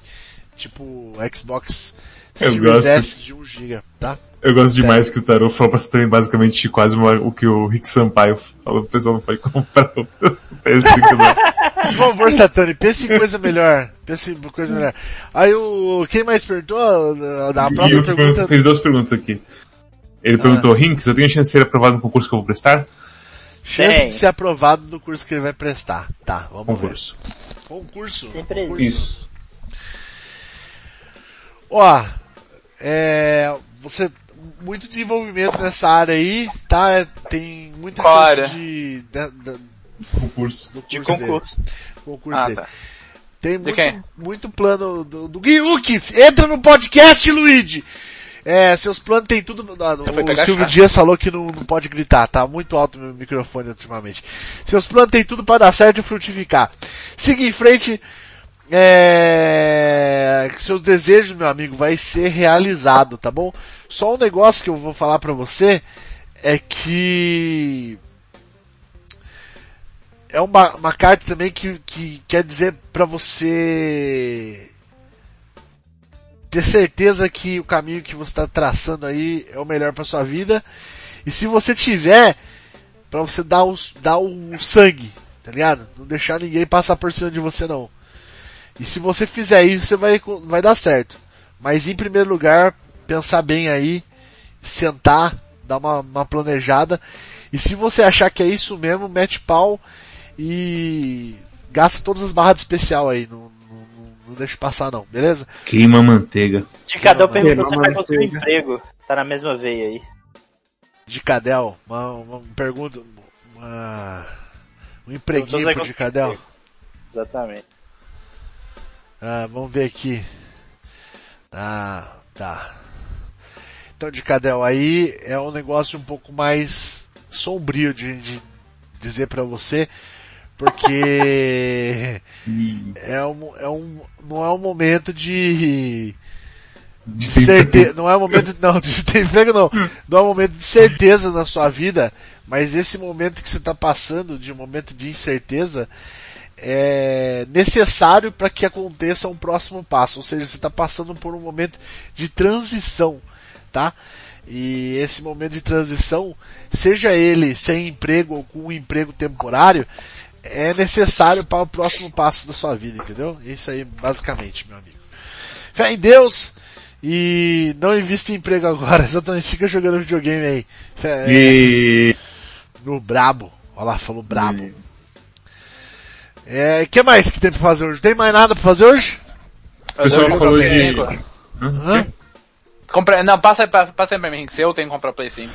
Speaker 2: tipo Xbox
Speaker 3: Eu
Speaker 2: Series
Speaker 3: gosto.
Speaker 2: S de 1 GB, tá?
Speaker 3: Eu gosto demais que o Tarô falou pra Satani basicamente quase uma- o que o Rick Sampaio falou, o pessoal não pode comprar o [laughs] PS5
Speaker 2: [laughs]
Speaker 3: não.
Speaker 2: Por favor, Satani, pense em coisa melhor. Pense em coisa melhor. Aí o. Quem mais perguntou? A, a- a
Speaker 3: E
Speaker 2: próxima
Speaker 3: o que perguntou-
Speaker 2: pergunta. Ah.
Speaker 3: fez duas perguntas aqui. Ele perguntou, Rinks, eu tenho chance de ser aprovado no concurso que eu vou prestar?
Speaker 2: Chance
Speaker 5: Tem.
Speaker 2: de ser aprovado no curso que ele vai prestar. Tá, vamos
Speaker 3: Concurso.
Speaker 2: ver. Concurso.
Speaker 5: Sempre
Speaker 2: Concurso.
Speaker 3: Isso.
Speaker 2: Ó, é, você muito desenvolvimento nessa área aí, tá? É, Tem muita
Speaker 4: Qual
Speaker 2: chance
Speaker 4: área?
Speaker 2: de, da- da-
Speaker 3: Concurso.
Speaker 2: do
Speaker 5: De
Speaker 2: curso
Speaker 5: concurso.
Speaker 2: Dele, concurso
Speaker 4: Ah,
Speaker 2: dele.
Speaker 4: tá.
Speaker 2: Tem
Speaker 4: quem?
Speaker 2: muito, muito plano do, do Guiuki. Entra no podcast, Luigi. É, seus planos tem tudo. ah,
Speaker 4: fui
Speaker 2: O
Speaker 4: pegar
Speaker 2: Silvio
Speaker 4: chá.
Speaker 2: Dias falou que não, não pode gritar, tá muito alto meu microfone ultimamente. Seus planos tem tudo para dar certo e frutificar. Siga em frente. É, que seus desejos, meu amigo, vai ser realizado, tá bom? Só um negócio que eu vou falar pra você é que é uma, uma carta também que, que quer dizer pra você ter certeza que o caminho que você está traçando aí é o melhor pra sua vida. E se você tiver, pra você dar o, dar o sangue, tá ligado? Não deixar ninguém passar por cima de você não. E se você fizer isso, você vai, co- vai dar certo. Mas em primeiro lugar, pensar bem aí, sentar, dar uma, uma planejada. E se você achar que é isso mesmo, mete pau e gasta todas as barras de especial aí, não, não, não- não deixa passar não, beleza?
Speaker 3: Queima manteiga.
Speaker 5: Ticadão
Speaker 2: Não,
Speaker 5: perguntou se
Speaker 7: não,
Speaker 5: vai
Speaker 7: mas
Speaker 5: conseguir um
Speaker 7: chega.
Speaker 5: emprego. Tá na mesma veia aí.
Speaker 2: De Cadel, uma, uma pergunta, uma, um
Speaker 5: Todos
Speaker 2: empreguinho
Speaker 5: é
Speaker 2: pro
Speaker 5: com-
Speaker 2: de Cadel.
Speaker 5: Exatamente.
Speaker 2: Ah, vamos ver aqui. Ah, tá. Então, de Cadel, aí é um negócio um pouco mais sombrio de, de dizer pra você, porque
Speaker 3: E
Speaker 2: é um, é um, não é um momento de
Speaker 3: de
Speaker 2: de certeza, não é um momento não, de [laughs] ter emprego não. Não é um momento de certeza na sua vida, mas esse momento que você está passando de um momento de incerteza é necessário para que aconteça um próximo passo, ou seja, você está passando por um momento de transição, tá? E esse momento de transição, seja ele sem emprego ou com um emprego temporário, é necessário para o próximo passo da sua vida, entendeu? Isso aí, basicamente, meu amigo. Fé em Deus e não invista em emprego agora, [laughs] exatamente. Fica jogando videogame aí. Fé, é,
Speaker 3: E...
Speaker 2: No brabo. Olha lá, falou brabo. É, que mais que tem pra fazer hoje? Tem mais nada pra fazer hoje?
Speaker 4: Eu
Speaker 3: pessoal
Speaker 4: tenho que comprar
Speaker 3: falou
Speaker 4: um
Speaker 3: de-
Speaker 4: Play 5.
Speaker 2: Hã?
Speaker 4: Compra... Não, passa aí, pra- passa aí pra mim, que se eu tenho que comprar um Play 5.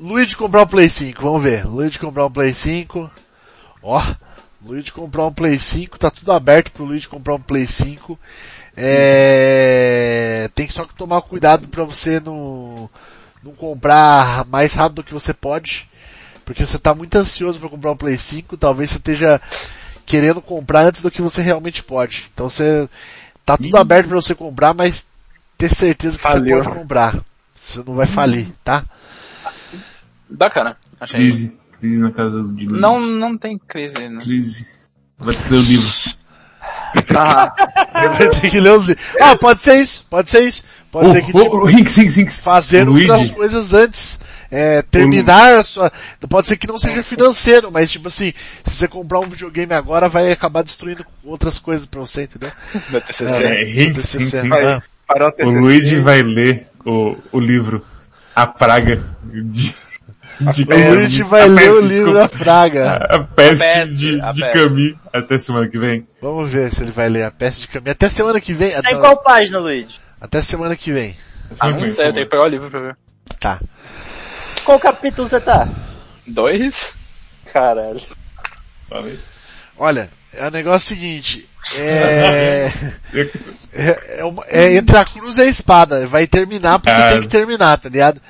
Speaker 2: um Luigi comprar o Play 5, vamos ver. Luigi comprar o Play 5. um Ó, Luigi comprar um Play 5, tá tudo aberto pro Luigi comprar um Play 5. É, tem só que tomar cuidado pra você não, não comprar mais rápido que você pode, porque você tá muito ansioso pra comprar um Play 5, talvez você esteja querendo comprar antes do que você realmente pode. Então você tá tudo
Speaker 3: Ih.
Speaker 2: aberto pra você comprar, mas ter certeza que
Speaker 7: Faliu.
Speaker 2: você pode comprar. Você não vai falir, tá?
Speaker 4: Bacana. Achei.
Speaker 3: Crise. Crise na casa de Luiz.
Speaker 4: Não, não tem crise, né?
Speaker 3: Crise. Vai ter o livro.
Speaker 2: Vai ter que ler os livros. Ah, pode ser isso, pode ser isso. Pode ser que
Speaker 3: Ô, ô,
Speaker 2: tipo,
Speaker 3: ô, Hinks, Hinks, Hinks.
Speaker 2: fazer
Speaker 3: Luigi.
Speaker 2: outras coisas antes. É, terminar a sua. Pode ser que não seja financeiro, mas tipo assim, se você comprar um videogame agora, vai acabar destruindo outras coisas pra você, entendeu?
Speaker 4: Meu TCC.
Speaker 3: É, Hinks,
Speaker 2: TCC,
Speaker 3: Hinks, Hinks.
Speaker 2: né?
Speaker 7: Parou
Speaker 3: O Luigi vai ler o, o livro A Praga de, de
Speaker 2: O Luigi vai
Speaker 3: a
Speaker 2: ler o
Speaker 3: peste,
Speaker 2: livro
Speaker 3: É, desculpa. Ah.
Speaker 2: A Praga.
Speaker 3: A, a peste,
Speaker 4: A peste,
Speaker 3: de,
Speaker 4: a
Speaker 3: de
Speaker 4: peste.
Speaker 3: Camille. Até semana que vem.
Speaker 2: Vamos ver se ele vai ler a peça de caminho. Até semana que vem.
Speaker 5: Tá
Speaker 2: Até,
Speaker 5: em qual página, Luigi?
Speaker 2: até semana que vem.
Speaker 3: Até
Speaker 4: Ah,
Speaker 3: semana
Speaker 4: não
Speaker 3: que vem,
Speaker 4: sei, eu
Speaker 3: por
Speaker 4: tenho que pegar o livro pra ver.
Speaker 2: Tá.
Speaker 5: Qual capítulo você tá?
Speaker 4: Dois?
Speaker 5: Caralho.
Speaker 3: favor.
Speaker 2: Olha, é o negócio seguinte.
Speaker 3: [laughs]
Speaker 2: É.
Speaker 3: Eu-
Speaker 2: É, é uma-
Speaker 5: Hum.
Speaker 2: é entre a cruz e a espada. Vai terminar porque
Speaker 3: Ah.
Speaker 2: tem que terminar, tá ligado?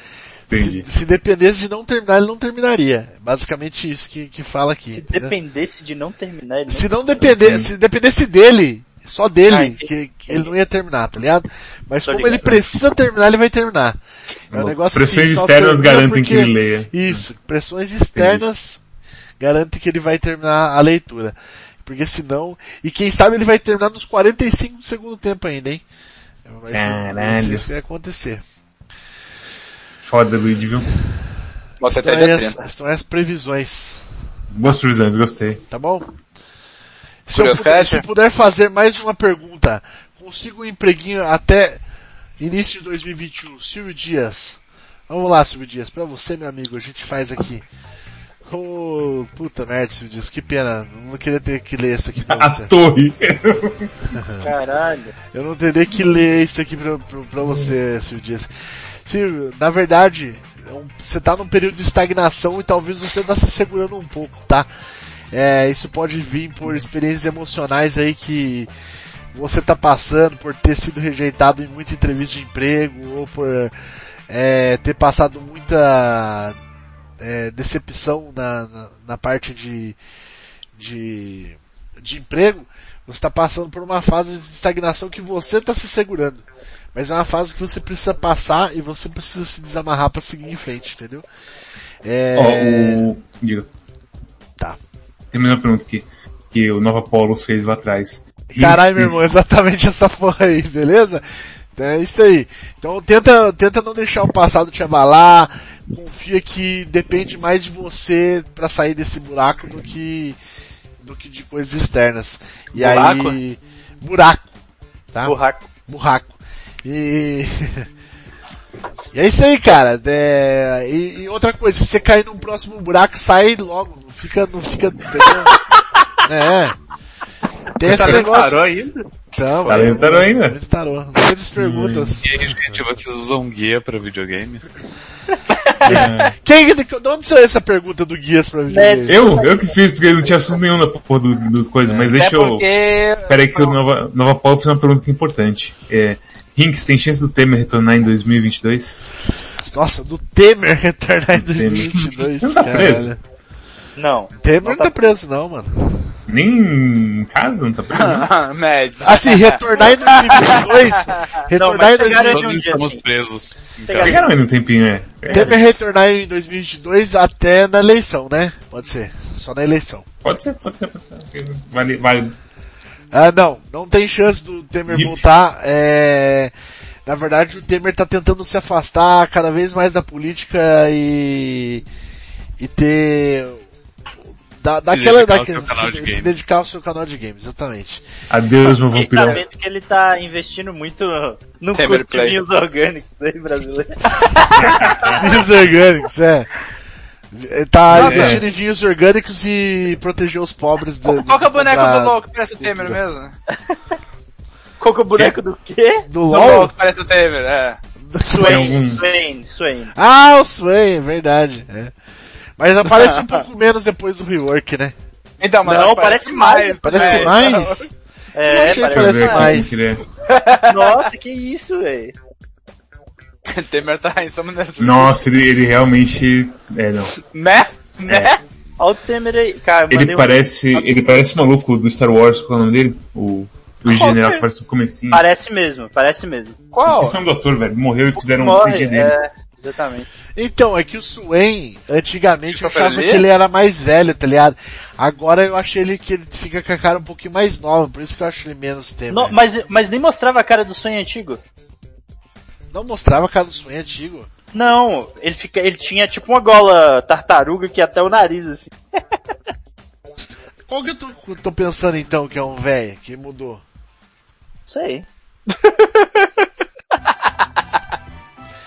Speaker 2: Se,
Speaker 3: Entendi.
Speaker 2: se dependesse de não terminar, ele não terminaria. É Basicamente isso que, que fala aqui.
Speaker 5: Se
Speaker 2: entendeu?
Speaker 5: dependesse de não terminar, ele
Speaker 2: Se não
Speaker 3: É.
Speaker 2: depender, se dependesse dele, só dele,
Speaker 5: Ah, entendi.
Speaker 2: que, que ele não ia terminar, tá ligado? Mas
Speaker 5: Tô
Speaker 2: como
Speaker 5: ligado.
Speaker 2: ele precisa terminar, ele vai terminar. É um negócio
Speaker 3: Pressões
Speaker 2: assim, só
Speaker 3: externas
Speaker 2: termina
Speaker 3: garantem
Speaker 2: porque-
Speaker 3: que ele leia.
Speaker 2: Isso, pressões externas garantem que ele vai terminar a leitura. Porque senão. E quem sabe ele vai terminar nos 45 do segundo tempo ainda, hein? Vai ser- Vai ser
Speaker 3: Caralho.
Speaker 2: isso que vai acontecer.
Speaker 3: Foda, Luigi, viu?
Speaker 4: Nossa, até
Speaker 2: Então é
Speaker 4: dia
Speaker 2: as,
Speaker 4: [laughs] 30.
Speaker 2: estão aí as previsões,
Speaker 3: Boas previsões, gostei.
Speaker 2: tá bom? Se eu,
Speaker 4: Curiosidade?
Speaker 2: puder, se eu puder fazer mais uma pergunta, consigo um empreguinho até início de 2021, Silvio Dias. Vamos lá, Silvio Dias, pra você, meu amigo, a gente faz aqui. Ô, puta merda, Silvio Dias, que pena, não queria ter que ler isso aqui pra
Speaker 3: A
Speaker 2: você.
Speaker 3: torre.
Speaker 5: Caralho.
Speaker 2: Eu não teria que ler isso aqui pra, pra, pra você, Silvio Dias. Silvio, na verdade, é um- você tá num período de estagnação e talvez você tá se segurando um pouco, tá? É, isso pode vir por experiências emocionais aí que você tá passando, por ter sido rejeitado em muita entrevista de emprego, ou por é, ter passado muita é, decepção na, na, na parte de, de, de emprego. Você está passando por uma fase de estagnação que você está se segurando. Mas é uma fase que você precisa passar e você precisa se desamarrar para seguir em frente, entendeu? É...
Speaker 3: Ó, o. Diga.
Speaker 2: Tá.
Speaker 3: Tem mais uma pergunta aqui. Que o Nova Polo fez lá atrás.
Speaker 2: Caralho,
Speaker 3: Hinks,
Speaker 2: meu irmão, exatamente [laughs] essa porra aí, beleza? Então é isso aí. Então tenta, tenta não deixar o passado te abalar. Confia que depende mais de você para sair desse buraco do que do que de coisas externas. E
Speaker 4: Buraco?
Speaker 2: aí buraco, tá?
Speaker 5: Burraco.
Speaker 2: Burraco. E [laughs] E é isso aí, cara. É, E, e outra coisa, se você cair num próximo buraco, sai logo. Não fica, não fica,
Speaker 3: [laughs]
Speaker 2: entendeu? é. Tem esse negócio.
Speaker 6: Parou ainda?
Speaker 2: Então,
Speaker 3: Tá lendo tarô ainda?
Speaker 2: Ele tarou. Grandes perguntas.
Speaker 6: E aí, gente, vocês usam guia pra videogames?
Speaker 3: É.
Speaker 2: Quem, de onde saiu essa pergunta do Guias pra videogame?
Speaker 3: Eu, eu que fiz, porque não tinha assunto nenhum na porra do, do coisa, mas
Speaker 2: É
Speaker 4: Até
Speaker 3: deixa
Speaker 5: É
Speaker 3: eu.
Speaker 4: porque...
Speaker 3: Pera aí que o Nova, Nova Polo fez uma pergunta que é importante. É, Hinks, tem chance do Temer retornar em 2022?
Speaker 2: Nossa, do Temer retornar em
Speaker 3: Temer.
Speaker 2: 2022.
Speaker 3: Não tá
Speaker 2: caralho.
Speaker 3: preso?
Speaker 5: Não.
Speaker 2: Temer não tá preso não, mano.
Speaker 3: Nem em casa, não tá preso? né?
Speaker 2: [laughs]
Speaker 4: Ah, Médio.
Speaker 2: Assim, retornar em 2022, retornar
Speaker 5: mas
Speaker 2: em 2022,
Speaker 5: pegaram ele-
Speaker 6: Todos
Speaker 5: um dia,
Speaker 6: estamos
Speaker 5: gente.
Speaker 6: presos. Então,
Speaker 5: Pegaram-
Speaker 3: Pegaram ainda um tempinho, é.
Speaker 2: Temer retornar em 2022 até na eleição, né? Pode ser, só na eleição.
Speaker 3: Pode ser, pode ser, pode ser. Vale, vale.
Speaker 2: Ah, não, não tem chance do Temer
Speaker 3: Ih.
Speaker 2: voltar. É... Na verdade, o Temer tá tentando se afastar cada vez mais da política e e ter da, daquela,
Speaker 6: dedicar ao
Speaker 2: daquela-
Speaker 6: seu canal de
Speaker 2: se, se
Speaker 6: games.
Speaker 2: dedicar ao seu canal de games,
Speaker 4: [laughs]
Speaker 2: exatamente.
Speaker 3: Adeus, [laughs] meu
Speaker 5: Fiquei
Speaker 3: vampirão.
Speaker 5: sabendo que ele tá investindo muito no
Speaker 4: Temer
Speaker 5: custo de vinhos orgânicos aí, brasileiro.
Speaker 2: vinhos orgânicos, é. Ele Tá
Speaker 3: Nossa.
Speaker 2: investindo em vinhos orgânicos e proteger os pobres do,
Speaker 4: Qual que é o boneco
Speaker 2: da-
Speaker 4: do LOL que parece o Temer mesmo?
Speaker 5: [laughs] Qual que é o boneco do quê?
Speaker 2: do
Speaker 4: Do
Speaker 3: Oh!
Speaker 2: LOL?
Speaker 4: LOL que parece o Temer, é.
Speaker 3: Tem
Speaker 5: Swain,
Speaker 3: algum-
Speaker 5: Swain, Swain.
Speaker 3: [laughs]
Speaker 2: Ah, o Swain, é verdade. é. Mas aparece um pouco menos depois do rework, né?
Speaker 4: Então, mas
Speaker 5: Não, parece mais.
Speaker 2: Parece
Speaker 4: É,
Speaker 3: então.
Speaker 2: mais?
Speaker 5: É,
Speaker 2: Eu achei que
Speaker 5: parece
Speaker 2: parece
Speaker 5: mais.
Speaker 2: mais.
Speaker 3: Queria...
Speaker 5: Nossa, que isso, velho.
Speaker 4: então, Temer tá em Summoner Zoo.
Speaker 3: é- Nossa, ele, ele realmente. É, não.
Speaker 4: Né? Né?
Speaker 5: É. Olha o Temer aí. Cara, eu mandei
Speaker 3: Ele
Speaker 5: um-
Speaker 3: parece. Ele parece o maluco do Star Wars, qual é o nome dele? O. O general que parece o comecinho.
Speaker 5: Parece mesmo, parece mesmo.
Speaker 4: Qual?
Speaker 3: Esqueci o nome do ator, velho. Morreu e fizeram um
Speaker 5: Morre,
Speaker 3: CG dele.
Speaker 5: é, exatamente.
Speaker 2: Então, é que o Swain, antigamente eu
Speaker 4: Desculpa,
Speaker 2: achava
Speaker 4: ele?
Speaker 2: que ele era mais velho, tá ligado? Agora eu achei ele que ele fica com a cara um pouquinho mais nova, por isso que eu acho ele menos tempo. É.
Speaker 5: Não, mas, mas nem mostrava a cara do sonho antigo.
Speaker 2: Não mostrava a cara do Swain antigo.
Speaker 5: Não, ele, fica, ele tinha tipo uma gola tartaruga que até o nariz, assim.
Speaker 2: Qual que eu tô, eu tô pensando então que é um velho que mudou?
Speaker 5: Isso aí.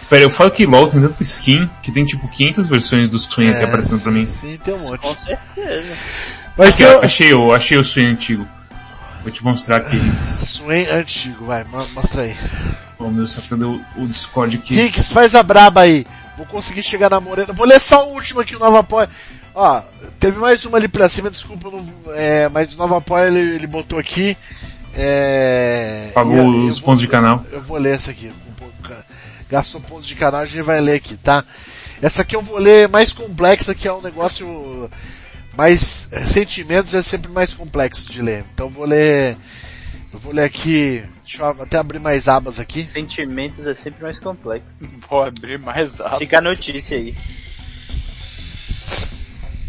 Speaker 3: Pera, eu falo que LOL tem tanto skin que tem tipo 500 versões do Swing aqui
Speaker 2: É.
Speaker 3: aparecendo pra mim.
Speaker 2: Sim, tem um monte.
Speaker 5: Com certeza.
Speaker 2: Mas
Speaker 3: Aqui,
Speaker 2: tem
Speaker 3: ó,
Speaker 2: o
Speaker 3: achei eu, achei o Swing antigo. Vou te mostrar aqui, Higgs.
Speaker 2: Swain antigo, vai, mo- mostra aí.
Speaker 3: Oh meu, só cadê o, o Discord aqui?
Speaker 2: Higgs, faz a braba aí. Vou conseguir chegar na Morena. Vou ler só o último aqui, o Nova Apoia. Ó, teve mais uma ali pra cima, desculpa, eu não, é, mas o Nova Apoia ele, ele botou aqui. É, e
Speaker 3: Pagou
Speaker 2: eu- eu
Speaker 3: os
Speaker 2: vou-
Speaker 3: pontos de canal.
Speaker 2: Eu vou ler essa aqui. com pouca- Gastou pontos de canal, a gente vai ler aqui, tá? Essa aqui eu vou ler mais complexa, que é um negócio mais. Sentimentos é sempre mais complexo de ler. Então eu vou ler. Eu vou ler aqui. Deixa eu até abrir mais abas aqui.
Speaker 5: Sentimentos é sempre mais complexo.
Speaker 4: Vou abrir mais alto.
Speaker 5: Fica a notícia aí.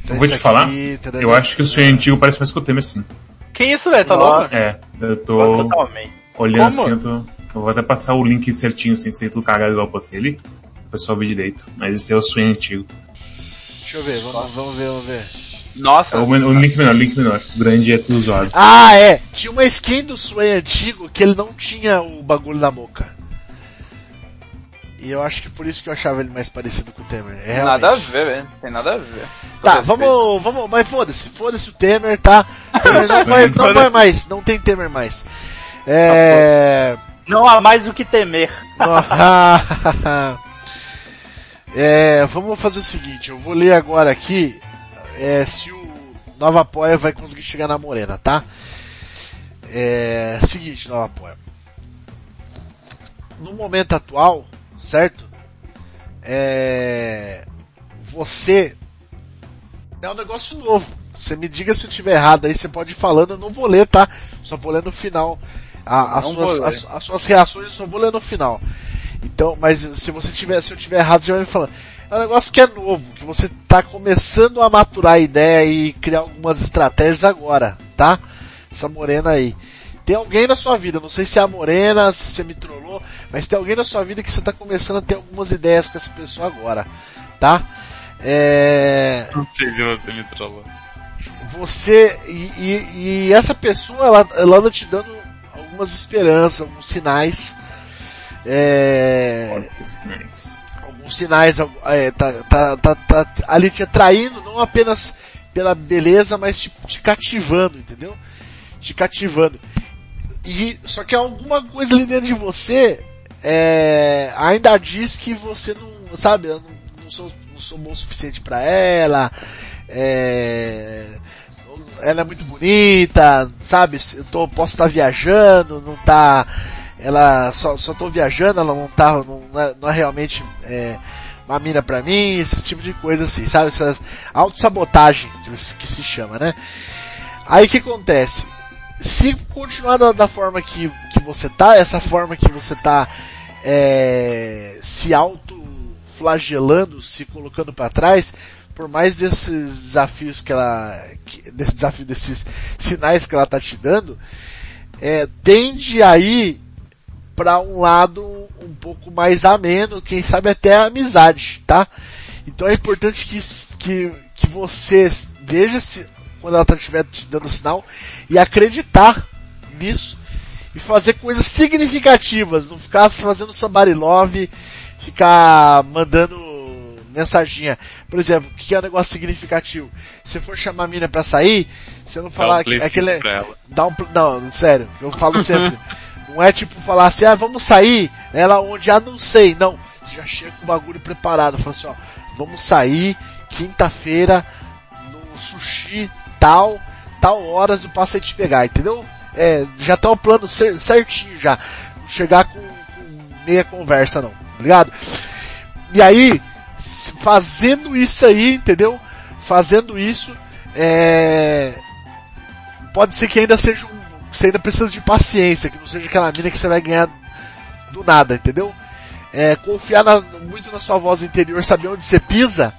Speaker 2: Então,
Speaker 3: Eu vou
Speaker 2: esse
Speaker 3: te falar,
Speaker 2: aqui, tá
Speaker 3: Eu acho que o Swing antigo parece mais que o Temer sim.
Speaker 4: Que isso, velho? Tá
Speaker 5: Nossa.
Speaker 4: louco?
Speaker 3: É, eu tô
Speaker 5: Totalmente.
Speaker 3: olhando
Speaker 4: Como?
Speaker 3: assim, eu tô. Eu vou até passar o link certinho sem ser tudo cagado igual eu postei ali. O pessoal vê direito. Mas esse é o Swing antigo.
Speaker 2: Deixa eu ver, vamos, vamos ver, vamos ver.
Speaker 4: Nossa.
Speaker 3: É o, men- o link menor, o link menor. O grande é tudo zoado.
Speaker 2: Ah, é! Tinha uma skin do Sway antigo que ele não tinha o bagulho na boca. E eu acho que por isso que eu achava ele mais parecido com o Temer. É realmente.
Speaker 4: Nada a ver, velho. Tem nada a ver.
Speaker 2: Tá, vamos, vamos, mas foda-se, foda-se o Temer, tá? Temer não vai, não vai mais, não tem Temer mais.
Speaker 4: Tá
Speaker 2: É.
Speaker 5: Não há mais o que temer.
Speaker 2: Nó- [laughs] é, vamos fazer o seguinte, eu vou ler agora aqui é, se o Nova Apoia vai conseguir chegar na Morena, tá? É, seguinte, Nova Apoia. No momento atual, certo? É, você é um negócio novo. Você me diga se eu tiver errado aí, você pode ir falando, eu não vou ler, tá? Só vou ler no final. A- as,
Speaker 4: Não vou
Speaker 2: suas,
Speaker 4: ler.
Speaker 2: as, as suas reações eu só vou ler no final. Então, mas se você tiver, se eu tiver errado, já vai me falando. É um negócio que é novo, que você tá começando a maturar a ideia e criar algumas estratégias agora, tá? Essa morena aí. Tem alguém na sua vida, não sei se é a morena, se você me trollou, mas tem alguém na sua vida que você tá começando a ter algumas ideias com essa pessoa agora, tá? É
Speaker 6: Não sei se você me trollou.
Speaker 2: você e, e- e essa pessoa ela, ela anda te dando algumas esperanças, alguns sinais, é, alguns sinais, algu- é, tá, tá, tá, tá ali te atraindo não apenas pela beleza, mas te, te cativando, entendeu? Te cativando. E só que alguma coisa ali dentro de você é, ainda diz que você não sabe, eu não, não sou, não sou bom o suficiente pra ela. É, ela é muito bonita, sabe? Eu tô, posso estar viajando, não tá. Ela só, só tô viajando, ela não tá. Não, é, não é realmente é, uma mina pra mim, esse tipo de coisa assim, sabe? Essa autossabotagem que, se- que se chama, né? Aí o que acontece? Se continuar da, da forma que, que você tá, essa forma que você tá é, se autoflagelando, se colocando pra trás, por mais desses desafios que ela que- desse desafio desses sinais que ela tá te dando é, tende aí para um lado um pouco mais ameno quem sabe até a amizade tá então é importante que s- que, que você veja se quando ela estiver te dando sinal e acreditar nisso e fazer coisas significativas não ficar fazendo somebody love ficar mandando mensaginha por exemplo, o que é um negócio significativo? Se for chamar a mina pra sair, você não
Speaker 6: Dá
Speaker 2: falar
Speaker 6: um
Speaker 2: que-
Speaker 6: play
Speaker 2: aquele.
Speaker 6: pra ela.
Speaker 2: Dá um. pl- Não, sério, eu falo sempre. não é tipo falar assim, ah, vamos sair, ela onde? Ah, não sei. Não, você já chega com o bagulho preparado. Fala assim, ó, vamos sair quinta-feira no sushi tal. tal horas o passo aí te pegar, entendeu? É, já tá o plano cer- certinho já. Não chegar com, com meia conversa não, tá ligado? E aí, s- fazendo isso aí, entendeu? Fazendo isso, é... Pode ser que ainda seja um... que Você ainda precisa de paciência, que não seja aquela mina que você vai ganhar do nada, entendeu? É, confiar na- muito na sua voz interior, saber onde você pisa,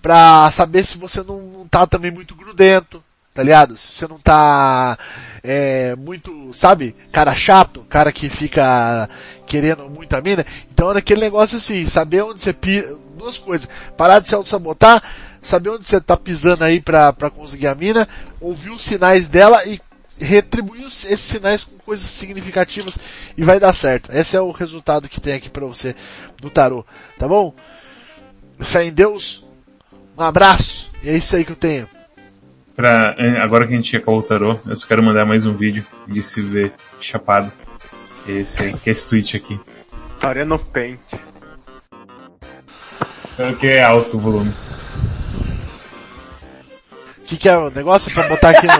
Speaker 2: pra saber se você não, não tá também muito grudento, tá ligado? Se você não tá é, muito, sabe, cara chato, cara que fica querendo muita mina. Então era aquele negócio assim, saber onde você pisa, duas coisas, parar de se auto-sabotar, saber onde você tá pisando aí pra, pra conseguir a mina, ouvir os sinais dela e retribuir os- esses sinais com coisas significativas e vai dar certo. Esse é o resultado que tem aqui pra você do tarô, tá bom? Fé em Deus, um abraço, e é isso aí que eu tenho.
Speaker 3: Pra, eh, agora que a gente acabou o tarô, eu só quero mandar mais um vídeo de se ver chapado. Esse, que é esse tweet aqui.
Speaker 7: História no pente.
Speaker 3: Claro que é alto o volume. [laughs]
Speaker 2: O que, que é o negócio pra botar aqui no.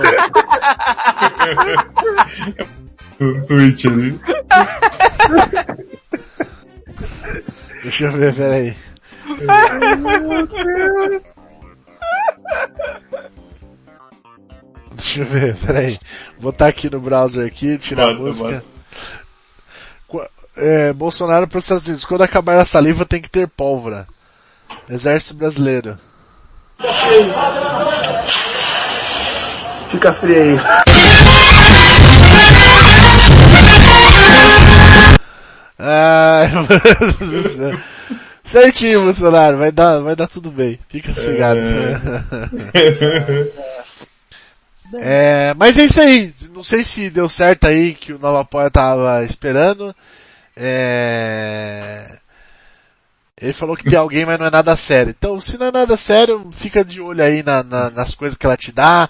Speaker 3: O tweet ali. [laughs]
Speaker 2: Deixa eu ver, peraí. Deixa eu ver, peraí. Botar aqui no browser aqui, tirar a
Speaker 3: Bota,
Speaker 2: música. Qua- É, Bolsonaro para os Estados Unidos. Quando acabar a saliva tem que ter pólvora. Exército brasileiro.
Speaker 10: Fica frio aí.
Speaker 2: Ai, [laughs] mano do céu. Certinho, Bolsonaro, vai dar, vai dar tudo bem. Fica sossegado. É, mas é isso aí. Não sei se deu certo aí que o Nova Apoia tava esperando. É... Ele falou que tem alguém, mas não é nada sério. Então, se não é nada sério, fica de olho aí na- na- nas coisas que ela te dá.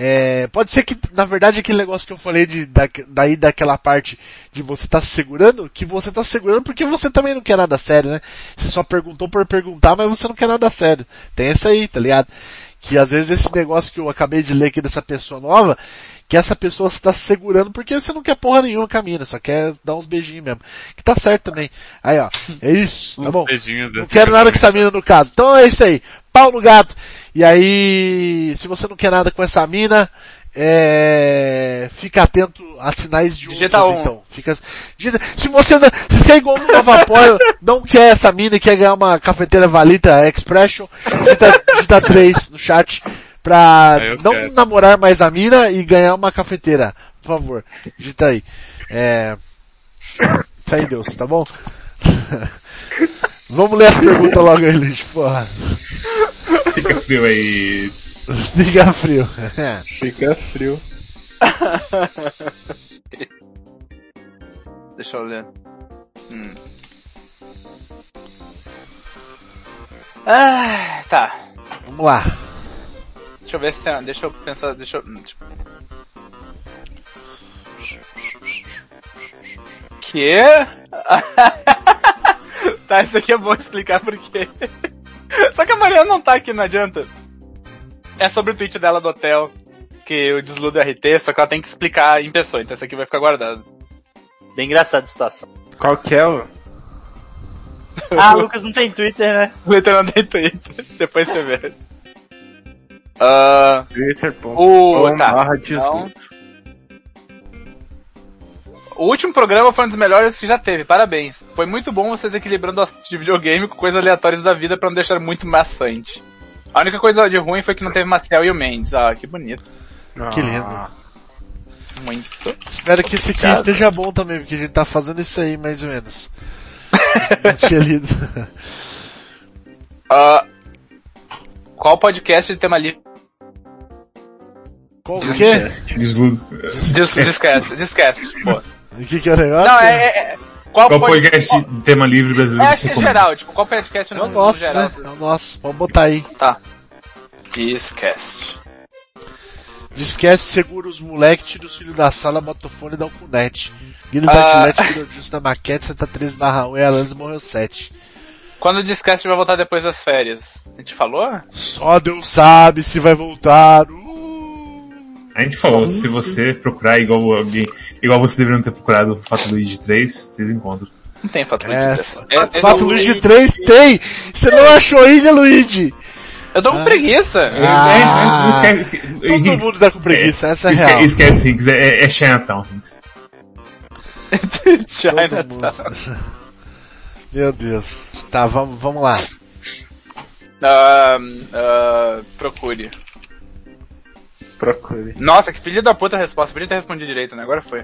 Speaker 2: É, pode ser que, na verdade, aquele negócio que eu falei de, da, daí daquela parte de você tá se segurando, que você tá se segurando porque você também não quer nada sério, né? Você só perguntou por perguntar, mas você não quer nada sério. Tem essa aí, tá ligado? Que às vezes esse negócio que eu acabei de ler aqui dessa pessoa nova, que essa pessoa está se segurando porque você não quer porra nenhuma camina, só quer dar uns beijinhos mesmo. Que tá certo também. Aí, ó. É isso, tá bom?
Speaker 6: Beijinhos assim,
Speaker 2: Não quero nada com essa mina no caso. Então é isso aí. Pau no gato. E aí, se você não quer nada com essa mina, é... fica atento a sinais de outras,
Speaker 4: Digita um.
Speaker 2: então. Fica... digita- Se você não... se você é igual no Nova [laughs] Apoio, não quer essa mina e quer ganhar uma cafeteira Valita Expression, digita, digita 3 no chat pra
Speaker 6: Ah, eu
Speaker 2: não
Speaker 6: quero.
Speaker 2: namorar mais a mina e ganhar uma cafeteira. Por favor, digita aí. É... Fé em Deus, tá bom? [laughs] Vamos ler as perguntas logo aí, Luiz, porra.
Speaker 3: Fica frio aí.
Speaker 2: Liga frio. É,
Speaker 7: Fica frio.
Speaker 4: Deixa eu ler. Hum. Ah, tá.
Speaker 2: Vamos lá.
Speaker 4: Deixa eu ver se tem. Deixa eu pensar. Deixa eu. hum, deixa eu- Que? [laughs] tá, isso aqui é bom explicar por quê. [laughs] Só que a Mariana não tá aqui, não adianta. É sobre o tweet dela do hotel, que o desludo RT, só que ela tem que explicar em pessoa, então isso aqui vai ficar guardado. [laughs]
Speaker 5: Bem engraçada a
Speaker 2: [laughs]
Speaker 5: situação.
Speaker 7: Qual que é o.
Speaker 5: Ah, Lucas não tem Twitter, né?
Speaker 4: O Leitor não tem Twitter, [laughs] depois você vê. Ah,
Speaker 7: Twitter.com
Speaker 4: o, tá.
Speaker 7: barra
Speaker 4: Então, o último programa foi um dos melhores que já teve, parabéns. Foi muito bom vocês equilibrando o assunto de videogame com coisas aleatórias da vida pra não deixar muito maçante. A única coisa de ruim foi que não teve Marcel e o Mendes. Ah, que bonito.
Speaker 7: Ah.
Speaker 2: Que
Speaker 6: Ah,
Speaker 2: lindo.
Speaker 4: Muito.
Speaker 2: Espero que esse aqui esteja bom também, porque a gente tá fazendo isso aí mais ou
Speaker 6: [laughs]
Speaker 2: menos. Não tinha lido.
Speaker 4: Ah, qual podcast de tema livre?
Speaker 2: Qual, o quê?
Speaker 3: Desludo.
Speaker 4: Dis- Discast, discast, pô.
Speaker 2: O que que é o negócio?
Speaker 4: tipo. Não, é... é- é- qual,
Speaker 3: Qual
Speaker 4: podcast...
Speaker 3: podcast de tema livre brasileiro
Speaker 4: É,
Speaker 3: que
Speaker 4: acho
Speaker 3: você
Speaker 4: que é
Speaker 3: comenta?
Speaker 4: geral, tipo, qual podcast
Speaker 2: É
Speaker 4: no,
Speaker 2: o
Speaker 4: no
Speaker 2: nosso,
Speaker 4: geral?
Speaker 2: né? É o nosso. Pode botar aí.
Speaker 4: Discast.
Speaker 2: Esquece, segura os moleques, tira os filhos da sala, bota o fone e dá um cunete. Guilherme
Speaker 4: Ah.
Speaker 2: da Chilete, virou justo na maquete, você tá 3 barra 1 e a Lance morreu 7.
Speaker 4: Quando o Discast vai voltar depois das férias? A gente falou?
Speaker 2: Só Deus sabe se vai voltar. Uh.
Speaker 3: A gente falou, se você procurar igual alguém, igual você deveriam ter procurado o Fato Luigi 3, vocês encontram.
Speaker 4: Não tem Fato
Speaker 2: É,
Speaker 4: Luigi.
Speaker 2: fa-
Speaker 4: Eu- eu
Speaker 2: Fato
Speaker 4: dou-
Speaker 2: Luigi 3 tem! Você não achou ainda, Luigi?
Speaker 4: Eu
Speaker 2: É.
Speaker 4: dou com preguiça.
Speaker 2: Ah.
Speaker 4: [laughs]
Speaker 3: É, é, esquece, esquece,
Speaker 2: Todo
Speaker 3: Hinks,
Speaker 2: mundo tá com preguiça, essa é a
Speaker 3: esque-
Speaker 2: real.
Speaker 3: esquece, Hinks, é, é Chinatown, Hinks.
Speaker 4: China,
Speaker 2: Todo mundo. [laughs] Meu Deus. Tá, vamos, vamos lá.
Speaker 4: Ah, ah, procure.
Speaker 7: Procure.
Speaker 4: Nossa, que filho da puta a resposta. Podia ter respondido direito, né? Agora foi.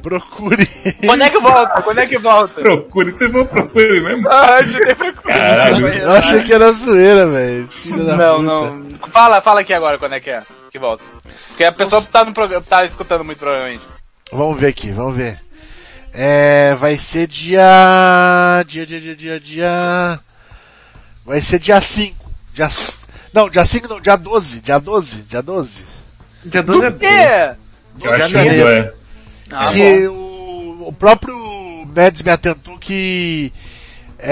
Speaker 2: Procure.
Speaker 4: [laughs] Quando é que volta? Quando é que volta?
Speaker 3: Procure, você não procure mesmo?
Speaker 4: Ah, eu te dei procure.
Speaker 3: Caralho.
Speaker 2: Eu achei que era zoeira, velho. Filho da
Speaker 4: Não,
Speaker 2: puta.
Speaker 4: não. Fala, fala aqui agora quando é que é. Que volta. Porque a pessoa tá, no programa, tá escutando muito provavelmente.
Speaker 2: Vamos ver aqui, vamos ver. É, vai ser dia. Dia, dia, dia, dia, dia. Vai ser dia 5. Dia... c- Não, dia 5 não, dia 12. Dia 12, dia 12.
Speaker 7: Dia 12 é bom.
Speaker 4: É!
Speaker 3: Eu
Speaker 2: Já
Speaker 3: acho que
Speaker 2: não lembro.
Speaker 3: é.
Speaker 4: Ah, bom.
Speaker 2: que o, o próprio Mads me atentou que.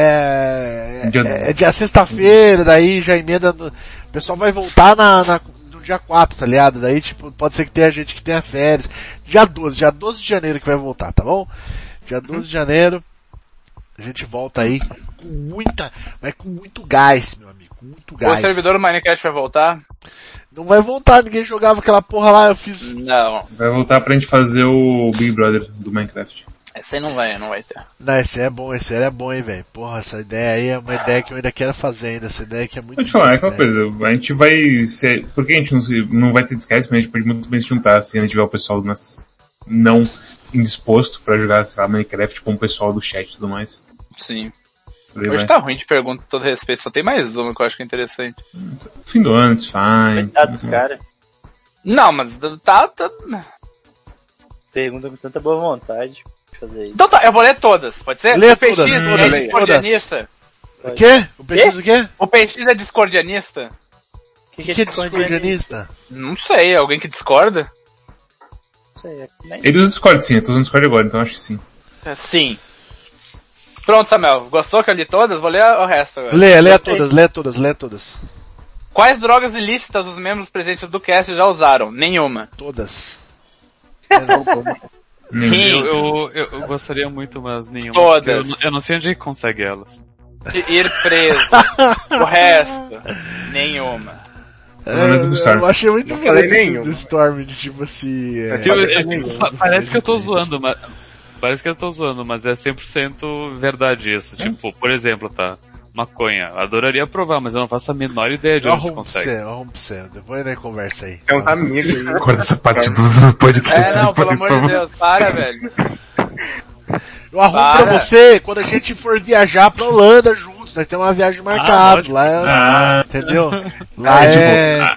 Speaker 2: É,
Speaker 3: Dia-
Speaker 2: é, é dia sexta-feira, daí já emenda. no- o pessoal vai voltar na, na- no dia 4, tá ligado? Daí, tipo, pode ser que tenha gente que tenha férias. Dia 12, dia 12 de janeiro que vai voltar, tá bom?
Speaker 4: Uhum.
Speaker 2: Dia 12 de janeiro, a gente volta aí com muita. Mas com muito gás, meu amigo. Com muito
Speaker 4: O
Speaker 2: gás.
Speaker 4: servidor do Minecraft vai voltar?
Speaker 2: Não vai voltar, ninguém jogava aquela porra lá, eu fiz.
Speaker 4: Não.
Speaker 3: é, Vai voltar pra gente fazer o Big Brother do Minecraft.
Speaker 4: Essa aí não vai, não vai ter.
Speaker 2: Não, esse é bom, esse é bom, hein, velho. Porra, essa ideia aí é uma ideia que eu ainda quero fazer ainda. Essa ideia que é muito
Speaker 3: Vou te falar,
Speaker 2: boa,
Speaker 3: é aquela
Speaker 2: né?
Speaker 3: coisa, a gente vai ser, porque a gente não, se- não vai ter descanso, mas a gente pode muito bem se juntar se a gente tiver o pessoal nas, não indisposto pra jogar, sei lá, Minecraft com o pessoal do chat e tudo mais.
Speaker 4: Sim.
Speaker 3: Por aí
Speaker 4: Hoje
Speaker 3: vai.
Speaker 4: tá ruim de pergunta, com todo respeito. Só tem mais uma que eu acho que é interessante. tá
Speaker 3: Fim do ano, it's fine.
Speaker 5: Coitado dos caras.
Speaker 4: Não, mas tá, tá...
Speaker 5: Pergunta com tanta boa vontade de fazer isso.
Speaker 4: Então tá, eu vou ler todas, pode ser?
Speaker 2: Lê
Speaker 4: o PX
Speaker 2: todas,
Speaker 4: é
Speaker 2: todas,
Speaker 4: discordianista.
Speaker 2: O quê? O peixe do quê?
Speaker 4: O PX é discordianista?
Speaker 5: O
Speaker 2: O que é discordianista?
Speaker 4: Não sei, é alguém que discorda?
Speaker 5: Isso aí, é que nem-
Speaker 3: Ele usa Discord sim, eu tô usando Discord agora, então acho que sim.
Speaker 4: É, Sim. Pronto, Samuel. Gostou que eu li todas? Vou ler o resto agora.
Speaker 2: Lê, lê todas, lê todas, lê todas.
Speaker 4: Quais drogas ilícitas os membros presentes do cast já usaram? Nenhuma.
Speaker 2: Todas. É,
Speaker 3: [laughs]
Speaker 2: Hum,
Speaker 3: Nem-
Speaker 4: Sim.
Speaker 6: Eu, eu, eu- eu gostaria muito, mas nenhuma.
Speaker 4: Todas.
Speaker 6: porque Eu, não- eu não sei onde é consegue elas.
Speaker 4: E ir
Speaker 2: [laughs]
Speaker 4: preso. o resto. Nenhuma.
Speaker 3: Pelo menos o Storm.
Speaker 2: eu achei muito bom
Speaker 7: falei
Speaker 2: esse
Speaker 7: nenhuma.
Speaker 2: do Storm de tipo assim. É,
Speaker 7: Eu
Speaker 6: Eu- eu-
Speaker 7: Parece
Speaker 6: eu-
Speaker 7: que-
Speaker 6: pa- parece que eu tô zoando, mas. Parece que eu tô zoando, mas é 100% verdade isso.
Speaker 2: É.
Speaker 6: Tipo, por exemplo, tá? Maconha. Adoraria provar, mas eu não faço a menor ideia de
Speaker 2: eu
Speaker 6: onde se
Speaker 2: arrumo pra
Speaker 6: consegue. Então
Speaker 2: você,
Speaker 6: tá.
Speaker 2: eu arrumo pra você. Depois né, conversa aí.
Speaker 7: Tem É uns amigos aí.
Speaker 3: Corta essa parte do podcast.
Speaker 4: É, não, pelo amor de Deus, para, velho.
Speaker 2: Eu arrumo pra
Speaker 4: Para.
Speaker 2: você quando a gente for viajar pra Holanda juntos. Nós temos uma viagem marcada.
Speaker 6: ótimo.
Speaker 2: lá é,
Speaker 3: Ah,
Speaker 6: [laughs]
Speaker 2: entendeu? Lá
Speaker 3: é tipo,
Speaker 6: Ah,
Speaker 2: é... É
Speaker 3: a-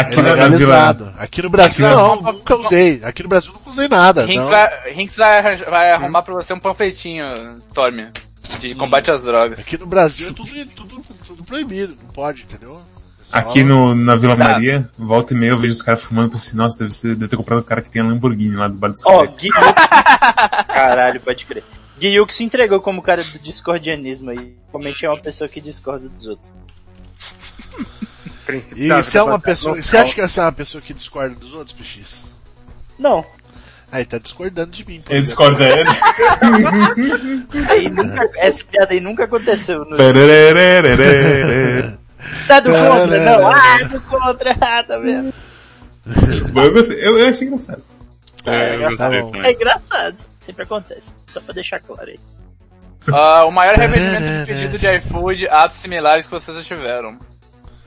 Speaker 3: aqui na- na Vila
Speaker 2: legalizado. Aqui no Brasil
Speaker 3: Aqui na-
Speaker 2: não, nunca usei. Aqui no Brasil nunca usei nada.
Speaker 4: Hinks
Speaker 2: não.
Speaker 4: vai, Hinks vai, arranjar- vai arrumar pra você um panfletinho, Torme, de combate às drogas.
Speaker 2: Aqui no Brasil é tudo, tudo, tudo proibido, não pode, entendeu? Pessoal,
Speaker 3: Aqui no, na Vila
Speaker 4: Tá.
Speaker 3: Maria, volta e meia eu vejo os caras fumando, penso assim, nossa, deve, ser, deve ter comprado o cara que tem a Lamborghini lá do Bar do
Speaker 5: Ó,
Speaker 3: Sacré.
Speaker 5: Gui Caralho, pode crer. Gui que se entregou como cara do discordianismo aí. Realmente é uma pessoa que discorda dos outros.
Speaker 7: princípio
Speaker 2: E
Speaker 7: da
Speaker 2: você é
Speaker 7: vida,
Speaker 2: uma
Speaker 7: tá?
Speaker 2: pessoa.
Speaker 7: Não,
Speaker 2: Você acha que você é uma pessoa que discorda dos outros, PX?
Speaker 5: Não.
Speaker 2: Aí tá discordando de mim, por
Speaker 3: Ele
Speaker 2: exemplo.
Speaker 3: discorda é ele.
Speaker 5: Aí
Speaker 2: [laughs]
Speaker 5: nunca, essa piada aí nunca aconteceu. No...
Speaker 3: Tarararararara.
Speaker 5: Você é do contra? Não. Ah, é do [laughs] contra. Ah, tá vendo?
Speaker 3: Bom, eu, gostei, eu, eu achei engraçado.
Speaker 6: É, eu
Speaker 2: Tá
Speaker 6: gostei
Speaker 2: bom.
Speaker 5: É
Speaker 6: também.
Speaker 5: engraçado. Sempre acontece. Só pra deixar claro aí.
Speaker 4: Ah, o maior arrependimento de pedido de iFood, atos similares que vocês já tiveram.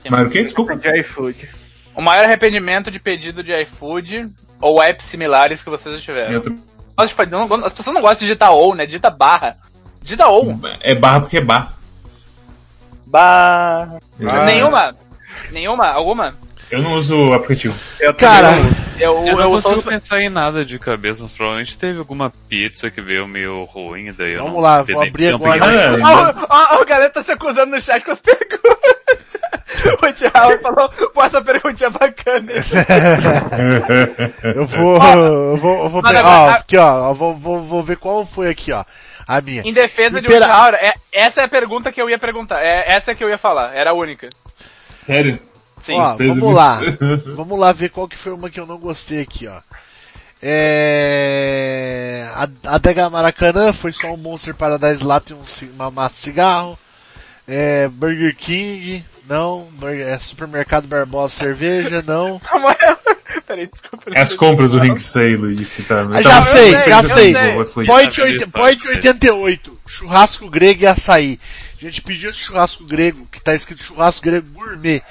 Speaker 3: Mas o que? Desculpa.
Speaker 7: De iFood.
Speaker 4: O maior arrependimento de pedido de iFood ou apps similares que vocês já tiveram.
Speaker 3: Eu tô-
Speaker 4: Nossa, tipo, não- não- as pessoas não gostam de digitar ou, né? Digita barra. Digita ou.
Speaker 3: É barra porque é barra.
Speaker 5: Bah.
Speaker 3: Eu já-
Speaker 4: Nenhuma. Nenhuma? Alguma?
Speaker 3: Eu não uso o aplicativo.
Speaker 7: Eu
Speaker 2: Cara,
Speaker 4: Eu,
Speaker 6: Eu
Speaker 4: É, eu,
Speaker 6: não
Speaker 4: só-
Speaker 6: consigo pensar em nada de cabeça, mas provavelmente teve alguma pizza que veio meio ruim, daí eu
Speaker 2: Vamos
Speaker 6: não
Speaker 2: lá, vou
Speaker 6: peguei-
Speaker 2: abrir
Speaker 6: não
Speaker 2: agora.
Speaker 6: peguei
Speaker 3: Ah,
Speaker 6: mais.
Speaker 4: Ó, ó, ó, o galera tá se acusando no chat com as [laughs] perguntas. o Thiago falou, pô, essa perguntinha é bacana.
Speaker 3: é.
Speaker 2: Eu vou. eu vou, eu vou
Speaker 4: Mas
Speaker 2: pegar. Ó,
Speaker 4: agora-
Speaker 2: aqui, ó. eu Vou, vou, vou ver qual foi aqui, ó. A minha.
Speaker 4: Em defesa de
Speaker 2: Impera-
Speaker 4: é Ultra Aura, é, essa é a pergunta que eu ia perguntar. É, essa que eu ia falar, era a única.
Speaker 3: [laughs] Sério?
Speaker 4: Sim.
Speaker 2: Ó,
Speaker 3: Peso
Speaker 2: vamos lá.
Speaker 3: misto.
Speaker 2: vamos lá ver qual que foi uma que eu não gostei aqui, ó. É... A Dega Maracanã foi só um Monster Paradise lá tem um, ci- uma mata de cigarro. É, Burger King, não. Burger- é, supermercado Barbosa Cerveja, não.
Speaker 4: [laughs] Peraí, desculpa.
Speaker 3: É as compras do Ring Sailor de que tá.
Speaker 2: Ah, já sei, já sei.
Speaker 3: Vai fluir.
Speaker 2: Point,
Speaker 6: Tá,
Speaker 2: oit-
Speaker 6: beleza,
Speaker 2: point
Speaker 6: tá.
Speaker 2: 88, churrasco grego e açaí. A gente pediu esse churrasco grego, que tá escrito churrasco grego gourmet.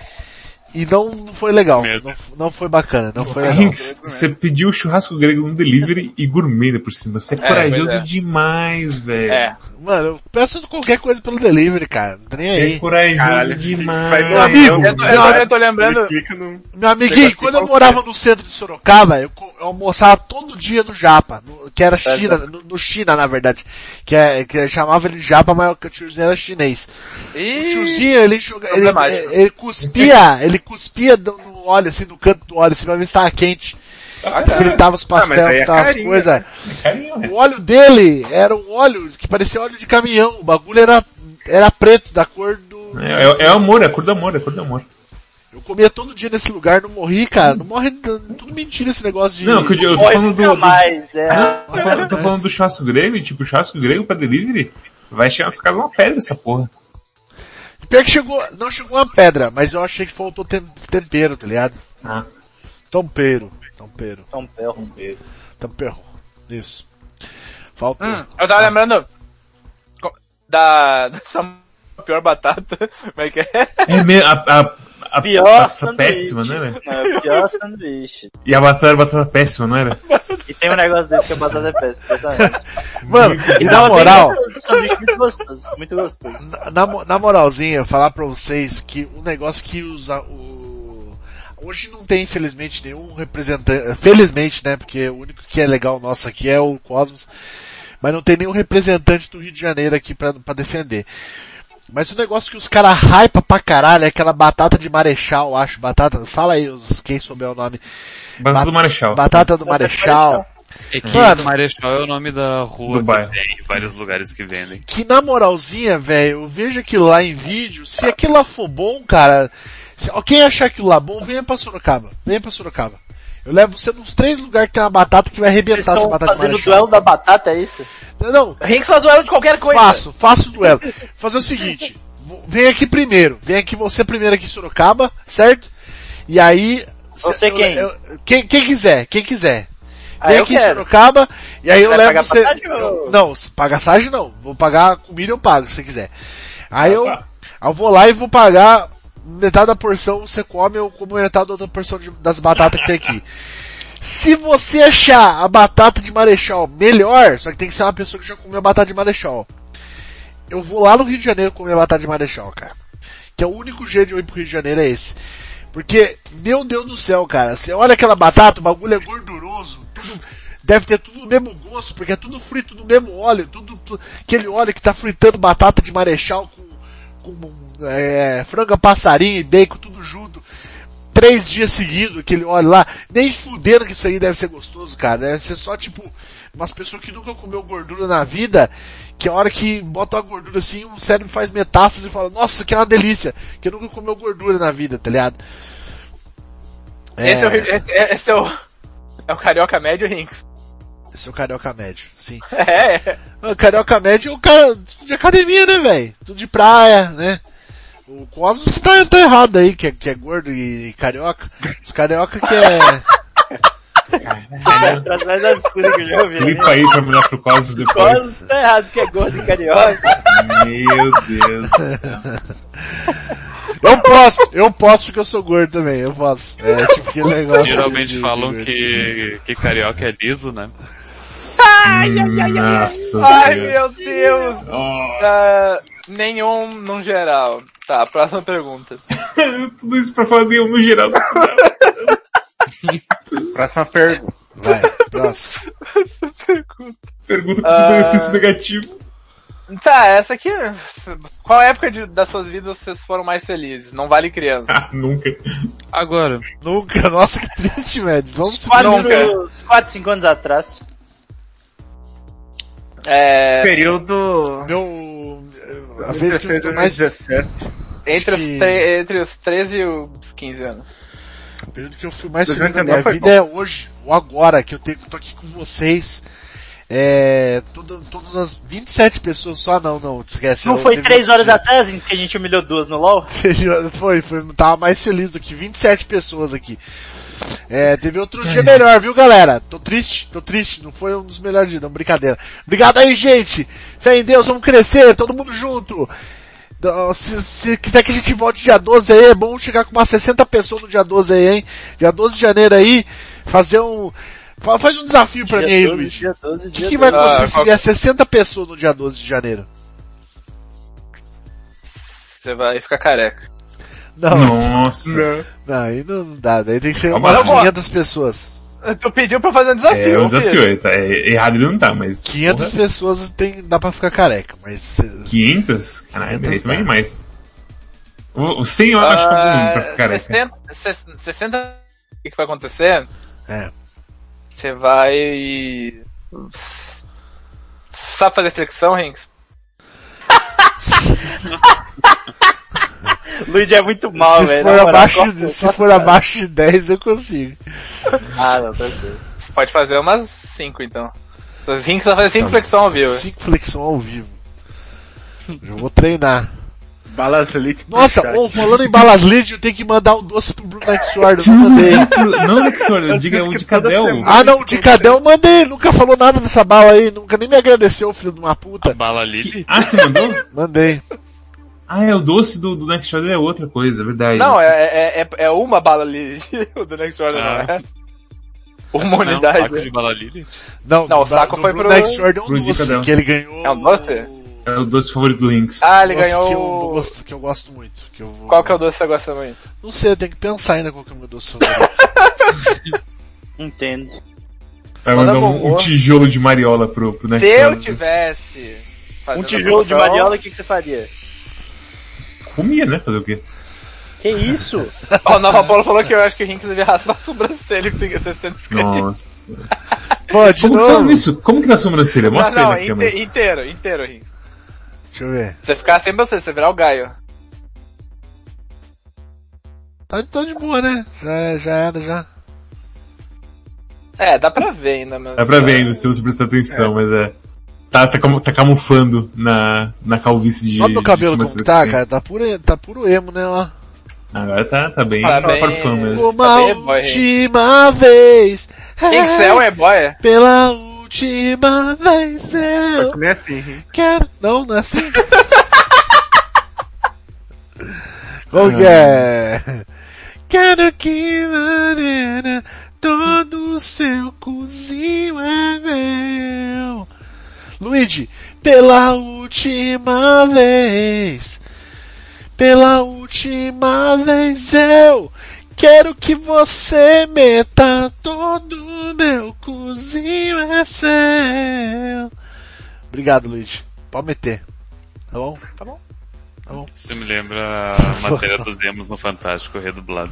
Speaker 2: E não, não foi legal.
Speaker 6: Merda.
Speaker 2: Não, f- não foi bacana, não foi legal.
Speaker 3: Rinks, você pediu churrasco grego no delivery e gourmet ainda por cima. Você é,
Speaker 4: É,
Speaker 3: corajoso
Speaker 4: pois é.
Speaker 3: demais, velho.
Speaker 4: É.
Speaker 2: Mano, eu peço qualquer coisa pelo delivery, cara. Não tem nem
Speaker 3: Você é
Speaker 2: aí.
Speaker 3: corajoso
Speaker 7: Caralho,
Speaker 3: demais.
Speaker 7: faz
Speaker 2: Meu amigo,
Speaker 4: Eu, tô- eu, eu tô lembrando.
Speaker 7: Fica no...
Speaker 2: Meu amiguinho,
Speaker 7: Negócio
Speaker 2: quando eu
Speaker 7: qualquer.
Speaker 2: morava no centro de Sorocaba, eu, co- eu almoçava todo dia no Japa, no- que
Speaker 7: É,
Speaker 2: era China,
Speaker 7: né?
Speaker 2: no, no China, na verdade. Que, é, que chamava ele de Japa, mas o tiozinho era chinês. O
Speaker 4: Ih,
Speaker 2: tiozinho, ele, joga- ele,
Speaker 4: Problemático.
Speaker 2: ele cuspia, ele cuspia do- no óleo, assim, no canto do óleo, assim, pra ver se tava quente.
Speaker 3: Ah,
Speaker 2: Fritava os
Speaker 7: Ah, mas aí
Speaker 2: pastéis,
Speaker 7: é
Speaker 2: fritava as
Speaker 7: carinho,
Speaker 2: coisas.
Speaker 3: Carinho, né?
Speaker 2: O óleo dele era um óleo que parecia óleo de caminhão. O bagulho era, era preto, da cor do.
Speaker 3: É, é, é amor, é a cor do amor, é a cor do amor.
Speaker 2: Eu comia todo dia nesse lugar, não morri, cara. Não morre. Tudo mentira esse negócio de.
Speaker 3: Não, que eu, digo, eu tô
Speaker 5: Morre
Speaker 3: falando do. Ah,
Speaker 5: nunca
Speaker 3: do
Speaker 5: mais, é.
Speaker 3: eu tô falando- eu tô falando do churrasco grego, e tipo, churrasco grego pra delivery vai chegar nos caras uma pedra essa porra.
Speaker 2: Pior é que chegou. Não chegou uma pedra, mas eu achei que faltou tem- tempero, tá ligado?
Speaker 3: Ah.
Speaker 2: Tampero. Tampero.
Speaker 5: Tom Perro.
Speaker 2: Tampero. Isso. Faltou.
Speaker 4: hum, eu tava lembrando. co- Da. Dessa pior batata. [laughs] Como é que é?
Speaker 3: É mesmo, a, a, a, a
Speaker 5: Pior
Speaker 3: batata
Speaker 5: sanduíche.
Speaker 3: péssima, né, não era?
Speaker 5: É o pior sanduíche.
Speaker 3: E a batata era batata péssima, não era?
Speaker 5: E tem um negócio desse que é batata péssima, exatamente.
Speaker 2: Mano, e na
Speaker 5: Tava bem
Speaker 2: moral.
Speaker 5: gostoso, um sanduíche muito gostoso, muito gostoso.
Speaker 2: na, na mo- na moralzinha, falar pra vocês que um negócio que usa o. Hoje não tem, infelizmente, nenhum representante. Felizmente, né? Porque o único que é legal nosso aqui é o Cosmos. Mas não tem nenhum representante do Rio de Janeiro aqui pra, pra defender. Mas o negócio que os caras hypa pra caralho é aquela batata de marechal, acho. Batata. Fala aí, os- quem souber o nome.
Speaker 3: Batata
Speaker 2: Bat-
Speaker 3: do Marechal.
Speaker 2: Batata do marechal.
Speaker 6: É que
Speaker 2: Mano.
Speaker 6: Marechal é o nome da rua
Speaker 3: Do
Speaker 6: que
Speaker 3: bairro.
Speaker 6: tem, em vários lugares que vendem.
Speaker 2: que na moralzinha, velho, eu vejo aquilo lá em vídeo, se aquilo lá for bom, cara, se quem achar aquilo lá bom, venha pra Sorocaba. Venha pra Sorocaba. Eu levo você nos três lugares que tem uma batata que vai
Speaker 5: Eles
Speaker 2: arrebentar essa
Speaker 5: estão
Speaker 2: batata de
Speaker 5: fazendo o
Speaker 2: marechal.
Speaker 5: duelo da batata, é isso?
Speaker 2: Não, não,
Speaker 4: Rinks faz duelo de qualquer coisa.
Speaker 2: faço, faço o duelo. Vou Fazer o seguinte, vo- vem aqui primeiro, vem aqui você primeiro aqui em Sorocaba, certo? E aí...
Speaker 5: Você
Speaker 2: cê- eu-
Speaker 5: quem?
Speaker 2: eu- quem? Quem quiser, quem quiser.
Speaker 5: Ah,
Speaker 2: Vem
Speaker 5: eu
Speaker 2: aqui em
Speaker 5: quero.
Speaker 2: Sorocaba e aí eu
Speaker 5: Vai
Speaker 2: levo
Speaker 5: pagar
Speaker 2: você.
Speaker 5: passagem ou-
Speaker 2: Não, se pagar passagem não. Vou pagar comida eu pago, se você quiser. Aí eu,
Speaker 5: Tá.
Speaker 2: eu vou lá e vou pagar metade da porção, você come, eu como metade da outra porção de- das batatas que tem
Speaker 5: [laughs]
Speaker 2: aqui. Se você achar a batata de marechal melhor, só que tem que ser uma pessoa que já comeu batata de marechal. Eu vou lá no Rio de Janeiro comer batata de marechal, cara. Que é o único jeito de eu ir pro Rio de Janeiro é esse. Porque, meu Deus do céu, cara, você olha aquela batata, o bagulho é gorduroso, tudo, deve ter tudo o mesmo gosto, porque é tudo frito no mesmo óleo, tudo, tu- aquele óleo que tá fritando batata de marechal com, com é, franga passarinho e bacon, tudo junto. Três dias seguidos, aquele óleo lá. Nem fudendo que isso aí deve ser gostoso, cara. Deve ser só, tipo, umas pessoas que nunca comeu gordura na vida, que a hora que bota uma gordura assim, o cérebro faz metástase e fala, nossa, que é uma delícia, que nunca comeu gordura na vida, tá ligado?
Speaker 4: Esse é, o, esse é- esse é o. É o carioca médio Rinks. [laughs]
Speaker 2: Esse é o Carioca Médio, sim.
Speaker 4: É, é.
Speaker 2: O Carioca Médio é o cara tudo de academia, né, velho? Tudo de praia, né? O Cosmos que tá, tá errado aí, que é, que é gordo e carioca. Os carioca que é.
Speaker 5: Atrás mais absurdo que eu já ouvi. né?
Speaker 3: Clipa aí pra mudar pro Cosmos depois.
Speaker 5: Quase tá errado que é gordo e carioca.
Speaker 3: Meu Deus.
Speaker 2: [laughs] Eu posso, eu posso porque eu sou gordo também, eu posso. É tipo aquele negócio. de-
Speaker 6: Geralmente
Speaker 2: de
Speaker 6: falam
Speaker 2: gordo.
Speaker 6: que, que carioca é liso, né?
Speaker 3: Nossa,
Speaker 4: Ai,
Speaker 3: Deus.
Speaker 4: meu Deus.
Speaker 3: Nossa.
Speaker 4: Ah, nenhum no geral. Tá, próxima pergunta.
Speaker 3: Tudo isso pra falar de eu no geral.
Speaker 7: Próxima pergunta.
Speaker 2: Vai, próximo.
Speaker 3: Pergunta com benefício negativo.
Speaker 4: Tá, essa aqui. Qual época de- das suas vidas vocês foram mais felizes? Não vale criança.
Speaker 3: Ah, nunca.
Speaker 6: Agora,
Speaker 2: Nunca, [laughs] nossa que triste, velho. Vamos se
Speaker 5: Quatro,
Speaker 4: Nunca.
Speaker 5: uns 4, 5 anos atrás.
Speaker 4: É.
Speaker 7: Período...
Speaker 2: Meu. A vez que eu tô mais.
Speaker 7: 17.
Speaker 4: Entre os,
Speaker 2: que-
Speaker 4: tre- entre os 13 e os 15 anos.
Speaker 2: O período que eu fui mais feliz
Speaker 7: 2019
Speaker 2: na minha
Speaker 7: foi
Speaker 2: vida é hoje, o agora, que eu tenho, tô aqui com vocês. É, todo, todas as 27 pessoas só, não, não, esquece.
Speaker 5: Não
Speaker 2: eu
Speaker 5: foi
Speaker 2: teve
Speaker 5: 3
Speaker 2: outro
Speaker 5: horas
Speaker 2: dia.
Speaker 5: atrás em que a gente humilhou duas no LoL?
Speaker 2: [laughs] Foi, foi, tava mais feliz do que 27 pessoas aqui. É, teve outro dia melhor, viu galera? Tô triste, tô triste, não foi um dos melhores dias, não, brincadeira. Obrigado aí, gente! Fé em Deus, vamos crescer, todo mundo junto! Então, Se, se quiser que a gente volte dia 12 aí, é bom chegar com umas 60 pessoas no dia 12 aí, hein? Dia 12 de janeiro aí, fazer um. fa- Faz um desafio pra mim aí, Luiz.
Speaker 5: Dia 12,
Speaker 2: O que, que vai
Speaker 4: doze.
Speaker 2: acontecer
Speaker 4: Ah,
Speaker 2: se
Speaker 4: qual-
Speaker 2: vier 60 pessoas no dia 12 de janeiro?
Speaker 4: Você vai ficar careca.
Speaker 2: Não,
Speaker 3: Nossa.
Speaker 2: não, aí não dá, daí tem que ser
Speaker 3: Calma
Speaker 2: umas
Speaker 3: lá, vó.
Speaker 2: 500 pessoas.
Speaker 4: Tu pediu pra fazer um desafio.
Speaker 3: É
Speaker 4: filho.
Speaker 3: um desafio. é, tá, é, errado ele não tá, mas.
Speaker 2: 500
Speaker 3: porra,
Speaker 2: pessoas tem, dá pra ficar careca, mas. cê-
Speaker 3: 500? Caralho,
Speaker 2: 500
Speaker 3: daí também
Speaker 2: dá.
Speaker 3: mais. O, o 100 eu acho que é um número pra
Speaker 4: Ah,
Speaker 3: ficar careca.
Speaker 4: 60, 60, 60 o que que vai acontecer?
Speaker 2: É.
Speaker 4: Você vai. Sabe fazer flexão, Rinks?
Speaker 5: Luigi é muito mal,
Speaker 4: Ah,
Speaker 2: se,
Speaker 5: velho.
Speaker 2: for
Speaker 5: na moral,
Speaker 2: abaixo,
Speaker 5: corta-
Speaker 2: de, se
Speaker 5: corta,
Speaker 2: for
Speaker 5: cara.
Speaker 2: abaixo de 10, eu consigo.
Speaker 5: Ah, não, tranquilo.
Speaker 4: Você pode fazer umas 5 então. Os Rinks vai fazer 5
Speaker 3: Tá.
Speaker 4: flexão ao vivo.
Speaker 2: 5 flexão ao vivo. Eu vou treinar.
Speaker 7: Balas Elite.
Speaker 2: Nossa,
Speaker 7: Pro
Speaker 2: ô,
Speaker 7: chat.
Speaker 2: falando em balas lead, eu tenho que mandar o doce pro Bruno Sword, eu não
Speaker 7: [laughs]
Speaker 2: mandei.
Speaker 3: Não, Lexor, diga é o
Speaker 7: que
Speaker 3: de um.
Speaker 7: toda
Speaker 3: Cadel.
Speaker 7: semana-
Speaker 2: Ah não, de cadê eu mandei, nunca falou nada dessa bala aí, nunca nem me agradeceu, filho de uma
Speaker 6: A
Speaker 2: puta.
Speaker 6: bala Lily?
Speaker 3: Ah, você mandou?
Speaker 2: Mandei.
Speaker 3: Ah, é o doce do, do Next Shot é outra coisa, é verdade.
Speaker 4: Não, é, é, é, é uma bala ali [laughs] o do Next Order,
Speaker 6: Ah.
Speaker 4: não é? Uma
Speaker 6: Não,
Speaker 4: unidade.
Speaker 6: saco de bala Lily?
Speaker 2: Não,
Speaker 4: Não, o
Speaker 2: da-
Speaker 4: saco
Speaker 2: do
Speaker 4: foi
Speaker 2: Bruno
Speaker 4: pro-
Speaker 2: Next Sword é um
Speaker 3: pro de
Speaker 2: doce
Speaker 3: cadê um.
Speaker 2: que ele ganhou.
Speaker 4: É um doce?
Speaker 3: É o doce favorito do Lynx.
Speaker 4: Ah, ele
Speaker 2: doce Que eu,
Speaker 4: ganhou. o-
Speaker 2: gosto, que eu gosto muito. Que eu vou...
Speaker 4: Qual que é o doce que você gosta muito?
Speaker 2: Não sei, eu tenho que pensar ainda qual que é o meu doce favorito.
Speaker 5: Entendo.
Speaker 3: Vai
Speaker 4: manda
Speaker 3: mandar um,
Speaker 4: bombom.
Speaker 3: um tijolo de mariola pro, pro Next
Speaker 4: Se eu
Speaker 3: Shot.
Speaker 4: tivesse.
Speaker 5: Um
Speaker 4: fazendo
Speaker 5: tijolo de
Speaker 4: promoção-
Speaker 5: mariola, o que, que você faria?
Speaker 3: Comia, né? Fazer o
Speaker 4: [laughs]
Speaker 3: quê?
Speaker 5: Que isso?
Speaker 4: Ó, o Nova Paulo falou que eu acho que o Rinks devia raspar a sobrancelha e conseguir 60 inscritos.
Speaker 3: Nossa.
Speaker 2: [laughs] Pô, de
Speaker 3: Como que falando
Speaker 2: novo.
Speaker 3: nisso? Como que tá a sobrancelha?
Speaker 4: Não,
Speaker 3: Mostra
Speaker 4: não,
Speaker 3: aí na câmera.
Speaker 4: inte- inteiro, inteiro, Rinks.
Speaker 2: Deixa eu ver.
Speaker 4: Você ficar sempre você, você virar o Gaio.
Speaker 2: Tá, tá de boa, né? Já, já era, já.
Speaker 4: É, dá pra ver ainda, mas.
Speaker 3: Dá pra ver ainda, se você prestar atenção, mas é. Tá, tá, camu- tá camuflando na, na calvície de.
Speaker 2: Olha meu
Speaker 3: de
Speaker 2: cabelo como
Speaker 3: sobrancelha
Speaker 2: que tá,
Speaker 3: que tem.
Speaker 2: cara. Tá puro, tá puro emo, né? Ó.
Speaker 3: Agora tá, tá bem.
Speaker 4: Tá
Speaker 3: Tá
Speaker 4: bem-
Speaker 3: parfum mesmo.
Speaker 2: Uma
Speaker 4: bem emo, hein?
Speaker 2: última vez.
Speaker 4: Rinks é um e-boy?
Speaker 2: Pela última vez eu
Speaker 4: É.
Speaker 7: Só que nem assim, hein?
Speaker 2: quero. Não, não é assim. [laughs] Qual que é? [laughs] Quero que maneira todo seu cozinho é meu. Luigi, pela última vez, pela última vez eu quero que você meta todo o meu cozinho é seu. Obrigado, Luigi. Pode meter. Tá bom? Tá bom. Tá bom.
Speaker 6: Isso me lembra a matéria dos Emos no Fantástico redublado.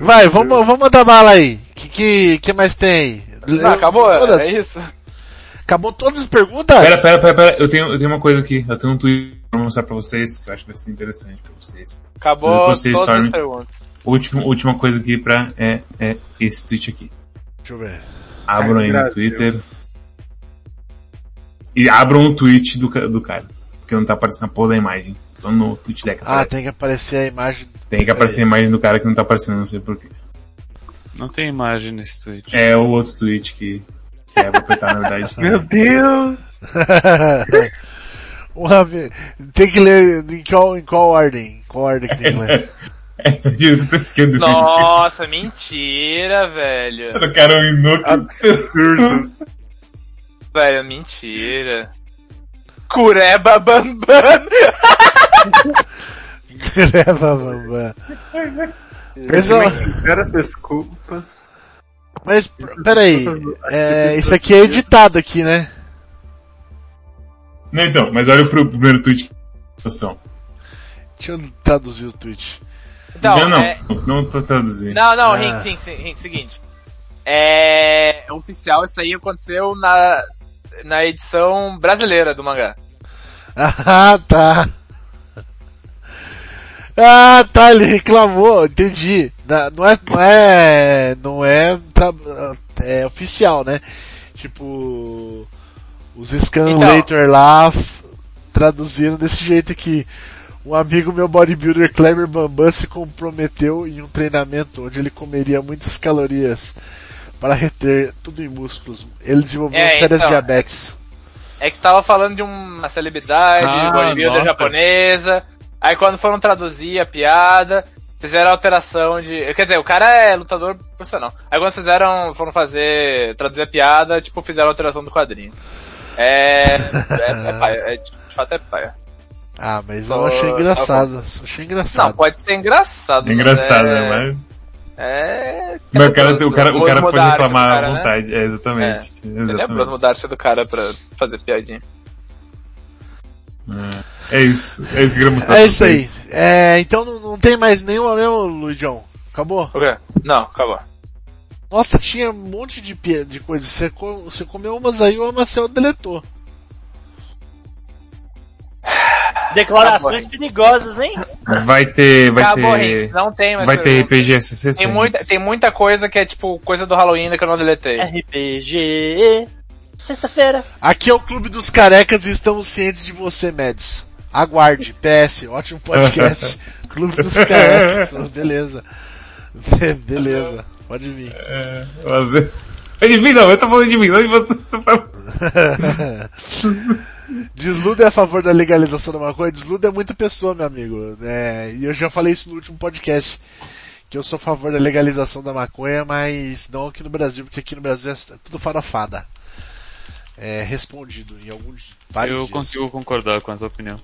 Speaker 2: Vai, vamos, vamos mandar bala aí. Que, que, que mais tem?
Speaker 4: Não, acabou?
Speaker 2: Todas?
Speaker 4: É isso?
Speaker 2: Acabou todas as perguntas?
Speaker 3: Pera, pera, pera, pera. Eu tenho, eu tenho uma coisa aqui. Eu tenho um tweet pra mostrar pra vocês, que eu acho que vai ser interessante pra vocês.
Speaker 4: Acabou
Speaker 3: Depois
Speaker 4: todas
Speaker 3: você
Speaker 4: as
Speaker 3: storm.
Speaker 4: perguntas.
Speaker 3: Último, última coisa aqui pra. É, é esse tweet aqui.
Speaker 2: Deixa eu ver.
Speaker 3: Abram aí no
Speaker 7: Brasil.
Speaker 3: Twitter. E abram o tweet do, ca- do cara. Porque não tá aparecendo a porra da imagem. Só no tweet deck.
Speaker 2: Ah,
Speaker 3: aparece.
Speaker 2: tem que aparecer a imagem. [laughs]
Speaker 3: Tem que aparecer a imagem do cara que não tá aparecendo, não sei porquê.
Speaker 6: Não tem imagem nesse tweet.
Speaker 3: É o outro tweet que, que é pra apertar,
Speaker 2: [laughs]
Speaker 3: na verdade.
Speaker 7: Meu Deus!
Speaker 2: Um ave- tem que ler em qual, em qual ordem? Em qual ordem que tem que
Speaker 3: [laughs]
Speaker 2: ler? [laughs]
Speaker 3: É, direito pra esquerda do tweet.
Speaker 4: Nossa, mentira, velho.
Speaker 3: O cara é um inútil.
Speaker 4: [laughs]
Speaker 7: Absurdo!
Speaker 4: Velho, mentira. Cureba Bambam.
Speaker 2: Leva, bambam. Mas, ó,
Speaker 7: Mas, sinceras desculpas.
Speaker 2: mas pr- peraí, é, isso aqui é editado aqui, né?
Speaker 3: Não, então, mas olha pro primeiro tweet. Situação.
Speaker 2: Deixa eu traduzir o tweet.
Speaker 4: Então,
Speaker 3: não, não,
Speaker 4: é-
Speaker 3: não tô traduzindo.
Speaker 4: Não, não,
Speaker 2: Ah.
Speaker 4: Rinks, Rinks, Rinks, seguinte. É oficial, isso aí aconteceu na, na edição brasileira do mangá.
Speaker 2: Ah, tá. Ah, tá, ele reclamou, entendi. Na- Não é, não é, não é, tra- é oficial, né? Tipo, os
Speaker 4: Então.
Speaker 2: Scanlator lá f- traduziram desse jeito aqui. Um amigo meu bodybuilder, Kleber Bambam, se comprometeu em um treinamento onde ele comeria muitas calorias para reter tudo em músculos. Ele desenvolveu
Speaker 4: É,
Speaker 2: sérias
Speaker 4: então.
Speaker 2: diabetes.
Speaker 4: É que tava falando de uma celebridade,
Speaker 3: Ah,
Speaker 4: bodybuilder
Speaker 3: nossa.
Speaker 4: japonesa. Aí quando foram traduzir a piada, fizeram alteração de. Quer dizer, o cara é lutador profissional. Aí quando fizeram. foram fazer. traduzir a piada, tipo, fizeram alteração do quadrinho. É. É, é paia. É, de fato é paia.
Speaker 2: Ah, mas
Speaker 4: Só-
Speaker 2: eu achei engraçado. Achei engraçado.
Speaker 4: Não, pode ser engraçado.
Speaker 3: É engraçado,
Speaker 4: mas
Speaker 3: né?
Speaker 4: é-
Speaker 3: Mas,
Speaker 4: É.
Speaker 3: mas o cara, o
Speaker 4: tenebroso
Speaker 3: cara, o cara pode
Speaker 4: mudar a arte do
Speaker 3: reclamar
Speaker 4: cara,
Speaker 3: à
Speaker 4: né?
Speaker 3: vontade. É, exatamente.
Speaker 4: Tenebroso
Speaker 3: exatamente.
Speaker 4: mudar a arte do cara pra fazer piadinha.
Speaker 3: É isso. É isso que eu queria mostrar
Speaker 2: É
Speaker 3: pra
Speaker 2: isso
Speaker 3: vocês.
Speaker 2: aí. É, então não, não tem mais nenhuma mesmo, Luigião? Acabou?
Speaker 4: O quê? Não, acabou.
Speaker 2: Nossa, tinha um monte de, pie- de coisa. Você, co- você comeu umas aí, o Marcel deletou.
Speaker 5: Declarações perigosas, hein?
Speaker 3: Vai ter. Vai
Speaker 4: acabou,
Speaker 3: ter.
Speaker 4: Henrique. Não tem mais
Speaker 3: Vai ter
Speaker 4: pergunta.
Speaker 3: RPG essa sexta.
Speaker 4: Tem muita, tem muita coisa que é tipo coisa do Halloween ainda que eu não deletei.
Speaker 5: É. RPG. Sexta-feira.
Speaker 2: Aqui é o Clube dos Carecas e estamos cientes de você, Médici. Aguarde, PS, ótimo
Speaker 4: [laughs]
Speaker 2: podcast. Clube dos Carecas, beleza. [laughs] Be- Beleza, pode vir.
Speaker 3: É, mas- É de mim, não, eu tô falando de mim, não de você. você tá-
Speaker 2: [laughs] Desludo é a favor da legalização da maconha? Desludo é muita pessoa, meu amigo. É, e eu já falei isso no último podcast. Que eu sou a favor da legalização da maconha, mas não aqui no Brasil, porque aqui no Brasil é tudo farofada. É respondido em alguns vários
Speaker 6: Eu
Speaker 2: dias.
Speaker 6: consigo concordar com essa opinião.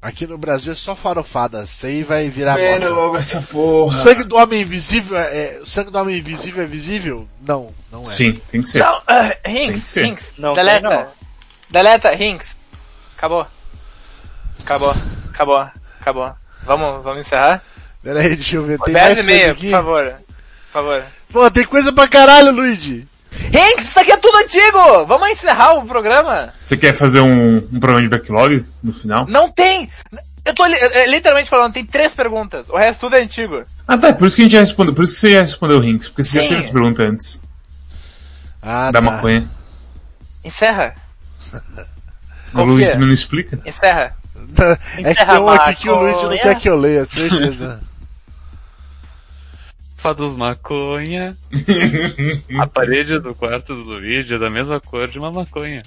Speaker 2: Aqui no Brasil é só farofada. Isso aí vai virar
Speaker 3: Pera
Speaker 2: bosta.
Speaker 3: logo essa
Speaker 2: O
Speaker 3: porra.
Speaker 2: sangue do homem invisível é, é- o sangue do homem invisível é visível? Não, não é.
Speaker 3: Sim, tem que ser.
Speaker 4: Não, ah,
Speaker 3: Tem que
Speaker 4: Hinks,
Speaker 3: ser.
Speaker 4: Hinks,
Speaker 5: Não tem,
Speaker 4: deleta.
Speaker 5: não.
Speaker 4: Deleta, Hinks. Acabou. Acabou, acabou, acabou. Vamos, vamos encerrar?
Speaker 2: Pera aí, deixa eu ver. Tem mais
Speaker 4: 10 e
Speaker 2: coisa
Speaker 4: meia, por
Speaker 2: aqui?
Speaker 4: favor. Por favor.
Speaker 2: Pô, tem coisa pra caralho, Luigi.
Speaker 4: Hinks, isso aqui é tudo antigo! Vamos encerrar o programa?
Speaker 3: Você quer fazer um, um programa de backlog no final?
Speaker 4: Não tem! Eu tô li- eh, literalmente falando, tem três perguntas. O resto tudo é antigo.
Speaker 3: Ah, tá, é por isso que a gente já respondeu, por isso que você já respondeu o Rinks, porque você já
Speaker 4: Sim.
Speaker 3: fez essa pergunta antes
Speaker 2: Ah,
Speaker 3: da
Speaker 2: tá.
Speaker 3: maconha.
Speaker 4: Encerra,
Speaker 3: O
Speaker 4: Qual que
Speaker 3: Luiz
Speaker 4: é?
Speaker 3: não explica?
Speaker 4: encerra.
Speaker 2: É que tem um aqui que o Luigi não
Speaker 5: Maconha.
Speaker 2: quer que eu leia, certeza.
Speaker 6: Fados maconha. A parede do quarto do Luigi é da mesma cor de uma maconha.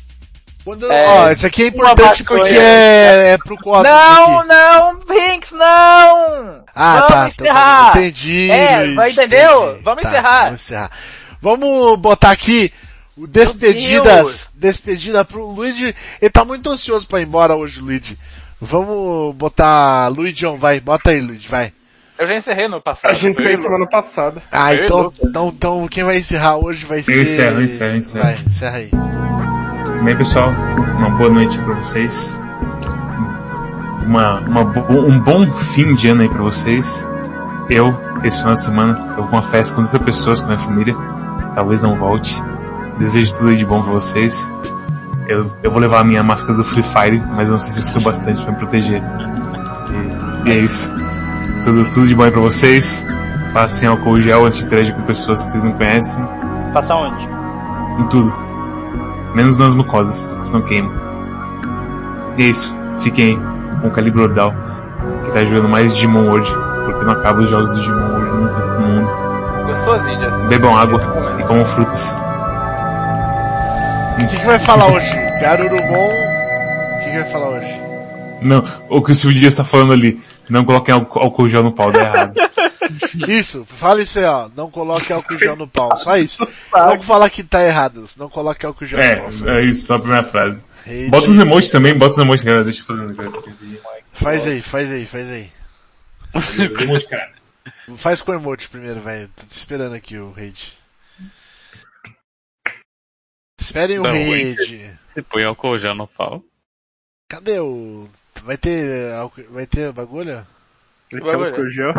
Speaker 2: Quando,
Speaker 4: É,
Speaker 2: ó, isso aqui é importante
Speaker 4: maconha.
Speaker 2: porque é, é pro Cosmos
Speaker 4: Não,
Speaker 2: aqui.
Speaker 4: não, Hinks, não!
Speaker 2: Ah, tá,
Speaker 4: vamos
Speaker 2: então tá
Speaker 4: encerrar!
Speaker 2: bom, entendi.
Speaker 4: É,
Speaker 2: Luigi,
Speaker 4: vai- entendeu?
Speaker 2: entendi.
Speaker 4: Vamos
Speaker 2: Tá,
Speaker 4: encerrar.
Speaker 2: Vamos encerrar. Vamos botar aqui o despedidas,
Speaker 4: Deus.
Speaker 2: despedida pro Luigi. Ele tá muito ansioso pra ir embora hoje, Luigi. Vamos botar Luigião, vai, bota aí, Luigi, vai.
Speaker 4: Eu já encerrei no
Speaker 7: A
Speaker 4: passado.
Speaker 7: gente
Speaker 4: foi
Speaker 7: fez
Speaker 4: isso?
Speaker 7: semana passada.
Speaker 2: Ah,
Speaker 4: Eu
Speaker 2: então,
Speaker 4: não.
Speaker 2: então, então quem vai encerrar hoje vai ser.
Speaker 3: encerro, eu encerro, eu encerro.
Speaker 2: Vai, encerra aí.
Speaker 3: Bem, pessoal, uma boa noite pra vocês. Uma, uma bo- um bom fim de ano aí pra vocês. Eu, esse final de semana, eu vou com uma festa com 30 pessoas, com a minha família. Talvez não volte. Desejo tudo de bom pra vocês. Eu, eu vou levar a minha máscara do Free Fire, mas não sei se vai ser o bastante pra me proteger. E, e é isso. Tudo, tudo de bom aí pra vocês. Passem álcool gel antes de interagir com pessoas que vocês não conhecem.
Speaker 5: Passar onde?
Speaker 3: Em tudo. Menos nas mucosas, senão queima. E é isso. Fiquem com o Calibre Ordal, que tá jogando mais Digimon hoje, porque não acaba os jogos do Digimon hoje no no mundo.
Speaker 4: Gostosinho de assistir.
Speaker 3: Bebam água e comam frutas.
Speaker 2: O que, que vai falar hoje? Garurumon. O que, que vai falar hoje?
Speaker 3: Não, o que o Silvio Dias tá falando ali. Não coloquem álcool álcool gel no pau, dá errado. [laughs]
Speaker 2: Isso, fala isso aí, ó. Não coloque álcool gel no pau, só isso. Não falar que tá errado, não coloque álcool gel no
Speaker 3: é,
Speaker 2: pau. só
Speaker 3: é isso, só a primeira frase.
Speaker 2: Rede-
Speaker 3: Bota os emojis também, bota os emojis, galera. Deixa eu fazer um negócio aqui.
Speaker 2: Faz aí, faz aí, faz aí.
Speaker 3: Os [laughs] emojis, cara.
Speaker 2: Faz com o emote primeiro, velho. Tô te esperando aqui o raid. Esperem o
Speaker 6: Não,
Speaker 3: é-
Speaker 2: raid.
Speaker 6: Você põe álcool gel no pau.
Speaker 2: Cadê o. Vai ter. álcool- Vai ter bagulho?
Speaker 7: Então,
Speaker 4: bagulho.
Speaker 7: cujão.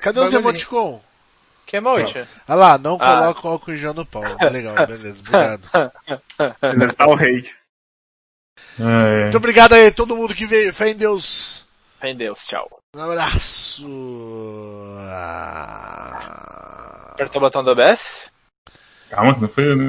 Speaker 2: Cadê os
Speaker 4: Bagulho.
Speaker 2: emoticon?
Speaker 4: Que é mocha.
Speaker 2: Ah lá, não
Speaker 4: Ah.
Speaker 2: coloca o álcool gel no pau. Legal, beleza, obrigado.
Speaker 7: Ele tá o rei.
Speaker 3: É.
Speaker 2: Muito obrigado aí, todo mundo que veio. Fé em Deus.
Speaker 4: Fé em Deus, tchau.
Speaker 2: Um abraço. Ah.
Speaker 4: Apertou o botão do OBS?
Speaker 3: Calma, que não foi. né?